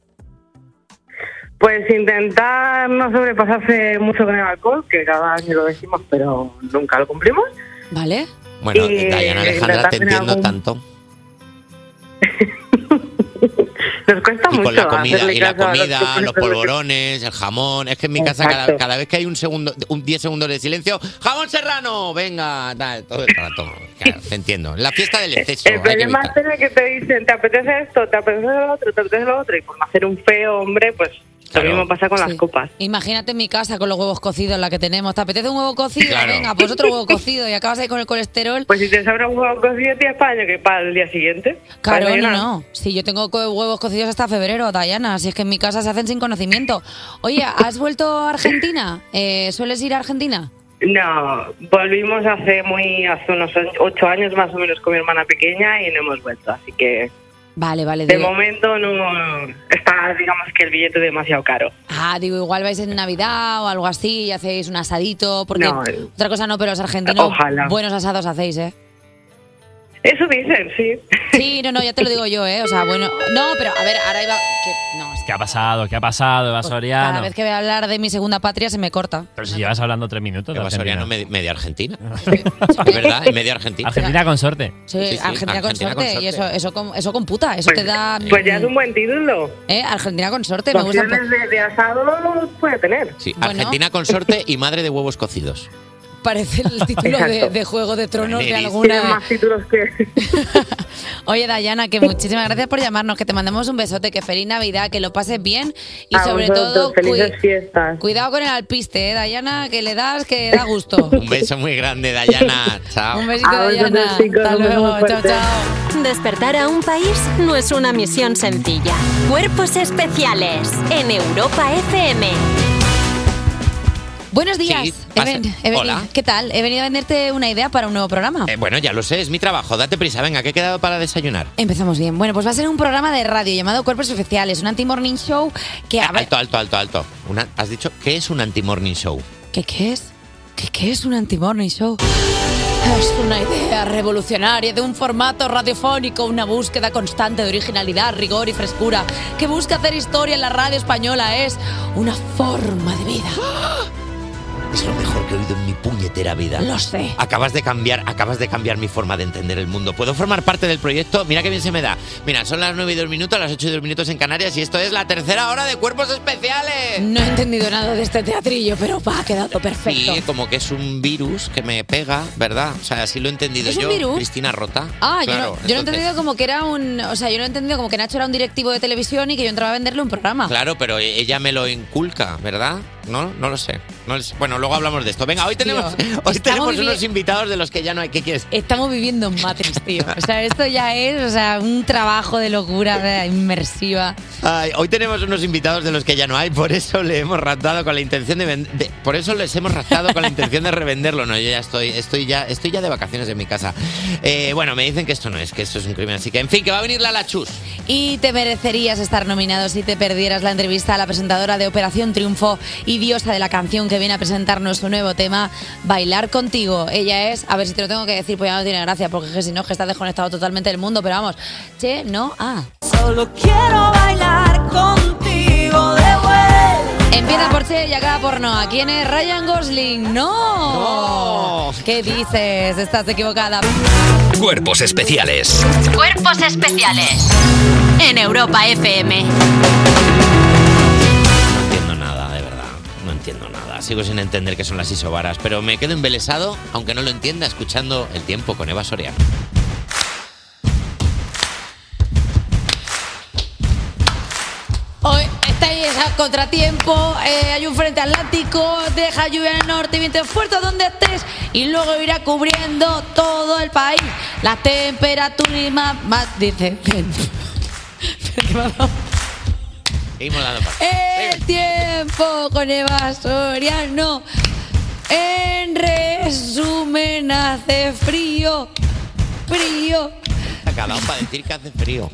S18: Pues intentar no sobrepasarse mucho con el alcohol, que cada año lo decimos, pero nunca lo cumplimos.
S5: Vale.
S4: Bueno,
S18: Y
S4: Dayana Alejandra,
S18: intentar
S4: te
S18: tener
S4: entiendo
S18: algún-
S4: tanto.
S18: Nos cuesta
S4: Y
S18: mucho
S4: con la comida,
S18: hacerle
S4: y la
S18: caso a los
S4: comida,
S18: chicos,
S4: los
S18: pero-
S4: polvorones, el jamón. Es que en mi casa cada,
S18: Exacto.
S4: cada vez que hay un segundo, un 10 segundos de silencio, jamón serrano, venga, tal, todo el rato. Claro, te entiendo. La fiesta del exceso. hay
S18: El
S4: que
S18: problema
S4: evitar.
S18: es el que te dicen, te apetece esto, te apetece lo otro, te apetece lo otro, y por no hacer un feo hombre, pues
S4: Claro.
S18: lo mismo pasa con
S5: Sí.
S18: las copas.
S5: Imagínate en mi casa con los huevos cocidos, la que tenemos. ¿Te apetece un huevo cocido?
S18: Claro.
S5: Venga, pues otro huevo cocido y acabas ahí con el colesterol.
S18: Pues si te sobra un huevo cocido, tienes para el año que para el día siguiente.
S5: Claro,
S18: Para
S5: no,
S18: desayunar.
S5: no. Si yo tengo co- huevos cocidos hasta febrero, Dayana, si es que en mi casa se hacen sin conocimiento. Oye, ¿has vuelto a Argentina? Eh, ¿Sueles ir a Argentina?
S18: No, volvimos hace muy hace unos ocho años más o menos con mi hermana pequeña y no hemos vuelto, así que
S5: Vale, vale.
S18: de
S5: digo-
S18: momento no está, digamos que el billete demasiado caro.
S5: Ah, digo, igual vais en Navidad o algo así y hacéis un asadito, porque
S18: No. eh,
S5: otra cosa no, pero los argentinos
S18: Ojalá.
S5: buenos asados hacéis, ¿eh?
S18: Eso dicen, sí.
S5: Sí, no, no, ya te lo digo yo, ¿eh? O sea, bueno, no, pero a ver, ahora iba... que- no,
S6: ¿Qué ha pasado? ¿Qué ha pasado, Eva Soriano?
S5: Pues cada vez que voy a hablar de mi segunda patria se me corta.
S6: Pero si llevas hablando tres minutos.
S4: Eva Soriano,
S6: medio,
S4: argentina. Es verdad, es medio argentina.
S6: Argentina consorte.
S5: Sí, Argentina, con
S4: Argentina
S5: sorte,
S4: con
S5: y
S4: sorte.
S5: eso, eso, com- eso computa, eso te da...
S18: Pues ya es un buen título.
S5: ¿Eh? Argentina con sorte, me gusta un
S18: Opciones de, de asado puede tener.
S4: Sí,
S5: Bueno.
S4: Argentina consorte y madre de huevos cocidos.
S5: poco- Parece el título de,
S4: Exacto.
S5: de Juego de Tronos de
S4: Daenerys.
S5: alguna...
S4: Tiene más
S18: títulos que...
S5: Oye, Dayana, que muchísimas gracias por llamarnos, que te mandamos un besote, que feliz Navidad, que lo pases bien
S4: Ah,
S5: y
S18: A
S5: sobre
S18: vosotros,
S5: todo...
S18: felices
S5: cui-
S18: fiestas.
S5: Cuidado con el alpiste, ¿eh, Dayana, que le das, que da gusto.
S4: Un beso muy grande, Dayana. Chao.
S5: Un besito, Dayana. Hasta luego, chao, chao.
S2: Despertar a un país no es una misión sencilla. Cuerpos especiales en Europa FM.
S5: Buenos días,
S4: Sí,
S5: he
S4: pasa.
S5: ven- he venido-
S4: Hola.
S5: ¿qué tal? He venido a venderte una idea para un nuevo programa.
S4: Eh, bueno, ya lo sé, es mi trabajo. Date prisa, venga, que he quedado para desayunar.
S5: Empezamos bien. Bueno, pues va a ser un programa de radio llamado Cuerpos Especiales, un anti-morning show que... A ver,
S4: Ah, Alto, alto, alto, alto. Una- has dicho que es un anti-morning show.
S5: ¿Qué, qué es? ¿Qué, qué es un anti-morning show? Es una idea revolucionaria de un formato radiofónico, una búsqueda constante de originalidad, rigor y frescura, que busca hacer historia en la radio española. Es una forma de vida.
S4: Es lo mejor que he oído en mi puñetera vida.
S5: Lo sé.
S4: Acabas de cambiar, acabas de cambiar mi forma de entender el mundo. ¿Puedo formar parte del proyecto? Mira qué bien se me da. Mira, son las 9 y 2 minutos, las 8 y 2 minutos en Canarias y esto es la tercera hora de cuerpos especiales.
S5: No he entendido nada de este teatrillo, pero va, ha quedado perfecto.
S4: Y como que es un virus que me pega, ¿verdad? O sea, así lo he entendido
S5: ¿Es un
S4: yo.
S5: virus?
S4: Cristina Rota.
S5: Ah, yo,
S4: Claro,
S5: no, yo no he
S4: entonces-
S5: entendido como que era un. O sea, yo no he entendido
S4: e-,
S5: como que Nacho era un directivo de televisión y que yo entraba a venderle un programa.
S4: Claro, pero ella me lo inculca, ¿verdad? No, no lo sé. No lo sé. Bueno, luego hablamos de esto. Venga, hoy tenemos, hoy tenemos
S5: vivi-
S4: unos invitados de los que ya no hay. ¿Qué quieres?
S5: Estamos viviendo en Matrix, tío. pues. O sea, esto ya es o sea, un trabajo de locura de inmersiva.
S4: Ay, hoy tenemos unos invitados de los que ya no hay, por eso le hemos raptado con la intención de, vend- de- por eso les hemos raptado con la intención de revenderlo. No, yo ya estoy, estoy ya, estoy ya de vacaciones en mi casa. Eh, bueno, me dicen que esto no es, que esto es un crimen, así que en fin, que va a venir la Lachus.
S5: Y te merecerías estar nominado si te perdieras la entrevista a la presentadora de Operación Triunfo y diosa de la canción que viene a presentarnos su nuevo tema, Bailar Contigo. Ella es, a ver si te lo tengo que decir, pues ya no tiene gracia, porque es que si no, es que estás desconectado totalmente del mundo, pero vamos, che, no, ah.
S15: Solo quiero bailar contigo de
S5: Empieza por che y acaba por no. ¿A quién es Ryan Gosling? ¡No! ¿Qué dices? Estás equivocada.
S1: Cuerpos especiales.
S2: Cuerpos especiales en Europa FM.
S4: No entiendo nada, de verdad. No entiendo nada. Sigo sin entender qué son las isobaras, pero me quedo embelesado, aunque no lo entienda, escuchando El Tiempo con Eva Soriano.
S5: Hoy estáis a contratiempo, eh, hay un frente atlántico, deja lluvia en el norte, viento fuerte donde estés y luego irá cubriendo todo el país. Las temperaturas más, más dice.
S4: Seguimos dando
S5: Eh,
S4: pasos.
S5: El tiempo con Eva Soriano. En resumen, hace frío, frío.
S4: Cada uno para decir que hace frío.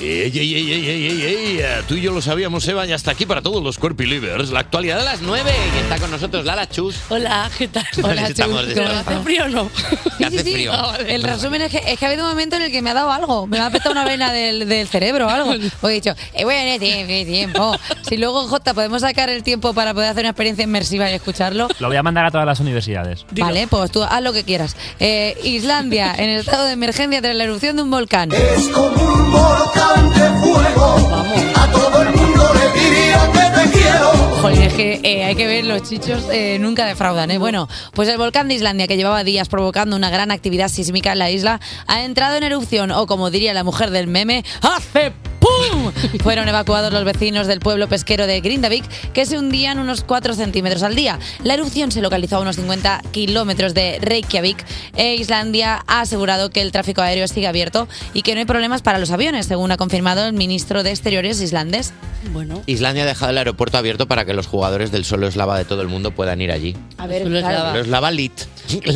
S7: Ey, ey, ey, ey, ey, ey, ey, eh, Tú y yo lo sabíamos, Eva, y hasta aquí para todos los Corpi Livers. La actualidad
S4: A
S7: de
S4: las 9 y está con nosotros Lala Chus.
S16: Hola, ¿qué tal?
S4: Hola, Estamos Chus. destrozados.
S16: ¿Hace frío o no?
S4: Que hace frío.
S5: El resumen es que, es que ha habido un momento en el que me ha dado algo. Me ha apretado una vena del, del cerebro o algo. O he dicho, eh, bueno, eh, tiempo, eh, tiempo. Si luego, Jota, podemos sacar el tiempo para poder hacer una experiencia inmersiva y escucharlo.
S6: Lo voy a mandar a todas las universidades.
S5: Vale, pues tú haz lo que quieras. Eh, Islandia, en el estado de emergencia tras la erupción de un volcán.
S15: un volcán de fuego. A todo el mundo le diría que te quiero.
S5: Joder, es que eh, hay que ver, los chichos eh, nunca defraudan. ¿eh? Bueno, pues el volcán de Islandia, que llevaba días provocando una gran actividad sísmica en la isla, ha entrado en erupción, o como diría la mujer del meme, ¡hace pum! Fueron evacuados los vecinos del pueblo pesquero de Grindavik, que se hundían unos 4 centímetros al día. La erupción se localizó a unos 50 kilómetros de Reykjavik e Islandia ha asegurado que el tráfico aéreo sigue abierto y que no hay problemas para los aviones, según ha confirmado el ministro de Exteriores islandés.
S16: Bueno.
S4: Islandia ha dejado el aeropuerto abierto para que los jugadores del solo eslava de todo el mundo puedan ir allí.
S16: A ver,
S4: Solo eslava lit.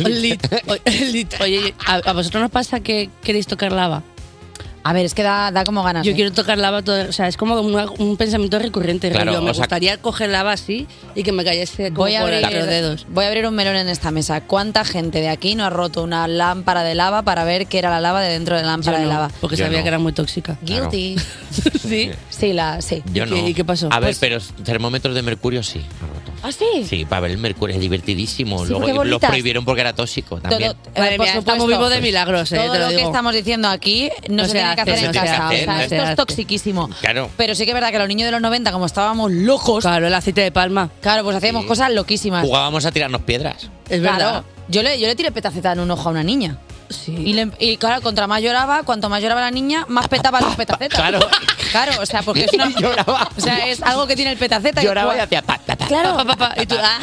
S16: Lit. Oye, lit. Oye, ¿a, a vosotros nos pasa que queréis tocar lava?
S5: A ver, es que da, da como ganas.
S16: Yo
S5: ¿eh?
S16: quiero tocar lava todo, o sea, es como una- un pensamiento recurrente.
S4: Claro,
S16: rollo, me
S4: o sea-
S16: gustaría coger lava así y que me cayese como
S5: Voy a,
S16: por
S5: abrir,
S16: entre los dedos.
S5: voy a abrir un melón en esta mesa. ¿Cuánta gente de aquí no ha roto una lámpara de lava para ver qué era la lava de dentro de la lámpara
S16: Yo
S5: de
S16: no,
S5: lava?
S16: porque Yo sabía no. que era muy tóxica.
S5: Guilty.
S16: sí.
S5: Sí, la, sí.
S4: Yo no. A ver,
S5: Pues-
S4: pero termómetros de mercurio sí. ha roto.
S5: ¿Ah, sí?
S4: Sí, para ver el mercurio es divertidísimo.
S5: Sí, porque
S4: Luego los
S5: bolitas.
S4: prohibieron porque era tóxico también.
S5: Todo-
S16: Madre
S5: eh, por
S16: mía, estamos
S5: supuesto.
S16: vivos de milagros, eh,
S5: Todo
S16: te lo
S5: lo, que
S16: digo.
S5: estamos diciendo aquí no,
S16: No
S5: se
S16: se
S5: tiene que
S16: hace,
S5: hacer
S16: no
S5: en
S16: se
S5: casa.
S16: hace,
S5: O sea,
S16: no se
S5: esto es
S16: hace.
S5: toxiquísimo.
S4: Claro.
S5: Pero sí que es verdad que los niños de los 90, como estábamos locos.
S16: Claro, el aceite de palma.
S5: Claro, pues hacíamos cosas loquísimas.
S4: Jugábamos a tirarnos piedras.
S16: Es
S5: Claro, yo le, yo le tiré petaceta en un ojo a una niña. Y, le- y claro, contra más lloraba, cuanto más lloraba la niña, más petaba los petacetas.
S4: Claro.
S5: Claro, o sea, porque es una.
S4: Lloraba.
S5: O sea, es algo que tiene el petaceta.
S4: Lloraba
S5: y
S4: y hacía pa, pa, pa.
S5: Claro.
S16: y tú, ah.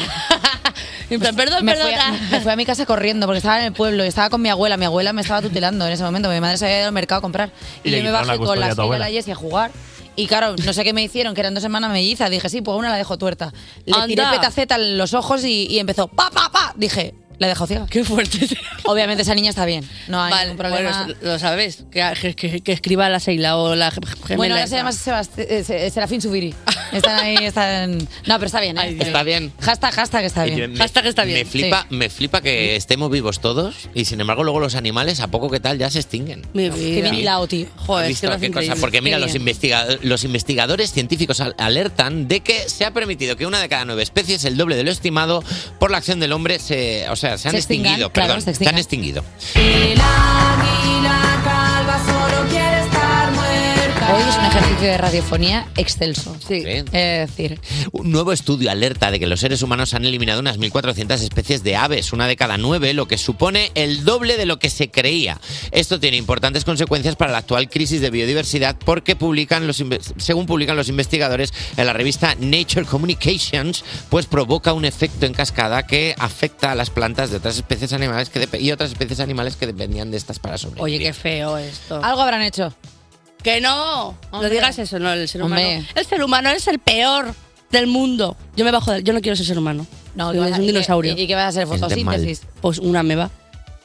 S16: En plan, perdón,
S5: me
S16: perdón. ah.
S5: Fui a, me fui a mi casa corriendo porque estaba en el pueblo y estaba con mi abuela. Mi abuela me estaba tutelando en ese momento. Mi madre se había ido al mercado a comprar.
S6: Y
S5: Y,
S6: le
S5: yo me
S6: quitaron la
S5: bajé con
S6: custodia a
S5: la Sheila
S6: tu
S5: y
S6: abuela.
S5: la Jessie a jugar. Y claro, no sé qué me hicieron, que eran dos hermanas mellizas. Dije, sí, pues una la dejo tuerta. Le tiré
S16: Anda.
S5: petaceta en los ojos y, y empezó pa, pa, pa. Dije, la dejo ciega.
S16: Qué fuerte.
S5: Obviamente esa niña está bien. No hay ningún problema.
S16: Bueno, lo sabes, que, que- que escriba la Seila o la gem- gemela
S5: Bueno, ahora se
S16: esa.
S5: llama Sebast- eh, Se- Serafín Subiri. Están ahí, están. No, pero está bien, ¿eh?
S4: Está bien.
S5: Hashtag, hashtag está bien.
S4: Me flipa, me flipa que estemos vivos todos y sin embargo luego los animales, a poco que tal, ya se extinguen.
S5: Qué
S16: Mi vida.
S5: bien hilado, tío.
S4: ¿Has
S16: Joder, es que
S4: visto
S16: lo hace
S4: qué cosa?
S16: increíble.
S4: Porque mira,
S16: Qué
S4: los,
S16: bien.
S4: investiga- los investigadores científicos al- alertan de que se ha permitido que una de cada nueve especies, el doble de lo estimado, por la acción del hombre, se, o sea, se han
S5: Se extingan,
S4: extinguido.
S5: claro,
S4: perdón,
S5: se
S4: se han extinguido.
S15: El águila calva solo quiere estar muerta.
S5: Hoy es un ejercicio de radiofonía excelso. Sí. Es decir,
S4: Un nuevo estudio alerta de que los seres humanos han eliminado unas 1.400 especies de aves, una de cada nueve, lo que supone el doble de lo que se creía. Esto tiene importantes consecuencias para la actual crisis de biodiversidad porque publican los inve- según publican los investigadores en la revista Nature Communications, pues provoca un efecto en cascada que afecta a las plantas de otras especies animales que dep- y otras especies animales que dependían de estas para sobrevivir.
S16: Oye, qué feo esto.
S5: algo habrán hecho.
S16: Que no. No digas eso, no, el ser humano.
S5: Hombre.
S16: El ser humano es el peor del mundo. Yo me bajo de- Yo no quiero ser ser humano. No,
S5: ¿qué vas
S16: es
S5: a-
S16: un
S5: y-
S16: dinosaurio.
S5: y- y qué vas a hacer,
S16: de
S5: fotosíntesis?
S16: mal. Pues una ameba.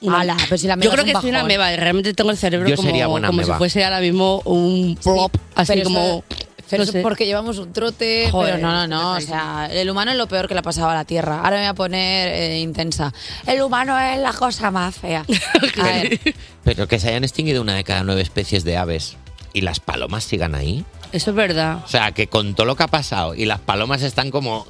S16: Una-
S5: Ala, pero si la ameba
S16: Yo
S5: es
S16: creo
S5: un
S16: que soy una
S5: bajón.
S16: ameba. y Realmente tengo el cerebro
S4: Yo
S16: como,
S4: sería buena
S16: como si
S4: ameba.
S16: fuese ahora mismo un prop. así
S5: pero
S16: como.
S5: eso- Pero
S16: no
S5: eso
S16: sé.
S5: porque llevamos un trote.
S16: Joder,
S5: pero no, no, no. O sea, el humano es lo peor que le ha pasado a la Tierra. Ahora me voy a poner eh, intensa. El humano es la cosa más fea. ¿eh? A ver,
S4: Pero que se hayan extinguido una de cada nueve especies de aves y las palomas sigan ahí.
S16: Eso es verdad.
S4: O sea, que con todo lo que ha pasado y las palomas están como...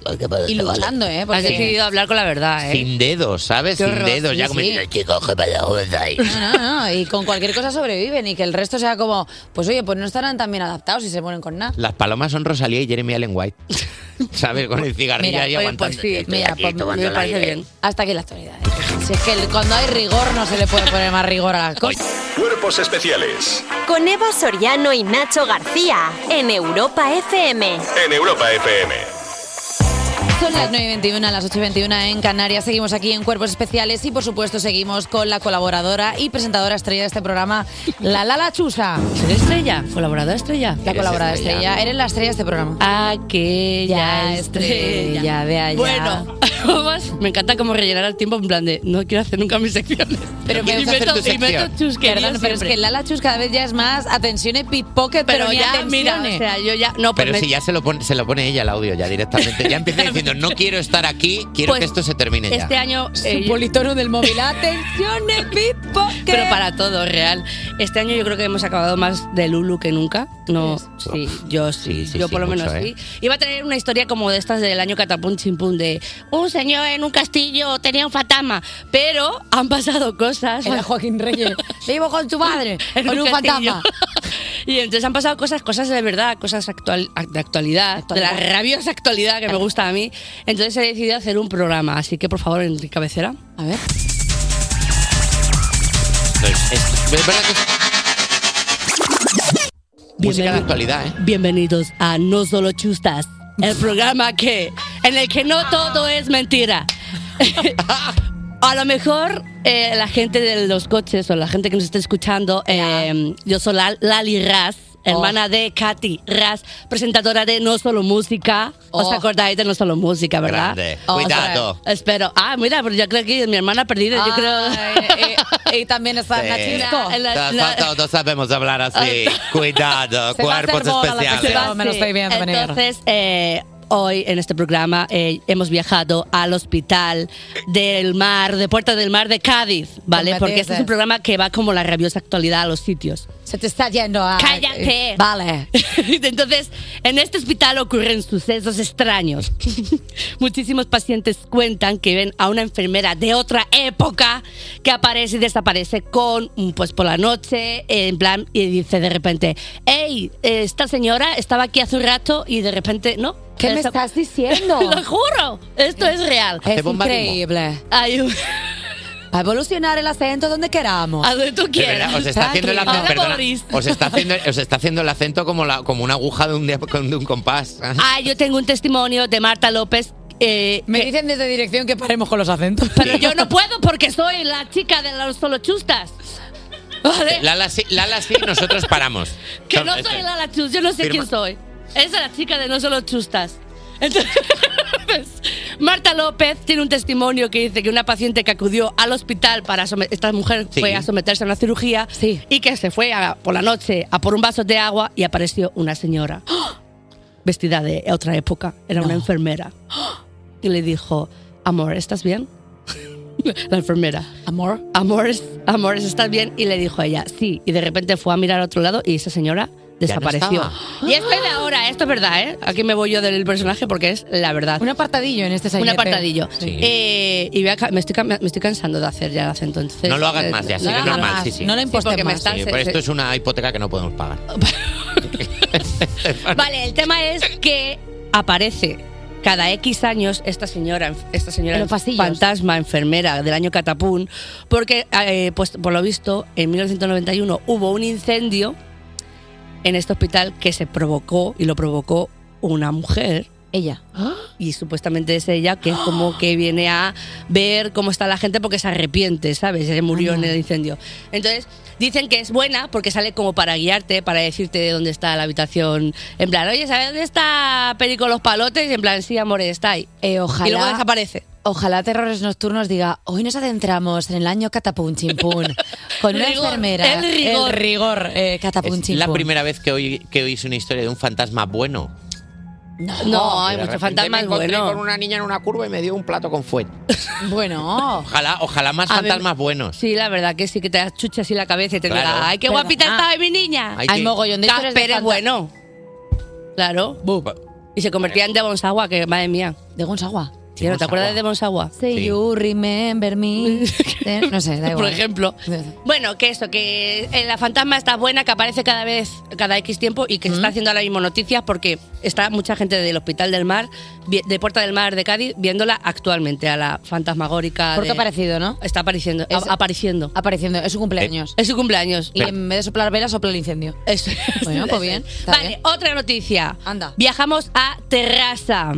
S5: y luchando, ¿eh?
S16: Has decidido hablar con la verdad, ¿eh?
S4: Sin dedos, ¿sabes?
S5: Qué
S4: Sin
S5: horror,
S4: dedos. Ya
S5: sí,
S4: como
S5: sí.
S4: diciendo, chico, coge para la bolsa ahí.
S5: No, no, no. Y con cualquier cosa sobreviven y que el resto sea como, pues oye, pues no estarán tan bien adaptados y se mueren con nada.
S4: Las palomas son Rosalía y Jeremy Allen White. ¿Sabes? Con el cigarrillo
S5: Mira,
S4: ahí
S5: oye,
S4: aguantando.
S5: pues sí,
S4: Estoy
S5: mira,
S4: aquí
S5: pues me
S4: tomando el
S5: parece
S4: aire.
S5: bien. Hasta aquí la actualidad. ¿eh? Si es que el- cuando hay rigor no se le puede poner más rigor a las cosas.
S8: Cuerpos especiales
S2: Con Eva Soriano y Nacho García en Europa FM.
S8: en Europa FM.
S5: Son las 9 y 21, las 8 y 21 en Canarias. Seguimos aquí en Cuerpos Especiales y, por supuesto, seguimos con la colaboradora y presentadora estrella de este programa, la Lala Chusa.
S16: ¿Eres estrella? ¿Colaboradora estrella?
S5: La colaboradora estrella. Eres la estrella de este programa.
S16: Aquella
S5: estrella de allá.
S16: Bueno, vamos, me encanta como rellenar el tiempo en plan de no quiero hacer nunca mis secciones.
S5: Pero me
S16: invento, invento chusquerías
S5: Perdón, pero es
S16: siempre.
S5: que Lala Chus cada vez ya es más atención y pickpocket, pero,
S16: Pero
S5: ni
S16: ya,
S5: atención,
S16: mira, o
S5: eh.
S16: sea, yo ya... No,
S4: Pero
S16: pues
S4: si
S16: me-
S4: ya se lo, pone, se lo pone ella el audio ya directamente. Ya empieza diciendo, no quiero estar aquí, quiero
S16: Pues,
S4: que esto se termine ya.
S16: Este año...
S5: Su politono del móvil. ¡Atención, pickpocket!
S16: Pero para todo, real. Este año yo creo que hemos acabado más de Lulu que nunca. No, sí, yo sí, yo por lo
S4: mucho,
S16: menos
S4: ¿eh?
S16: sí. Iba a traer una historia como de estas del año catapum chimpum de un señor en un castillo tenía un fantasma, pero han pasado cosas.
S5: Era Joaquín Reyes. Vivo con tu madre,
S16: En
S5: con
S16: un
S5: un
S16: castillo.
S5: fantasma.
S16: Y entonces han pasado cosas, cosas de verdad, cosas actual, de actualidad, de la rabiosa actualidad que me gusta a mí. Entonces he decidido hacer un programa, así que por favor, en cabecera.
S5: A ver.
S4: Es- es- es verdad que- Música de actualidad, ¿eh?
S16: Bienvenidos a No Solo Chustas, el programa que en el que no todo es mentira. A lo mejor eh, la gente de los coches o la gente que nos está escuchando, eh, yo soy Lal- Lali Raz,
S5: Oh.
S16: hermana de Katy Raz, presentadora de No Solo Música. ¿Os
S5: Oh.
S16: acordáis de No Solo Música, verdad?
S4: Grande.
S16: O sea,
S4: Cuidado.
S16: espero. Ah, mira, pero yo creo que mi hermana perdida, yo creo.
S5: Y, también está
S4: Sí.
S5: Nachisco.
S4: Todos- Todos sabemos hablar así. Cuidado,
S5: Se va a hacer
S4: cuerpos
S5: bola la
S4: especiales.
S5: cuestión. me lo estoy viendo venir.
S16: Entonces, eh, hoy en este programa eh, hemos viajado al hospital del mar, de Puerta del Mar de Cádiz, ¿vale?
S5: Del
S16: Porque este es
S5: Matices.
S16: un programa que va como la rabiosa actualidad a los sitios.
S5: Se te está yendo a...
S16: ¡Cállate!
S5: Eh, Vale.
S16: Entonces, en este hospital ocurren sucesos extraños. Muchísimos pacientes cuentan que ven a una enfermera de otra época que aparece y desaparece con, mm, pues por la noche, en plan, y dice de repente, hey, esta señora estaba aquí hace un rato y de repente, no.
S5: ¿Qué me
S16: Esta-
S5: estás diciendo?
S16: Lo juro, esto es real.
S5: Es increíble.
S16: Hay un-
S5: Va a evolucionar el acento donde queramos.
S16: A donde tú
S4: De verdad, os está haciendo el acento, perdona, os está haciendo, os está haciendo el acento como, la, como una aguja de un, de, con- de un compás.
S16: Ah, yo tengo un testimonio de Marta López. eh,
S5: Me dicen desde dirección que paremos con los acentos.
S16: Pero yo no puedo porque soy la chica de los solochustas. ¿Vale?
S4: Lala sí, Lala sí, nosotros paramos.
S16: Que no soy Lala Chus, yo no sé
S4: Firma.
S16: quién soy. Esa es la chica de No Solo Chustas. Entonces, Marta López tiene un testimonio que dice que una paciente que acudió al hospital para somet- esta mujer
S5: Sí.
S16: fue a someterse a una cirugía y que se fue a- por la noche a por un vaso de agua y apareció una señora vestida de otra época, era una enfermera. Y le dijo, amor, ¿estás bien? La enfermera.
S5: Amor.
S16: Amores, amores, ¿estás bien? Y le dijo a ella, sí. Y de repente fue a mirar a otro lado y esa señora desapareció.
S5: estaba.
S16: y este esto es de ahora, esto es verdad, ¿eh? Aquí me voy yo del personaje porque es la verdad.
S5: Un apartadillo en este
S16: Un
S5: sainete.
S16: apartadillo.
S5: Sí.
S16: Eh, y voy a ca- me, estoy, ca- me estoy cansando de hacer ya el acento. entonces,
S4: No lo
S16: eh,
S4: hagas más, ya, sigue
S16: lo hagas
S4: normal.
S16: más. eh,
S4: sí, sí.
S16: Sí, porque me están-
S4: Sí,
S16: se-
S4: pero
S16: se-
S4: esto es una hipoteca que no podemos pagar.
S16: Vale, el tema es que aparece cada X años esta señora, esta señora
S3: En los pasillos.
S16: fantasma enfermera del año Catapún, porque eh, pues por lo visto en 1991 hubo un incendio en este hospital que se provocó y lo provocó una mujer. Ella. Y supuestamente es ella que es como que viene a ver cómo está la gente porque se arrepiente, ¿sabes? Se murió en el incendio. Entonces, dicen que es buena porque sale como para guiarte, este para decirte de dónde está la habitación. En plan, oye, ¿sabes dónde está Perico los palotes? Y en plan, sí, amores, está ahí.
S5: Eh, ojalá-
S16: Y luego desaparece.
S5: Ojalá Terrores Nocturnos diga, hoy nos adentramos en el año catapum chimpún con una
S16: Rigor,
S5: enfermera.
S16: el rigor.
S5: El rigor, eh, catapum
S4: Es la
S5: chimpún.
S4: primera vez que oí, que oís una historia de un fantasma bueno.
S16: No,
S4: De repente me encontré con una niña en una curva y me dio un plato con fuet.
S16: Bueno.
S4: Ojalá, ojalá más
S16: A ver-
S4: fantasmas buenos.
S16: Sí, la verdad que sí, que te das chucha así la cabeza y te
S4: Claro.
S16: diga, ay, qué
S5: Perdón.
S16: guapita
S5: Ah.
S16: está mi niña.
S4: Hay Hay que-
S5: mogollón de historias de
S16: Casper es
S5: fanta-
S16: bueno. Claro. Y se convertía en de Bonsagua, que madre mía.
S5: De Bonsagua.
S16: Tío, ¿no te acuerdas de Bonsagua?
S5: Say you remember me. Eh, no sé, da igual.
S16: Por ejemplo. Eh, Bueno, que eso, que eh, la fantasma está buena, que aparece cada vez, cada X tiempo y que se está haciendo ahora mismo noticias porque está mucha gente del Hospital del Mar, vi- de Puerta del Mar de Cádiz, viéndola actualmente, a la fantasmagórica.
S5: Porque ha
S16: de-
S5: aparecido, ¿no?
S16: Está apareciendo.
S5: Es-
S16: a- apareciendo.
S5: Apareciendo. Es su cumpleaños.
S16: Es su cumpleaños.
S5: Y en vez de soplar velas, sopla el incendio. Bueno, pues bien. está
S16: Vale,
S5: bien.
S16: otra noticia.
S5: Anda.
S16: Viajamos a Terrassa,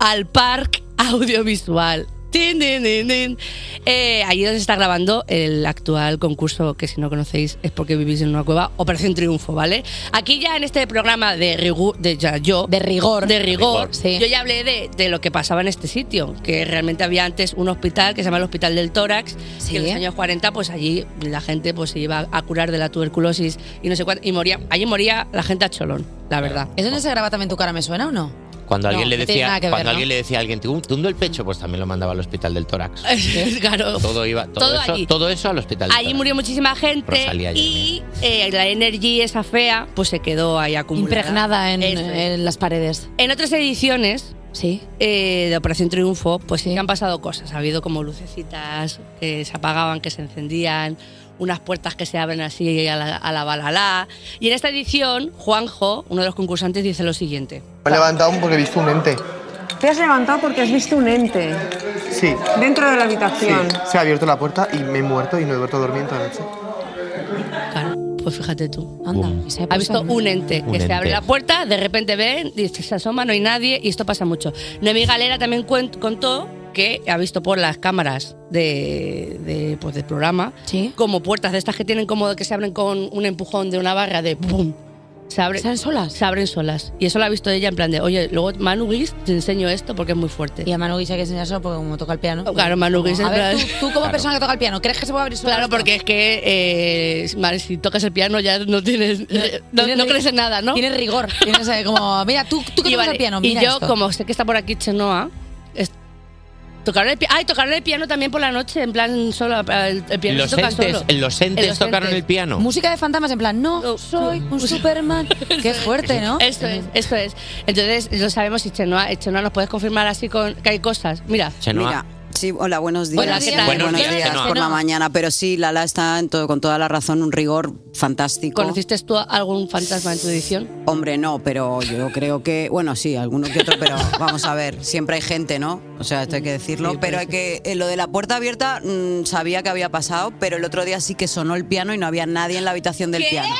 S16: al parque audiovisual. Tin, tin, tin, tin. Eh, allí donde se está grabando el actual concurso que si no conocéis es porque vivís en una cueva, Operación Triunfo, ¿vale? Aquí ya en este programa de rigor, de ya yo, de rigor, de rigor, yo ya hablé de, de lo que pasaba en este sitio, que realmente había antes un hospital que se llama el Hospital del Tórax, que en los años 40 pues allí la gente pues se iba a curar de la tuberculosis y no sé cuánto y moría, allí moría la gente a cholón, la verdad.
S5: ¿Es donde se graba también tu cara me suena o no?
S4: Cuando alguien
S5: No,
S4: le
S5: no tiene
S4: decía,
S5: nada que ver,
S4: cuando
S5: ¿no?
S4: alguien le decía a alguien, "Tú, te hundo el pecho, pues también lo mandaba al hospital del tórax.
S16: claro.
S4: Todo iba, todo,
S16: Todo
S4: eso,
S16: allí.
S4: todo eso al hospital. del
S16: Allí
S4: tórax.
S16: murió muchísima gente
S4: Rosalía
S16: y eh, la energía esa fea pues se quedó ahí acumulada.
S5: Impregnada en,
S16: Eso es.
S5: en las paredes.
S16: En otras ediciones eh, de Operación Triunfo, pues sí que han pasado cosas. Ha habido como lucecitas que se apagaban, que se encendían, unas puertas que se abren así a la, a la balalá. Y en esta edición, Juanjo, uno de los concursantes, dice lo siguiente.
S19: Me he levantado porque he visto un ente.
S20: Te has levantado porque has visto un ente
S19: Sí.
S20: dentro de la
S19: Sí.
S20: habitación.
S19: Se ha abierto la puerta y me he muerto y no he vuelto a dormir en toda la noche.
S16: Claro, pues fíjate tú.
S5: Anda,
S16: Ha visto un ente
S19: Un
S16: que se
S19: ente.
S16: abre la puerta, de repente ven, dice, se asoma, no hay nadie, y esto pasa mucho. Noemí Galera también cuen- contó que ha visto por las cámaras de, de, pues, del programa como puertas de estas que tienen como que se abren con un empujón de una barra de ¡pum! Se abren, solas? Se abren solas. Y eso lo ha visto ella en plan de, oye, luego Manu Guis te enseño esto porque es muy fuerte.
S5: Y a Manu Guis hay que enseñárselo porque pues como toca el piano.
S16: Claro, Manu Guis
S5: A
S16: en
S5: ver,
S16: plan-
S5: tú, tú como
S16: Claro.
S5: persona que toca el piano, ¿crees que se puede abrir sola?
S16: Claro, porque es que eh, Mar, si tocas el piano ya no tienes, eh, no, no crees en nada, ¿no?
S5: Tienes rigor. Tienes eh, como, mira, tú, tú que
S16: Y
S5: tocas
S16: vale,
S5: el piano,
S16: y
S5: mira
S16: yo,
S5: esto.
S16: como sé que está por aquí Chenoa, es- tocaron el piano. Ay, tocaron el piano también por la noche, en plan solo. El, el piano
S4: Los
S16: se toca
S4: entes,
S16: solo.
S4: los entes
S16: Los
S4: tocaron
S16: entes.
S4: el piano.
S5: Música de fantasmas en plan, no, soy un Superman. Qué fuerte, ¿no?
S16: Eso es, eso es. Entonces, lo sabemos y Chenoa, eh, Chenoa nos puedes confirmar así con que hay cosas. Mira.
S4: Chenoa.
S21: Mira, sí, hola, buenos días.
S16: Hola, ¿qué tal? Buenos
S21: Buenos
S16: días,
S21: días
S16: Chenoa.
S21: por la mañana, pero sí, Lala está en todo- con toda la razón, un rigor fantástico.
S16: ¿Conociste tú algún fantasma en tu edición?
S21: Hombre, no, pero yo creo que, bueno, sí, alguno que otro, pero vamos a ver, siempre hay gente, ¿no? O sea, esto hay que decirlo,
S16: Mm, Sí,
S21: pero
S16: por
S21: hay que, eh, lo de la puerta abierta mm, sabía que había pasado, pero el otro día sí que sonó el piano y no había nadie en la habitación del piano.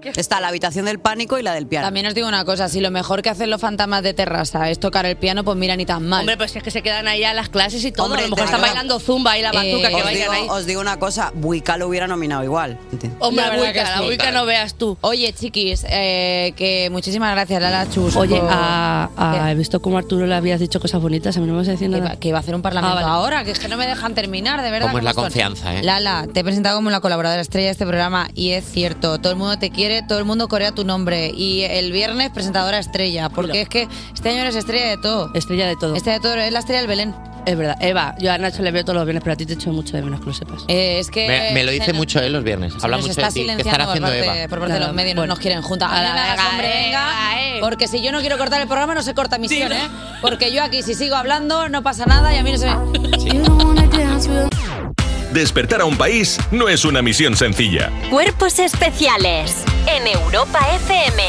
S21: Está la habitación del pánico y la del piano.
S5: También os digo una cosa, si lo mejor que hacen los fantasmas de terraza es tocar el piano, pues mira, ni tan mal.
S16: Hombre, pues es que se quedan ahí a las clases y todo.
S5: Hombre,
S16: a lo mejor están
S5: claro.
S16: bailando zumba
S5: Eh,
S16: y la batuca que
S21: Eh, os,
S16: bailan
S21: digo,
S16: ahí.
S21: os digo una cosa, Buica lo hubiera nominado igual.
S16: Hombre,
S5: La verdad
S16: Wicca,
S5: que
S16: la
S5: sí.
S16: Wicca no veas tú.
S5: Oye, chiquis, eh, que muchísimas gracias, Lala Chus.
S16: Oye, ah,
S5: por-
S16: a- a- he visto como a Arturo le habías dicho cosas bonitas, a mí no me vas a decir
S5: que
S16: nada.
S5: va, Eh. que va a hacer un parlamento
S16: Ah, vale.
S5: ahora, que es que no me dejan terminar, de verdad.
S4: ¿Cómo es la
S5: son?
S4: confianza, eh?
S5: Lala, te he presentado como la colaboradora estrella de este programa y es cierto, todo el mundo te quiere, todo el mundo corea tu nombre y el viernes presentadora estrella, porque es que este año eres estrella de todo.
S16: Estrella de todo.
S5: Estrella de todo, es la estrella del Belén.
S16: Es verdad, Eva, yo a Nacho le veo todos los viernes, pero a ti te echo mucho de menos que lo sepas.
S5: Eh, es que
S4: Me, me lo
S5: se
S4: dice
S5: nos-
S4: mucho él los viernes. Habla
S5: nos
S4: mucho
S5: está
S4: de ti. ¿Qué
S5: silenciando
S4: estará
S5: por
S4: haciendo
S5: parte-
S4: Eva?
S5: por parte de los medios, no nos quieren juntar. A mí no me hagas, hombre, venga, porque si yo no quiero cortar el programa no se corta misión, ¿eh? Porque yo aquí si sigo hablando no pasa nada y a mí no se me...
S8: Despertar a un país no es una misión sencilla.
S2: Cuerpos especiales en Europa FM.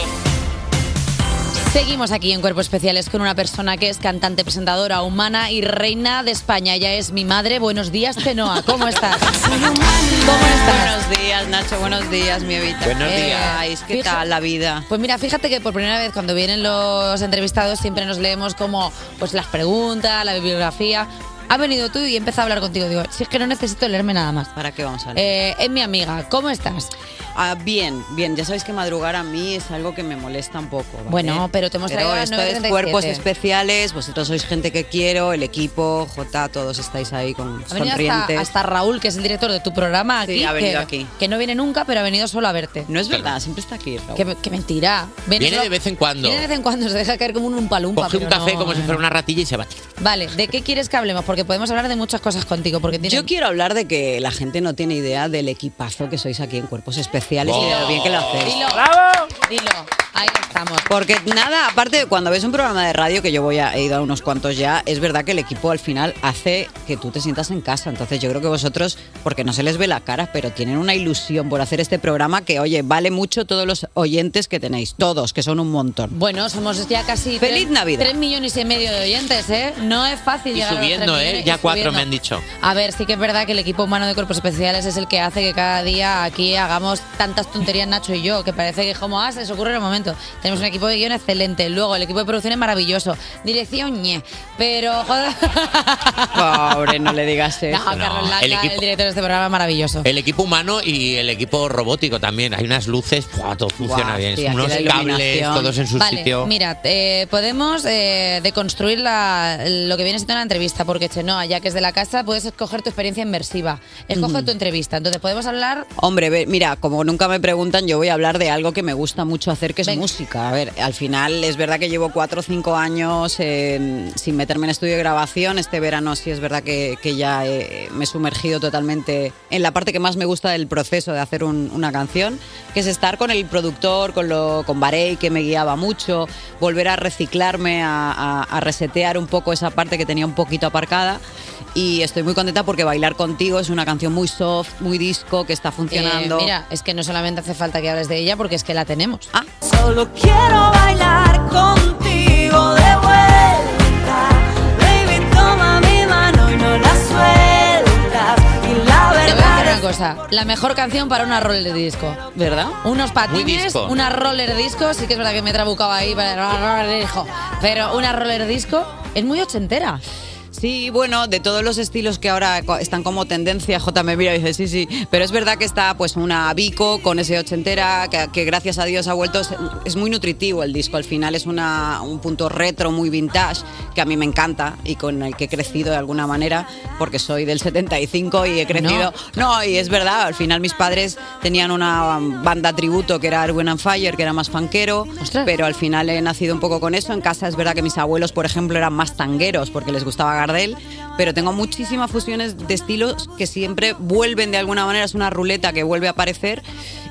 S5: Seguimos aquí en Cuerpos Especiales con una persona que es cantante, presentadora, humana y reina de España. Ella es mi madre. Buenos días, Chenoa. ¿Cómo estás?
S21: Buenos días, Nacho. Buenos días, mi evita.
S5: Buenos
S21: Eh,
S5: días.
S21: ay, es que
S5: Fija-
S21: tal la vida.
S5: Pues mira, fíjate que por primera vez cuando vienen los entrevistados siempre nos leemos como pues las preguntas, la bibliografía. Ha venido tú y he empezado a hablar contigo. Digo, si es que no necesito leerme nada más.
S21: ¿Para qué vamos a leer?
S5: Eh, es mi amiga, ¿cómo estás?
S21: Ah, bien, bien. Ya sabéis que madrugar a mí es algo que me molesta un poco. ¿vale?
S5: Bueno, pero te hemos traído a las
S21: esto es
S5: 9:37.
S21: cuerpos especiales. Vosotros sois gente que quiero, el equipo, J, todos estáis ahí con
S5: Ha venido hasta,
S21: sonrientes.
S5: hasta Raúl, que es el director de tu programa aquí.
S21: Sí, ha venido
S5: que,
S21: aquí.
S5: que no viene nunca, pero ha venido solo a verte.
S21: No es verdad, siempre está aquí. Raúl.
S5: Qué, qué mentira.
S4: Viene
S5: solo-
S4: de vez en cuando.
S5: Viene de vez en cuando, se deja caer como un palumpa.
S4: Coge un café como si fuera una ratilla y se va.
S5: Vale, ¿de qué quieres que hablemos? Porque podemos hablar de muchas cosas contigo. Porque tiene-
S21: Yo quiero hablar de que la gente no tiene idea del equipazo que sois aquí en Cuerpos Especiales y
S5: Oh.
S21: de lo bien que lo hacéis.
S5: Dilo. ¡Bravo! Dilo. Ahí estamos.
S21: Porque nada, aparte cuando ves un programa de radio, que yo voy a, he ido a unos cuantos ya, es verdad que el equipo al final hace que tú te sientas en casa. Entonces yo creo que vosotros, porque no se les ve la cara, pero tienen una ilusión por hacer este programa que, oye, vale mucho todos los oyentes que tenéis, todos, que son un montón.
S5: Bueno, somos ya casi.
S21: Feliz
S5: tres-
S21: Navidad.
S5: Tres millones y medio de oyentes, ¿eh? No es fácil
S4: Y
S5: llegar a los tres
S4: subiendo,
S5: millones
S4: ¿eh?
S5: y
S4: Ya cuatro
S5: subiendo.
S4: me han dicho.
S5: A ver, sí que es verdad que el equipo humano de cuerpos especiales es el que hace que cada día aquí hagamos tantas tonterías Nacho y yo, que parece que es como, ah, se les ocurre en el momento. Tenemos un equipo de guión excelente, luego el equipo de producción es maravilloso, dirección ñe, pero joder,
S21: Pobre, no le digas eso.
S5: no, Carlos Laca,
S4: el
S5: el,
S4: equipo-
S5: director de este programa es maravilloso.
S4: El equipo humano y el equipo robótico también. Hay unas luces, ¡buah! todo funciona bien.
S21: sí, aquí
S4: Unos
S21: la
S4: cables,
S21: iluminación.
S4: todos en su
S5: vale,
S4: sitio.
S5: Mira, eh, podemos eh, deconstruir la- lo que viene siendo una entrevista, porque Chenoa, ya que es de la casa, puedes escoger tu experiencia inmersiva. Escoge
S21: Ujú.
S5: tu entrevista. Entonces, podemos hablar eh,
S21: Hombre, ve- mira, como nunca me preguntan, yo voy a hablar de algo que me gusta mucho hacer, que es música. A ver, al final es verdad que llevo cuatro o cinco años en- sin meterme en estudio de grabación. Este verano sí es verdad que, que ya eh, me he sumergido totalmente en la parte que más me gusta del proceso de hacer un- una canción, que es estar con el productor, con, lo, con Barey, que me guiaba mucho, volver a reciclarme, a- a- a resetear un poco esa parte que tenía un poquito aparcada. Y estoy muy contenta porque Bailar Contigo es una canción muy soft, muy disco, que está funcionando.
S5: Eh, mira, es que no solamente hace falta que hables de ella porque es que la tenemos.
S21: Ah.
S12: Solo quiero bailar contigo de vuelta. Baby, toma mi mano y no la sueltas.
S5: Te
S12: Y la
S5: voy a
S12: verdad
S5: decir una cosa, la mejor canción para una roller de disco.
S21: ¿Verdad?
S5: Unos patines,
S21: disco.
S5: una roller disco, sí que es verdad que me he trabucado ahí para el hijo, pero una roller disco es muy ochentera.
S21: Sí, bueno, de todos los estilos que ahora co- están como tendencia, J me mira y dice, sí, sí, pero es verdad que está pues una Vico con ese ochentera, que, que gracias a Dios ha vuelto, es- es muy nutritivo el disco, al final es una, un punto retro, muy vintage, que a mí me encanta y con el que he crecido de alguna manera, porque soy del 75 y he crecido... No, y es verdad, al final mis padres tenían una um, banda tributo que era Erwin and Fire, que era más fanquero, pero al final he nacido un poco con eso. En casa es verdad que mis abuelos, por ejemplo, eran más tangueros porque les gustaba Gardel, pero tengo muchísimas fusiones de estilos que siempre vuelven de alguna manera, es una ruleta que vuelve a aparecer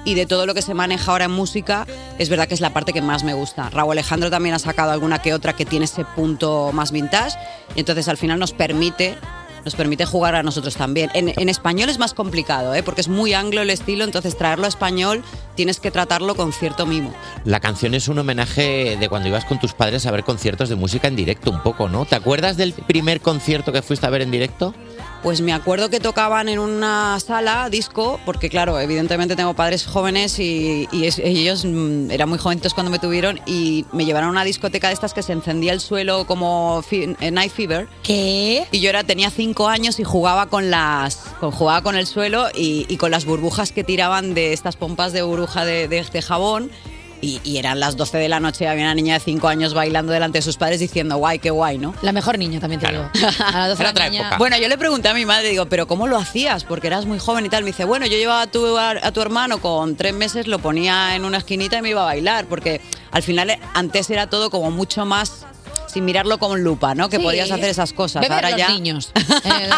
S21: y de todo lo que se maneja ahora en música, es verdad que es la parte que más me gusta. Raúl Alejandro también ha sacado alguna que otra que tiene ese punto más vintage y entonces al final nos permite nos permite jugar a nosotros también. En, en español es más complicado, ¿eh? porque es muy anglo el estilo, entonces traerlo a español tienes que tratarlo con cierto mimo.
S4: La canción es un homenaje de cuando ibas con tus padres a ver conciertos de música en directo un poco, ¿no? ¿Te acuerdas del primer concierto que fuiste a ver en directo?
S21: Pues me acuerdo que tocaban en una sala disco, porque claro, evidentemente tengo padres jóvenes y, y es- ellos mm, eran muy jóvenes cuando me tuvieron y me llevaron a una discoteca de estas que se encendía el suelo como fi- eh, Night Fever.
S5: ¿Qué?
S21: Y yo era, tenía cinco años y jugaba con las, con, jugaba con el suelo y, y con las burbujas que tiraban de estas pompas de burbuja de, de- de jabón. Y, y eran las 12 de la noche y había una niña de cinco años bailando delante de sus padres diciendo guay, qué guay, ¿no?
S5: La mejor niña también te digo. A las 12 de la mañana-
S21: Bueno, yo le pregunté a mi madre, digo, ¿pero cómo lo hacías? Porque eras muy joven y tal. Me dice, bueno, yo llevaba a tu, a, a tu hermano con tres meses, lo ponía en una esquinita y me iba a bailar. Porque al final eh, antes era todo como mucho más sin mirarlo con lupa, ¿no? Que
S5: Sí.
S21: podías hacer esas cosas.
S5: Beber
S21: Ahora
S5: los
S21: ya.
S5: niños. Eh,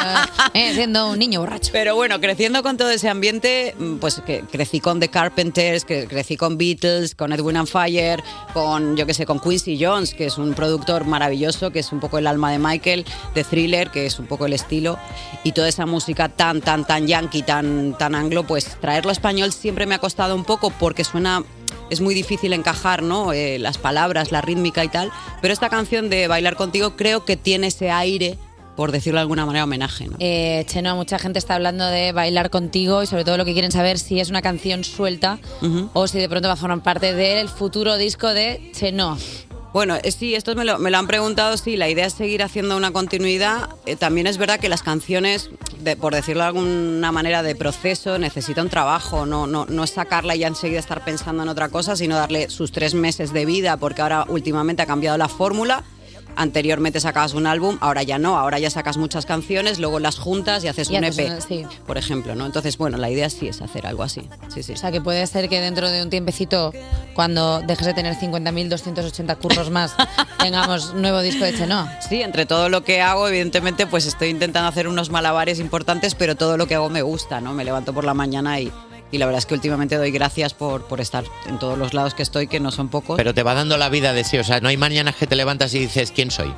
S5: eh, siendo un niño borracho.
S21: Pero bueno, creciendo con todo ese ambiente, mm, pues que crecí con The Carpenters, que crecí con Beatles, con Edwin and Fire, con yo qué sé, con Quincy Jones, que es un productor maravilloso, que es un poco el alma de Michael, de Thriller, que es un poco el estilo y toda esa música tan tan tan yankee, tan tan anglo, pues traerlo a español siempre me ha costado un poco porque suena es muy difícil encajar ¿no? Eh, las palabras, la rítmica y tal, pero esta canción de Bailar contigo creo que tiene ese aire, por decirlo de alguna manera, homenaje. ¿no?
S5: Eh, Chenoa, mucha gente está hablando de bailar contigo y sobre todo lo que quieren saber si es una canción suelta
S21: Ujú.
S5: o si de pronto va a formar parte del futuro disco de Chenoa.
S21: Bueno, eh, sí, esto me lo, me lo han preguntado, sí, la idea es seguir haciendo una continuidad. Eh, también es verdad que las canciones, de- por decirlo de alguna manera, de proceso, necesitan trabajo, no, no, no es sacarla y ya enseguida estar pensando en otra cosa, sino darle sus tres meses de vida, porque ahora últimamente ha cambiado la fórmula. Anteriormente sacabas un álbum, ahora ya no, ahora ya sacas muchas canciones, luego las juntas y haces
S5: Y
S21: un E
S5: haces
S21: EP,
S5: una- sí.
S21: por ejemplo, ¿no? Entonces, bueno, la idea sí es hacer algo así. Sí, sí.
S5: O sea, que puede ser que dentro de un tiempecito, cuando dejes de tener 50.280 curros más, tengamos nuevo disco de Chenoa.
S21: Sí, entre todo lo que hago, evidentemente, pues estoy intentando hacer unos malabares importantes, pero todo lo que hago me gusta, ¿no? Me levanto por la mañana y, y la verdad es que últimamente doy gracias por, por estar en todos los lados que estoy, que no son pocos.
S4: Pero te va dando la vida de sí, o sea, no hay mañanas que te levantas y dices, ¿quién soy?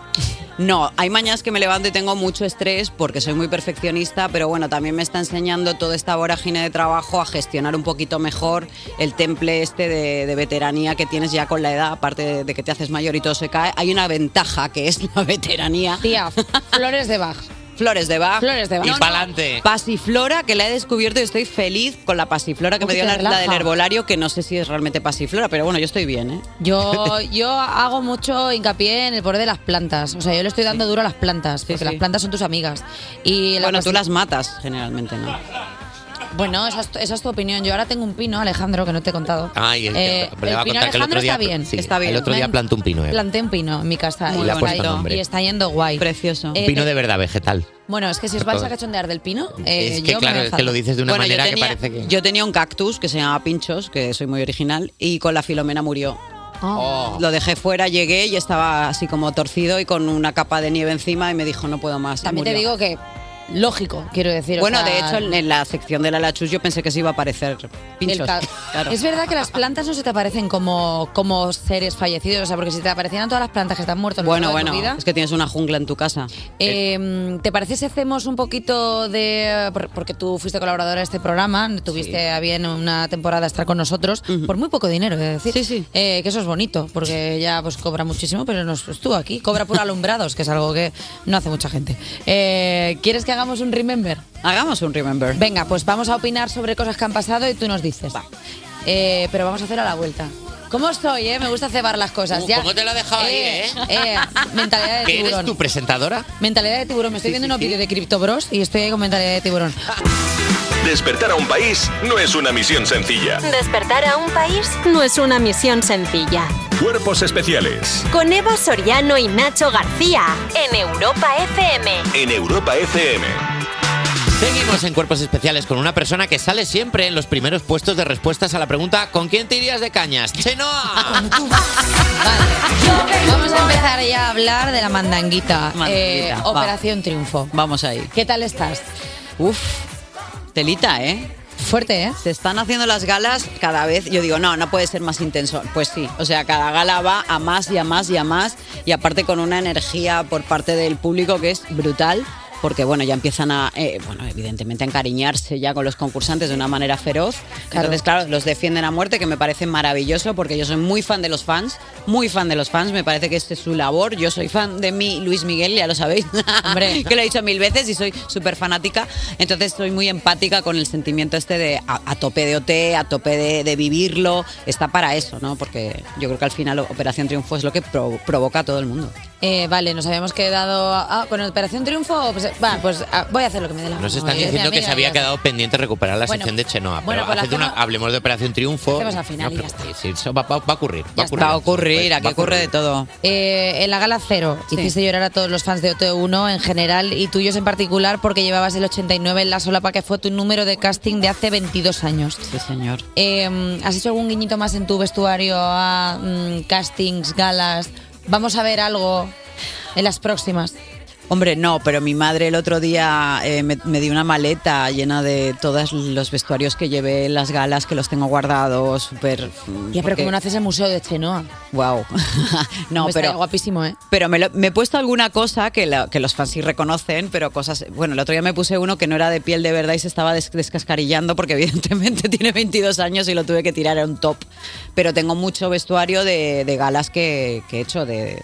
S21: No, hay mañanas que me levanto y tengo mucho estrés porque soy muy perfeccionista, pero bueno, también me está enseñando toda esta vorágine de trabajo a gestionar un poquito mejor el temple este de, de veteranía que tienes ya con la edad, aparte de, de que te haces mayor y todo se cae. Hay una ventaja que es la veteranía.
S5: Tía, flores de Bach.
S21: Flores de Bach.
S5: Flores de Bach. Y pa'lante.
S21: Pasiflora, que la he descubierto y estoy feliz con la pasiflora que
S5: Uy,
S21: me dio
S5: te
S21: la, la del
S5: relaja.
S21: herbolario, que no sé si es realmente pasiflora, pero bueno, yo estoy bien, ¿eh?
S5: Yo, yo hago mucho hincapié en el poder de las plantas. O sea, yo le estoy dando duro a las plantas, porque
S21: sí.
S5: las plantas son tus amigas. Y la
S21: bueno, tú
S5: pasi-
S21: las matas generalmente, ¿no?
S5: Bueno, esa es, tu- esa es tu opinión. Yo ahora tengo un pino, Alejandro, que no te he contado.
S4: Ay, el,
S5: Eh,
S4: le
S5: el
S4: va a
S5: pino
S4: contar que el otro
S5: Alejandro
S4: día,
S5: está bien,
S4: sí,
S5: está bien.
S4: El otro día
S5: Me-
S4: plantó un pino, eh.
S5: Planté un pino en mi casa
S4: Y le ha puesto
S5: está,
S4: nombre.
S5: y está yendo guay.
S21: Precioso.
S5: Eh,
S4: pino de Ah, verdad vegetal.
S5: Bueno, es que si os vais a cachondear del pino, eh,
S4: Es que
S5: yo
S4: claro,
S5: me
S4: es que lo dices de una
S21: Bueno, yo
S4: manera
S21: tenía-
S4: que parece que...
S21: Yo tenía un cactus que se llamaba Pinchos, que soy muy original, y con la filomena murió.
S4: Ah. Oh.
S5: oh,
S21: Lo dejé fuera, llegué y estaba así como torcido y con una capa de nieve encima y me dijo no puedo más. y
S5: También te
S21: murió.
S5: digo que lógico, quiero decir. o
S21: Bueno,
S5: sea,
S21: de hecho, en, en la sección de la Lachus yo pensé que se iba a aparecer
S5: el
S21: pinchos.
S5: ca-
S21: claro.
S5: Es verdad que las plantas no se te aparecen como, como seres fallecidos, o sea, porque si te aparecieran todas las plantas que están muertas en
S21: Bueno,
S5: toda
S21: bueno,
S5: tu vida,
S21: es que tienes una jungla en tu casa.
S5: Eh, ¿Te parece si hacemos un poquito de... por- Porque tú fuiste colaboradora de este programa, tuviste a bien una temporada estar con nosotros, por muy poco dinero, es decir. Eh, que eso es bonito, porque ya pues cobra muchísimo, pero nos estuvo aquí, cobra por alumbrados, que es algo que no hace mucha gente. Eh, ¿Quieres que hagamos un remember?
S21: Hagamos un remember.
S5: Venga, pues vamos a opinar sobre cosas que han pasado y tú nos dices. Eh, pero vamos a hacer a la vuelta. ¿Cómo soy, eh? Me gusta cebar las cosas.
S4: Uh,
S5: ya.
S4: ¿cómo te lo he dejado ahí, eh?
S5: mentalidad de
S4: ¿Que
S5: tiburón.
S4: eres tu presentadora?
S5: Mentalidad de tiburón. Me estoy viendo unos vídeos de Crypto Bros y estoy ahí con mentalidad de tiburón.
S8: Despertar a un país no es una misión sencilla.
S2: Despertar a un país no es una misión sencilla.
S8: Cuerpos especiales
S2: Con Eva Soriano y Nacho García en Europa FM.
S8: en Europa FM.
S4: Seguimos en Cuerpos Especiales con una persona que sale siempre en los primeros puestos de respuestas a la pregunta ¿Con quién te irías de cañas? ¡Chenoa!
S5: Vamos a empezar ya a hablar de la mandanguita.
S21: Mandanguita,
S5: Eh,
S21: va.
S5: Operación Triunfo.
S21: Vamos ahí.
S5: ¿Qué tal estás?
S21: Uf, telita, ¿eh?
S5: Fuerte, ¿eh?
S21: Se están haciendo las galas cada vez. Yo digo, no, no puede ser más intenso. Pues sí, o sea, cada gala va a más y a más y a más. Y aparte con una energía por parte del público que es brutal. Porque bueno, ya empiezan a, eh, bueno, evidentemente a encariñarse ya con los concursantes de una manera feroz. Entonces, claro, los defienden a muerte, que me parece maravilloso, porque yo soy muy fan de los fans, muy fan de los fans, me parece que esta es su labor. Yo soy fan de mi Luis Miguel, ya lo sabéis.
S5: Hombre.
S21: que lo he dicho mil veces y soy súper fanática. Entonces soy muy empática con el sentimiento este de a, a tope de OT, a tope de, de vivirlo. Está para eso, ¿no? Porque yo creo que al final Operación Triunfo es lo que pro- provoca a todo el mundo.
S5: Eh, vale, nos habíamos quedado ah, con Operación Triunfo. Pues, va, pues ah, voy a hacer lo que me dé la
S4: Nos
S5: gana.
S4: están
S5: Oye, mira,
S4: diciendo que se
S5: mira,
S4: había
S5: ya
S4: quedado pendiente recuperar la
S5: Bueno,
S4: sección de Chenoa. Pero
S5: bueno, pues la
S4: haced una-
S5: hacemos-
S4: hablemos de Operación Triunfo.
S5: Hacemos al final y ya
S4: pero- sí, eso va, va- va a ocurrir. Va a ocurrir,
S21: Va a ocurrir, aquí
S4: Va a
S21: ocurre de todo.
S5: Eh, en la gala cero hiciste llorar a todos los fans de OT1 en general y tuyos en particular porque llevabas el 89 en la solapa que fue tu número de casting de hace 22 años.
S21: Sí, señor.
S5: Eh, ¿Has hecho algún guiñito más en tu vestuario a mm, castings, galas? Vamos a ver algo En las próximas.
S21: Pues Hombre, no, pero mi madre el otro día eh, me, me dio una maleta llena de todos los vestuarios que llevé en las galas, que los tengo guardados, súper...
S5: Ya, pero como no haces el museo de Chenoa.
S21: Wow. no,
S5: Hombre, estaría
S21: pero...
S5: guapísimo, ¿eh?
S21: Pero me, lo- me he puesto alguna cosa que, la- que los fans sí reconocen, pero cosas... Bueno, el otro día me puse uno que no era de piel de verdad y se estaba des- descascarillando porque evidentemente tiene 22 años y lo tuve que tirar a un top. Pero tengo mucho vestuario de, de galas que, que he hecho, de,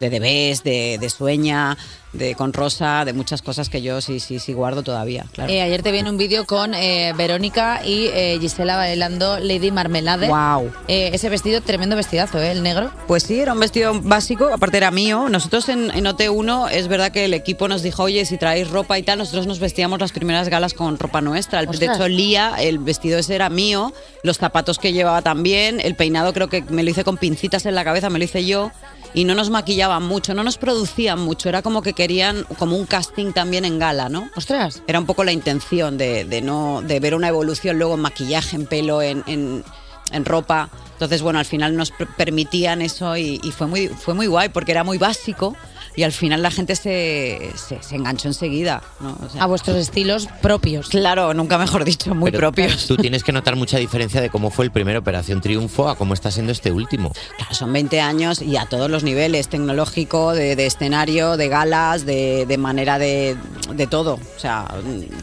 S21: de The Best, de, de Sueña, de Con Rosa, de muchas cosas que yo sí, sí, sí guardo todavía, claro.
S5: Eh, ayer te vi en un vídeo con eh, Verónica y eh, Gisela bailando Lady Marmelade.
S21: Guau.
S5: Eh, ese vestido, tremendo vestidazo, ¿eh? El negro.
S21: Pues sí, era un vestido básico, aparte era mío. Nosotros en, en OT1 es verdad que el equipo nos dijo, oye, si traéis ropa y tal, nosotros nos vestíamos las primeras galas con ropa nuestra. El- De
S5: Ostras.
S21: hecho, Lía, el vestido ese era mío, los zapatos que llevaba también, el peinado creo que me lo hice con pincitas en la cabeza, me lo hice yo. Y no nos maquillaban mucho, no nos producían mucho, era como que querían como un casting también en gala, ¿no?
S5: Ostras.
S21: Era un poco la intención de, de no, de ver una evolución luego en maquillaje, en pelo, en- en, en ropa. Entonces, bueno, al final nos per- permitían eso y, y fue, muy, fue muy guay porque era muy básico y al final la gente se, se, se enganchó enseguida. ¿no? O sea,
S5: A vuestros estilos propios.
S21: Claro, nunca mejor dicho, muy
S4: Pero
S21: propios.
S4: Tú tienes que notar mucha diferencia de cómo fue el primer Operación Triunfo a cómo está siendo este último.
S21: Claro, son 20 años y a todos los niveles, tecnológico, de, de escenario, de galas, de, de manera de, de todo. O sea,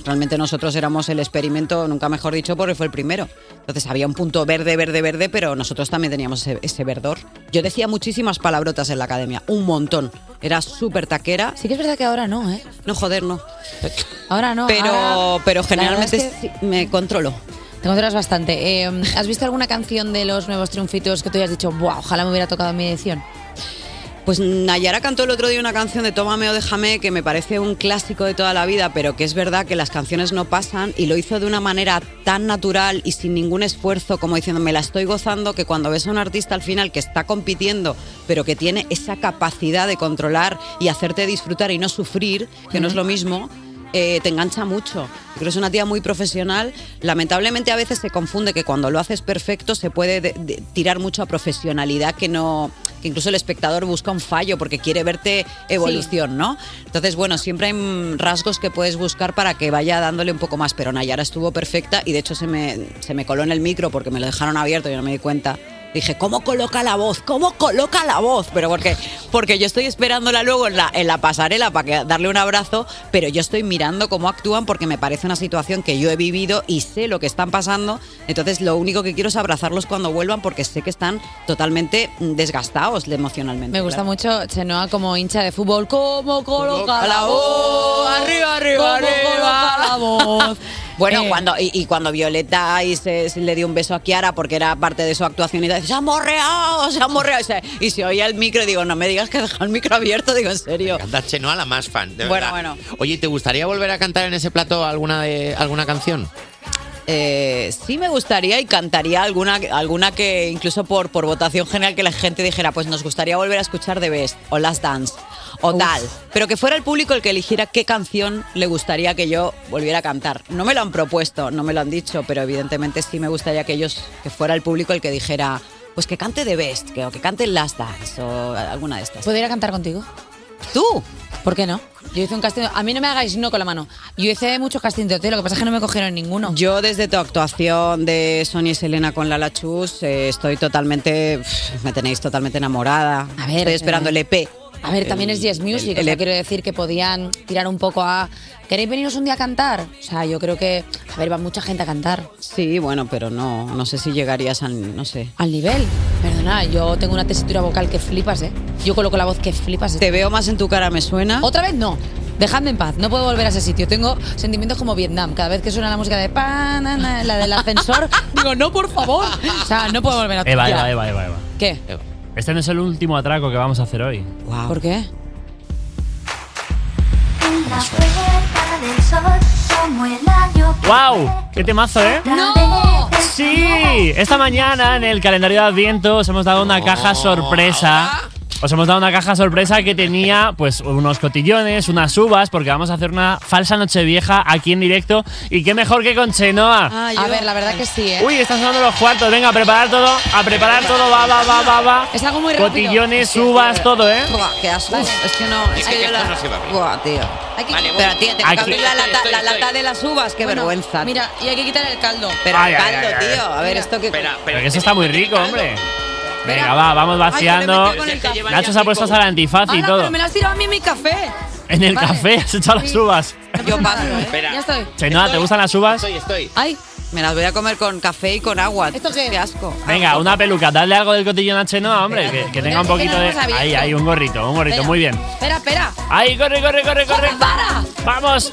S21: realmente nosotros éramos el experimento, nunca mejor dicho, porque fue el primero. Entonces había un punto verde, verde, verde, pero nosotros también teníamos ese, ese verdor. Yo decía muchísimas palabrotas en la academia, un montón. Era súper taquera.
S5: Sí que es verdad que ahora no, ¿eh?
S21: No, joder, no.
S5: Ahora no.
S21: Pero,
S5: ahora-
S21: pero
S5: la verdad
S21: generalmente
S5: es que-
S21: sí me controlo.
S5: Te controlas bastante. Eh, ¿Has visto alguna canción de los nuevos triunfitos que tú hayas dicho, wow, ojalá me hubiera tocado en mi edición?
S21: Pues Nayara cantó el otro día una canción de Tómame o Déjame que me parece un clásico de toda la vida, pero que es verdad que las canciones no pasan y lo hizo de una manera tan natural y sin ningún esfuerzo, como diciendo, me la estoy gozando, que cuando ves a un artista al final que está compitiendo, pero que tiene esa capacidad de controlar y hacerte disfrutar y no sufrir, que no es lo mismo, eh, te engancha mucho. Yo Creo que es una tía muy profesional. Lamentablemente a veces se confunde que cuando lo haces perfecto se puede de- de- tirar mucho a profesionalidad que no que incluso el espectador busca un fallo porque quiere verte evolución, ¿no? Entonces, bueno, siempre hay mm, rasgos que puedes buscar para que vaya dándole un poco más, pero Nayara estuvo perfecta y de hecho se me, se me coló en el micro porque me lo dejaron abierto y no me di cuenta. Dije, ¿cómo coloca la voz? ¿Cómo coloca la voz? Pero porque, porque yo estoy esperándola luego en la, en la pasarela para que- darle un abrazo, pero yo estoy mirando cómo actúan porque me parece una situación que yo he vivido y sé lo que están pasando. Entonces lo único que quiero es abrazarlos cuando vuelvan porque sé que están totalmente desgastados emocionalmente.
S5: Me gusta
S21: claro.
S5: mucho Chenoa como hincha de fútbol. ¿Cómo coloca la voz?
S21: Arriba, arriba,
S5: ¿Cómo
S21: arriba.
S5: coloca la voz? Eh.
S21: Bueno, cuando, y, y cuando Violeta y se, se le dio un beso a Kiara porque era parte de su actuación y dice, se ha morreado, se ha morreado. Y se, y se oía el micro y digo, no me digas que dejó el micro abierto, digo, en serio.
S4: Canta Chenoa la más fan, de
S21: Bueno,
S4: verdad.
S21: bueno.
S4: Oye, ¿te gustaría volver a cantar en ese plato alguna, de, alguna canción?
S21: Eh, sí me gustaría y cantaría alguna, alguna que incluso por, por votación general que la gente dijera, pues nos gustaría volver a escuchar The Best o Last Dance o tal. Pero que fuera el público el que eligiera qué canción le gustaría que yo volviera a cantar. No me lo han propuesto, no me lo han dicho, pero evidentemente sí me gustaría que ellos, que fuera el público el que dijera, pues que cante The Best, que, o que cante Last Dance o alguna de estas.
S5: ¿Puedo ir a cantar contigo?
S21: ¿Tú?
S5: ¿Por qué no? Yo hice un casting. A mí no me hagáis no con la mano. Yo hice muchos castings de hotel, lo que pasa es que no me cogieron ninguno.
S21: Yo desde tu actuación de Sonia y Selena con Lala Chus eh, estoy totalmente, pf, me tenéis totalmente enamorada. A ver,
S5: eh,
S21: estoy esperando el E EP.
S5: A ver, también
S21: El-
S5: es Yes Music,
S21: el-
S5: o sea,
S21: el-
S5: quiero decir que podían tirar un poco a. ¿Queréis veniros un día a cantar? O sea, yo creo que. A ver, va mucha gente a cantar.
S21: Sí, bueno, pero no, no sé si llegarías al, no sé.
S5: Al nivel. Perdona, yo tengo una tesitura vocal que flipas, ¿eh? Yo coloco la voz que flipas. ¿eh?
S21: Te veo más en tu cara, ¿me suena?
S5: Otra vez no. Dejadme en paz, no puedo volver a ese sitio. Tengo sentimientos como Vietnam. Cada vez que suena la música de pa, na, na, la del ascensor, digo, no, por favor. O sea, no puedo volver a
S6: Eva,
S5: Ya.
S6: Eva, Eva, Eva, Eva.
S5: ¿Qué?
S6: Este no es el último atraco que vamos a hacer hoy.
S5: ¿Por qué?
S12: En la puerta del sol, como el año
S6: ¡Wow! ¡Qué temazo, eh!
S12: ¡No!
S6: Sí, esta mañana en el calendario de Adviento os hemos dado una caja sorpresa Os hemos dado una caja sorpresa que tenía pues unos cotillones, unas uvas, porque vamos a hacer una falsa nochevieja aquí en directo. Y qué mejor que con
S21: Ah,
S6: Chenoa.
S5: a ver, la verdad que sí, ¿eh?
S6: Uy, están sonando los cuartos. Venga, a preparar todo, a preparar todo. Va, va, va, va, va.
S5: Es algo muy rápido.
S6: Cotillones, uvas, todo, ¿eh?
S21: Buah, qué asco. Es que no. Es que yo la. Buah, tío.
S5: bueno.
S21: Pero, tío, tengo
S5: Aquí-
S21: que abrir la
S5: Estoy,
S21: lata,
S5: estoy,
S21: la
S5: estoy.
S21: lata de las uvas. Qué
S5: Bueno,
S21: vergüenza.
S5: Mira, y hay que quitar el caldo.
S21: Pero
S6: Ay,
S21: el
S6: ay,
S21: caldo,
S6: ay, ay.
S21: tío. A ver, esto que.
S6: Pero que eso está muy rico, hombre. Venga,
S5: Espera.
S6: va, vamos
S5: Ay, que le he
S6: vaciando.
S5: metido con el café.
S6: Nacho se ha puesto hasta el antifaz y
S5: Ala,
S6: todo.
S5: Ah, pero me lo has tirado a mí en mi café.
S6: En el
S5: Vale.
S6: café has echado las uvas.
S21: Yo paso, ¿eh?
S5: Ya estoy.
S6: Chenoa, Pues ¿te gustan las uvas?
S21: estoy. Ay. Me las voy a comer con café y con agua. ¿Esto qué? Qué asco.
S6: Venga, una peluca, dale algo del cotillón a Chenoa, hombre, que, que tenga un
S21: que
S6: poquito
S21: no
S6: de...
S21: hemos abierto.
S6: Ahí, ahí, un gorrito, un gorrito,
S21: Venga.
S6: muy bien.
S5: Espera, espera.
S6: Ahí, corre, corre, corre, corre. ¡Para! Vamos.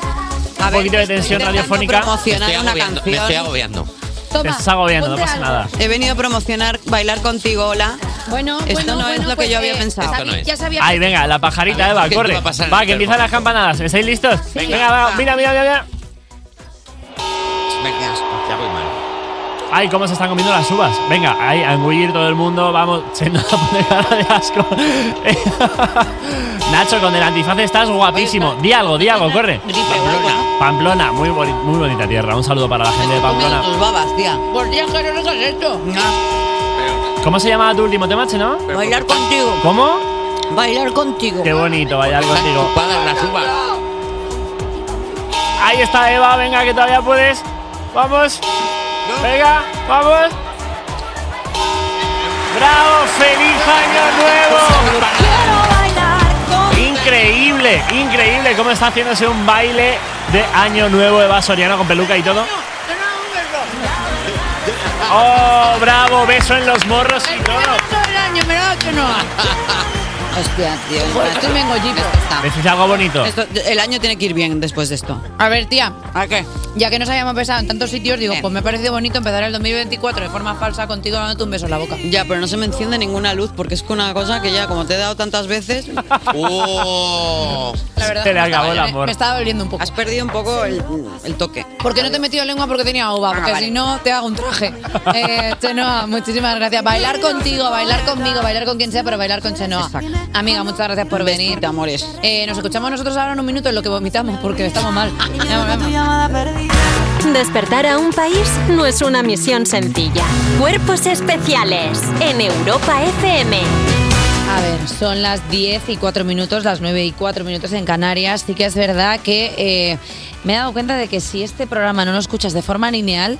S6: un poquito de tensión radiofónica.
S21: promocionar una
S4: me estoy
S21: canción.
S4: agobiando.
S21: Toma,
S6: Te estás agobiando, no
S21: ponte
S6: pasa
S21: algo.
S6: nada.
S21: He venido a promocionar Bailar contigo, hola.
S5: Bueno,
S21: Esto no es lo que yo había pensado.
S6: Ahí, venga, la pajarita,
S21: A ver,
S6: Eva,
S21: ¿qué
S6: corre.
S21: va a pasar en
S6: Va,
S21: el
S6: que empiezan las campanadas. ¿Estáis listos?
S21: Venga.
S6: Venga, va, mira, mira, mira, mira.
S4: Venga, ya voy mal.
S6: Ay, cómo se están comiendo las uvas. Venga, ahí, a engullir todo el mundo. Vamos, Chenoa, pone cara de asco. Nacho, con el antifaz estás guapísimo.
S21: Pues
S6: Di algo, di algo, corre. Pamplona. Pamplona, muy, boni- muy bonita tierra. Un saludo para la gente de Pamplona.
S21: Tus babas, tía.
S5: Por Dios, que no nos has hecho.
S6: ¿Cómo se llamaba tu último tema, Chenoa?
S21: Bailar contigo.
S6: ¿Cómo?
S21: Bailar contigo.
S6: Qué bonito bailar contigo.
S4: las uvas.
S6: Ahí está Eva, venga, que todavía puedes. Vamos. Venga, vamos. ¡Bravo! ¡Feliz Año Nuevo! Increíble, increíble cómo está haciéndose un baile de Año Nuevo Eva Soriano con peluca y todo. ¡Oh, bravo! Beso en los morros y todo.
S5: Todo el año, me lo ha hecho no.
S21: Hostia, tío.
S5: Estoy bien gollipo.
S6: Decís algo bonito.
S21: Esto- el año tiene que ir bien después de esto.
S5: A ver, tía.
S21: ¿A qué?
S5: Ya que nos habíamos besado en tantos sitios, digo,
S21: Eh.
S5: pues me ha parecido bonito empezar el 2024 de forma falsa contigo dándote un beso en la boca.
S21: Ya, pero no se me enciende ninguna luz porque es que una cosa que ya, como te he dado tantas veces.
S5: La verdad
S21: Se
S5: me
S21: le acabó
S5: estaba-
S21: el
S5: me-
S21: amor.
S5: Me estaba doliendo un poco. Has
S21: perdido un poco el, toque.
S5: ¿Por qué no te he metido lengua? Porque tenía uva. Porque
S21: Ah, vale.
S5: si no, te hago un traje. Eh, Chenoa, muchísimas gracias. Bailar contigo, bailar conmigo, bailar con quien sea, pero bailar con Chenoa. Amiga, muchas gracias por venir. Eh,
S21: amores.
S5: nos escuchamos nosotros ahora en un minuto en lo que vomitamos porque estamos mal. Ya volvemos.
S2: Despertar a un país no es una misión sencilla. Cuerpos especiales en Europa FM.
S5: A ver, son las 10 y 4 minutos, las 9 y 4 minutos en Canarias. Sí que es verdad que eh, me he dado cuenta de que si este programa no lo escuchas de forma lineal,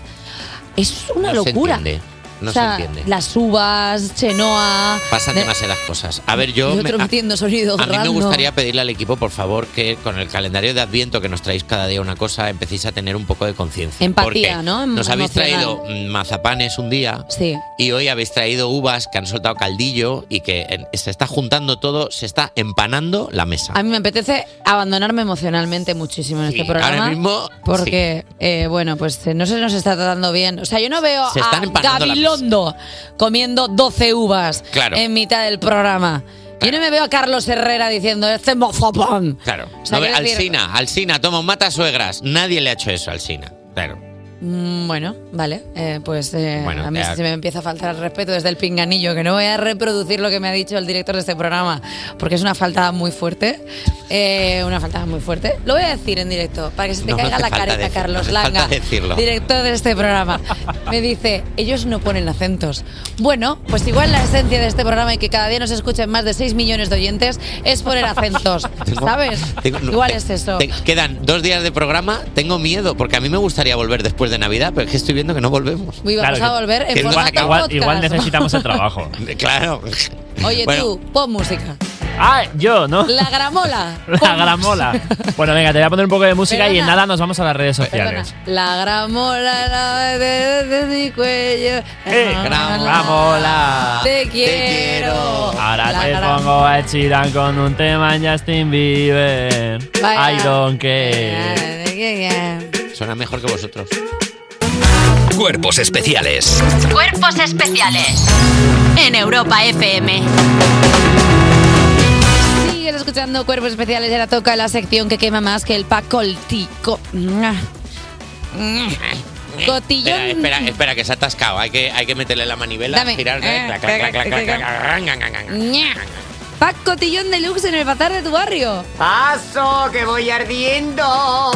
S5: es una
S4: No se
S5: locura.
S4: entiende, no
S5: O sea,
S4: se entiende.
S5: Las uvas, Chenoa.
S4: Pasan
S5: de-
S4: demasiadas cosas. A ver, yo.
S5: y
S4: me-
S5: otro
S4: a-
S5: metiendo sonido
S4: A mí me
S5: random.
S4: gustaría pedirle al equipo, por favor, que con el calendario de Adviento que nos traéis cada día una cosa, empecéis a tener un poco de conciencia.
S5: Empatía,
S4: Porque
S5: ¿no? Em-
S4: Nos habéis
S5: emocional.
S4: traído mm, mazapanes un día
S5: Sí.
S4: y hoy habéis traído uvas que han soltado caldillo y que en- se está juntando todo, se está empanando la mesa.
S5: A mí me apetece abandonarme emocionalmente muchísimo en este programa.
S4: ahora mismo,
S5: Porque, eh, bueno, pues eh, no se nos está tratando bien. O sea, yo no veo
S4: Se están
S5: a
S4: empanando la
S5: Gabilondo comiendo 12 uvas
S4: Claro.
S5: en mitad del programa. Yo no me veo a Carlos Herrera diciendo, este mofopón.
S4: Claro.
S5: O sea,
S4: No ve-
S5: quiero decir-
S4: Alsina, Alsina, toma, un mata suegras. Nadie le ha hecho eso a Alsina. Claro.
S5: Mm, Bueno, vale, eh, pues eh,
S4: Bueno,
S5: a mí
S4: ya.
S5: se me empieza a faltar el respeto desde el pinganillo, que no voy a reproducir lo que me ha dicho el director de este programa, porque es una falta muy fuerte, eh, una falta muy fuerte. Lo voy a decir en directo, para que se te
S4: No
S5: caiga
S4: hace
S5: la
S4: falta
S5: careta,
S4: decir-
S5: Carlos
S4: no hace
S5: Langa,
S4: falta decirlo.
S5: director de este programa. Me dice, ellos no ponen acentos. Bueno, pues igual la esencia de este programa y que cada día nos escuchen más de 6 millones de oyentes es poner acentos,
S4: Tengo-
S5: ¿sabes?
S4: Tengo- no,
S5: Igual
S4: te-
S5: es eso.
S4: te- quedan dos días de programa, tengo miedo, porque a mí me gustaría volver después de Navidad, pero es que estoy viendo que no volvemos.
S5: Uy, vamos Claro, a que- volver en
S4: que nos
S5: formato
S4: acaba-
S5: podcast. Igual necesitamos el
S6: trabajo.
S4: claro.
S5: Oye
S4: Bueno,
S5: tú, pon música.
S6: Ah, yo, ¿no?
S5: La gramola.
S6: La gramola. Bueno, venga, te voy a poner un poco de música y en
S5: Perdona.
S6: nada nos vamos a las redes sociales.
S5: La gramola la de, de mi cuello.
S6: Eh, gramola.
S5: Te quiero.
S6: Ahora
S5: La
S6: te
S5: gran-
S6: pongo a Chirán con un tema en Justin Bieber.
S5: Vaya.
S6: I don't care.
S4: Suena mejor que vosotros.
S1: Cuerpos especiales.
S2: Cuerpos especiales en Europa FM.
S5: Sigues escuchando Cuerpos Especiales. Ahora toca la sección que quema más que el pacoltico. Cotillón.
S4: Espera, espera, espera, que se ha atascado. Hay que, hay que meterle la manivela,
S5: Dame.
S4: girar.
S5: Eh,
S4: clac, clac,
S5: pega,
S4: clac, clac,
S5: pega.
S4: clac, clac, clac, clac, clac, clac, clac.
S5: Pack Cotillón Deluxe en el bazar de tu barrio.
S22: ¡Paso, que voy ardiendo!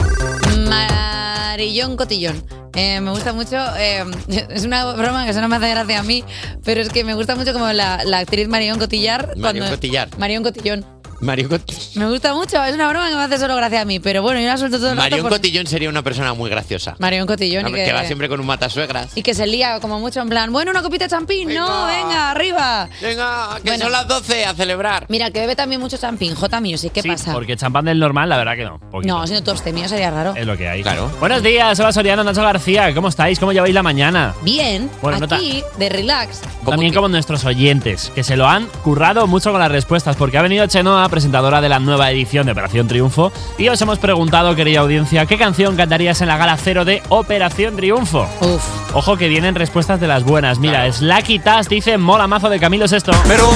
S5: Marillón Cotillón. Eh, me gusta mucho, eh, es una broma que no me hace gracia a mí, pero es que me gusta mucho como la, la actriz Marillón Cotillar.
S4: Marion Cotillar.
S5: Marion Cotillón.
S4: Marion, Cot-
S5: Me gusta mucho, es una broma que me hace solo gracia a mí, pero bueno, yo la suelto todo el
S4: Marion
S5: rato. por-
S4: Cotillón sería una persona muy graciosa.
S5: Marion Cotillón. y
S4: Hombre, que va siempre con un matasuegras.
S5: Y que se lía como mucho en plan, bueno, una copita de champín, no, venga, arriba.
S4: Venga, que
S5: Bueno.
S4: son las 12 a celebrar.
S5: Mira, que bebe también mucho champín, J Music, ¿qué pasa?
S6: Porque champán del normal, la verdad que no. poquito. Eh.
S5: No, siendo abstemio sería raro.
S6: Es lo que hay. Claro. Buenos días, Eva Soriano, Nacho García. ¿Cómo estáis? ¿Cómo lleváis la mañana?
S5: Bien,
S6: Bueno, no ta-
S5: aquí, de relax.
S6: También como nuestros oyentes, que se lo han currado mucho con las respuestas, porque ha venido Chenoa, presentadora de la nueva edición de Operación Triunfo, y os hemos preguntado, querida audiencia, ¿qué canción cantarías en la gala cero de Operación Triunfo?
S5: Uf.
S6: Ojo que vienen respuestas de las buenas. Mira, Slacky Tass dice Mola Mazo de Camilo Sexto. Pero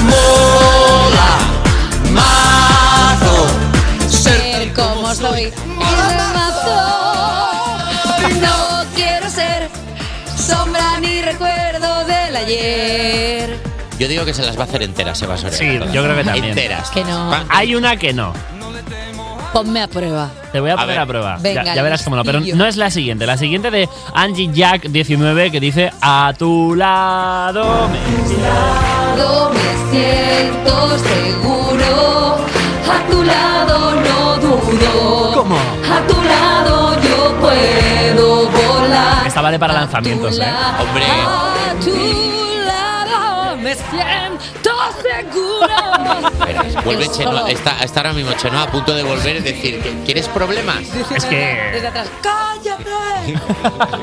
S5: Ser como soy. Es razón. No quiero ser sombra ni recuerdo del ayer.
S4: Yo digo que se las va a hacer enteras, Eva Soriano.
S6: Sí, yo creo que también.
S4: Enteras.
S5: Que no.
S4: Va-
S6: Hay una que no.
S5: Ponme a prueba.
S6: Te voy a, poner a prueba.
S5: Venga,
S6: ya, ya verás cómo no. Pero
S5: listillo.
S6: no es la siguiente. La siguiente de Angie Jack 19 que dice A tu lado.
S5: No me siento seguro.
S12: A tu lado no dudo.
S6: ¿Cómo?
S12: A tu lado yo puedo volar.
S6: Esta vale para lanzamientos, ¿eh?
S4: Hombre.
S12: A tu lado me siento seguro.
S4: Vuelve Chenoa. Está, está ahora mismo Chenoa a punto de volver. Es decir, que- ¿quieres problemas?
S6: Es que,
S5: Desde atrás, cállate.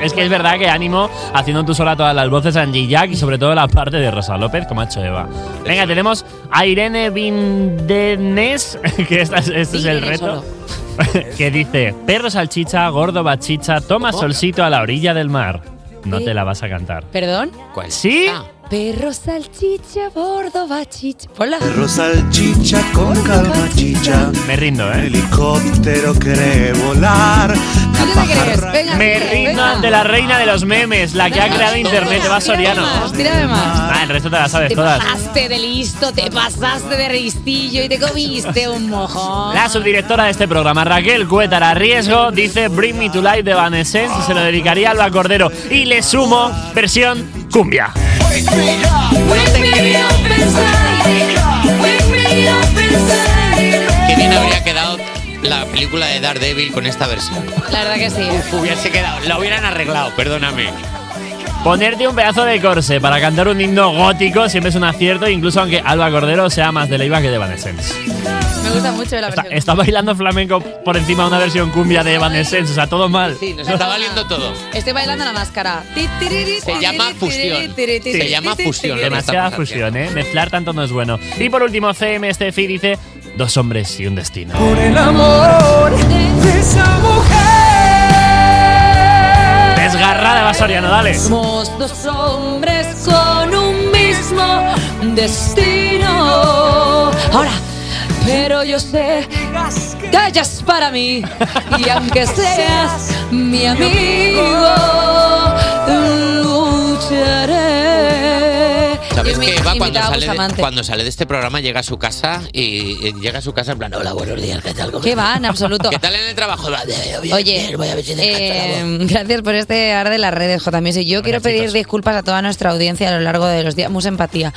S6: es que es verdad que ánimo haciendo tú sola todas las voces Angie Jack y sobre todo la parte de Rosa López, como ha hecho Eva. Venga, tenemos a Irene Vindenes, que esta es- este es el
S12: Irene
S6: reto.
S12: solo.
S6: Que dice, perro salchicha, gordo bachicha, toma
S5: ¿Cómo?
S6: solcito a la orilla del mar. No te la vas a cantar.
S5: ¿Perdón? Ah,
S4: ¿Cuál?
S6: ¿Sí?
S5: Perro salchicha, bordo bachicha. Hola.
S23: Rosalchicha con calma chicha.
S6: Me rindo, ¿eh?
S23: Helicóptero quiere volar.
S5: ¿Tú qué crees? Venga,
S6: Me
S5: sigue,
S6: rindo
S5: venga.
S6: ante la reina de los memes, la que ha
S5: Venga,
S6: creado
S5: tira
S6: internet,
S5: más,
S6: Eva Soriano.
S5: Tírame más.
S6: Ah, el resto te la sabes
S5: Te
S6: todas.
S5: pasaste de listo, te pasaste de listillo y te comiste un mojón.
S6: La subdirectora de este programa, Raquel Cuétara Riesgo, dice Bring Me to Life de Van Essence y se lo dedicaría a Alba Cordero. Y le sumo versión cumbia.
S4: Qué bien habría quedado la película de Daredevil con esta versión.
S5: La verdad que sí.
S4: Hubiese quedado, la hubieran arreglado, perdóname.
S6: Ponerte un pedazo de corse para cantar un himno gótico siempre es un acierto, incluso aunque Alba Cordero sea más de Leiva que de Van Essence.
S5: Me gusta mucho la versión.
S6: Está bailando flamenco por encima de una versión cumbia de Van Essence, o sea, todo mal.
S4: Sí, nos está valiendo todo.
S5: Estoy bailando la máscara. Se
S4: llama fusión. Se llama fusión. lo que
S6: Demasiada
S4: estamos
S6: fusión, ¿eh? Mezclar tanto no es bueno. Y por último, CM Steffi dice: Dos hombres y un destino.
S12: El amor de esa mujer.
S6: Desgarrada va Soriano, dale.
S12: Somos dos hombres con un mismo destino. Ahora, pero yo sé que ella es para mí. Y aunque seas mi amigo, lucharé.
S4: ¿Sabes que Eva cuando
S5: invitaba a
S4: sale, de,
S5: Bustamante.
S4: cuando sale de este programa llega a su casa y, y llega a su casa en plan, hola, buenos días, ¿qué tal? ¿Cómo
S5: ¿Qué va? En absoluto.
S4: ¿Qué tal en el trabajo? Va, eh, voy a
S5: Oye,
S4: ver, voy a ver si
S5: eh, gracias por este ar de las redes, J. Music. Yo quiero pedir disculpas a toda nuestra audiencia a lo largo de los días. Mucha empatía.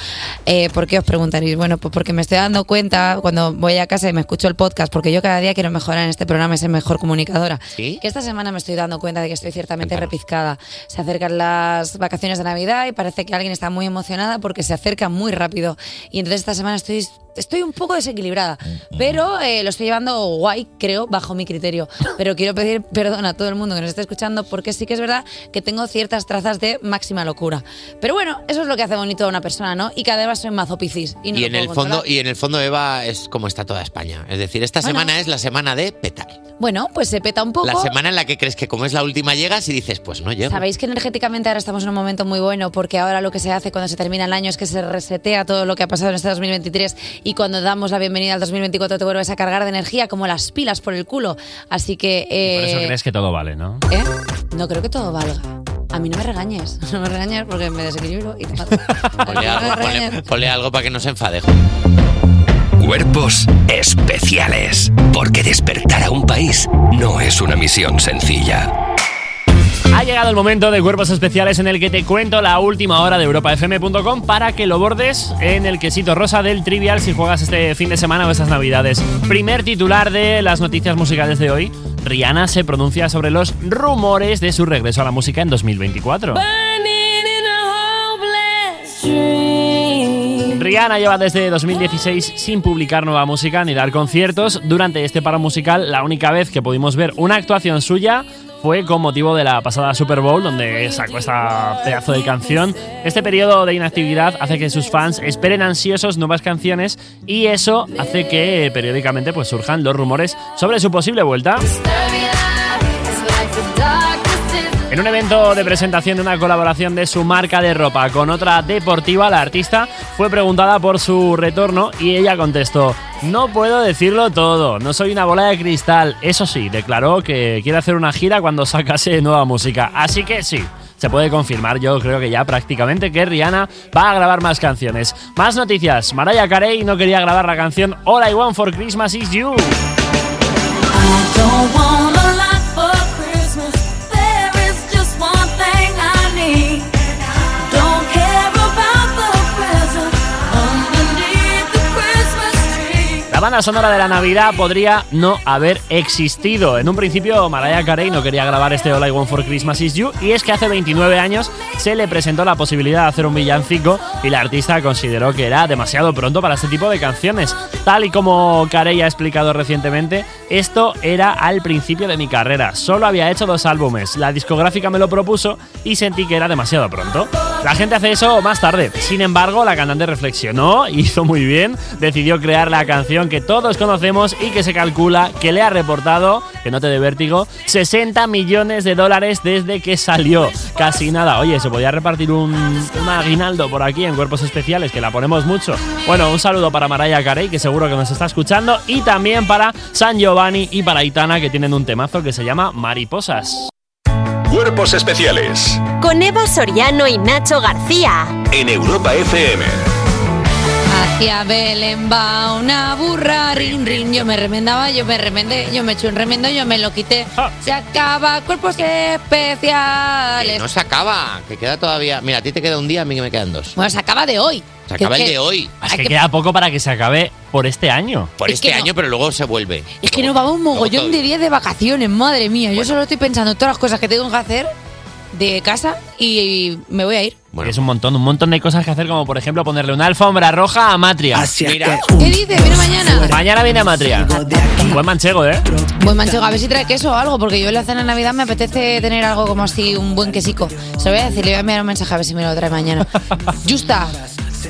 S5: Eh, ¿Por qué os preguntaréis? Bueno, pues porque me estoy dando cuenta cuando voy a casa y me escucho el podcast, porque yo cada día quiero mejorar en este programa y ser mejor comunicadora.
S4: ¿Sí?
S5: Que esta semana me estoy dando cuenta de que estoy ciertamente repizcada. Se acercan las vacaciones de Navidad y parece que alguien está muy emocionada porque se acerca muy rápido. Y entonces esta semana estoy, estoy un poco desequilibrada,
S4: Mm,
S5: pero eh, lo estoy llevando guay, creo, bajo mi criterio. Pero quiero pedir perdón a todo el mundo que nos esté escuchando porque sí que es verdad que tengo ciertas trazas de máxima locura. Pero bueno, eso es lo que hace bonito a una persona, ¿no? Y que además soy mazo piscis. Y, no
S4: Y
S5: lo
S4: en
S5: puedo
S4: el fondo,
S5: controlar.
S4: y en el fondo Eva es como está toda España. Es decir, esta
S5: Bueno.
S4: semana es la semana de petar.
S5: Bueno, pues se peta un poco.
S4: La semana en la que crees que como es la última llegas y dices, pues no llego.
S5: Sabéis que energéticamente ahora estamos en un momento muy bueno porque ahora lo que se hace cuando se termina el año es que se resetea todo lo que ha pasado en este 2023 y cuando damos la bienvenida al 2024 te vuelves a cargar de energía como las pilas por el culo. Así que...
S6: Por eso
S5: eh,
S6: crees que todo vale, ¿no?
S5: ¿eh? No creo que todo valga. A mí no me regañes, no me regañes porque me desequilibro y te mato.
S4: Ponle algo,
S5: Regañas.
S4: ponle- ponle algo para que no se enfade.
S1: Cuerpos especiales. Porque despertar a un país no es una misión sencilla.
S6: Ha llegado el momento de Cuerpos Especiales en el que te cuento la última hora de EuropaFM.com para que lo bordes en el quesito rosa del Trivial si juegas este fin de semana o estas navidades. Primer titular de las noticias musicales de hoy. Rihanna se pronuncia sobre los rumores de su regreso a la música en 2024.
S12: Burning in a hopeless dream.
S6: Rihanna lleva desde 2016 sin publicar nueva música ni dar conciertos. Durante este paro musical, la única vez que pudimos ver una actuación suya fue con motivo de la pasada Super Bowl, donde sacó esta pedazo de canción. Este periodo de inactividad hace que sus fans esperen ansiosos nuevas canciones y eso hace que periódicamente pues, surjan los rumores sobre su posible vuelta.
S12: It's like the darkest is
S6: En un evento de presentación de una colaboración de su marca de ropa con otra deportiva, la artista fue preguntada por su retorno y ella contestó, no puedo decirlo todo, no soy una bola de cristal. Eso sí, declaró que quiere hacer una gira cuando sacase nueva música. Así que sí. Se puede confirmar, yo creo que ya prácticamente, que Rihanna va a grabar más canciones. Más noticias. Mariah Carey no quería grabar la canción All I Want for Christmas Is You.
S12: Don't want a lot for Christmas. There is just one thing I need. Don't care about the present underneath the Christmas tree.
S6: La banda sonora de la Navidad podría no haber existido. En un principio, Mariah Carey no quería grabar este All I Want for Christmas Is You, y es que hace 29 años se le presentó la posibilidad de hacer un villancico y la artista consideró que era demasiado pronto para este tipo de canciones. Tal y como Carey ha explicado recientemente, esto era al principio de mi carrera. Solo había hecho dos álbumes. La discográfica me lo propuso y sentí que era demasiado pronto. La gente hace eso más tarde. Sin embargo, la cantante reflexionó, hizo muy bien, decidió crear la canción que todos conocemos y que se calcula que le ha reportado, que no te dé vértigo, 60 millones de dólares desde que salió. Casi nada. Oye, se podía repartir un, un aguinaldo por aquí en cuerpos especiales, que la ponemos mucho. Bueno, un saludo para Mariah Carey, que seguro que nos está escuchando, y también para San Giovanni y para Itana, que tienen un temazo que se llama Mariposas.
S8: Cuerpos especiales
S2: Con Eva Soriano y Nacho García.
S8: en Europa FM.
S5: Hacia Belén va una burra, rin, rin. Yo me remendaba, yo me remendé, yo me eché un remendo, yo me lo quité.
S6: Ah.
S5: Se acaba cuerpos especiales.
S4: No se acaba, que queda todavía. Mira, a ti te queda un día, a mí que me quedan dos.
S5: Bueno, se acaba de hoy.
S4: Se acaba el de hoy.
S6: Es que queda poco para que se acabe por este año.
S4: Por
S5: Es
S4: este
S5: que no.
S4: año, pero luego se vuelve.
S5: Es que nos vamos un mogollón de días de vacaciones, madre mía. Yo solo estoy pensando en todas las cosas que tengo que hacer de casa y me voy a ir.
S6: es un montón, un montón de cosas que hacer, como por ejemplo ponerle una alfombra roja a Matria. Mira,
S5: ¿Qué dices? Viene mañana.
S6: mañana viene Matria. Buen manchego, ¿eh?
S5: Buen manchego, a ver si trae queso o algo, porque yo en la cena de Navidad me apetece tener algo como así, un buen quesico. Se lo voy a decir, le voy a enviar un mensaje a ver si me lo trae mañana. Justa,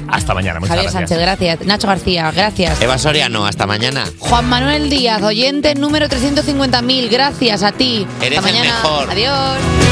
S6: Hasta mañana, muchas
S5: Javier Sánchez,
S6: gracias.
S5: gracias. Nacho García, gracias.
S4: Eva Soriano, hasta mañana.
S5: Juan Manuel Díaz, oyente número 350.000, gracias a ti.
S4: Eres
S5: Hasta
S4: el
S5: mañana.
S4: mejor.
S5: Adiós.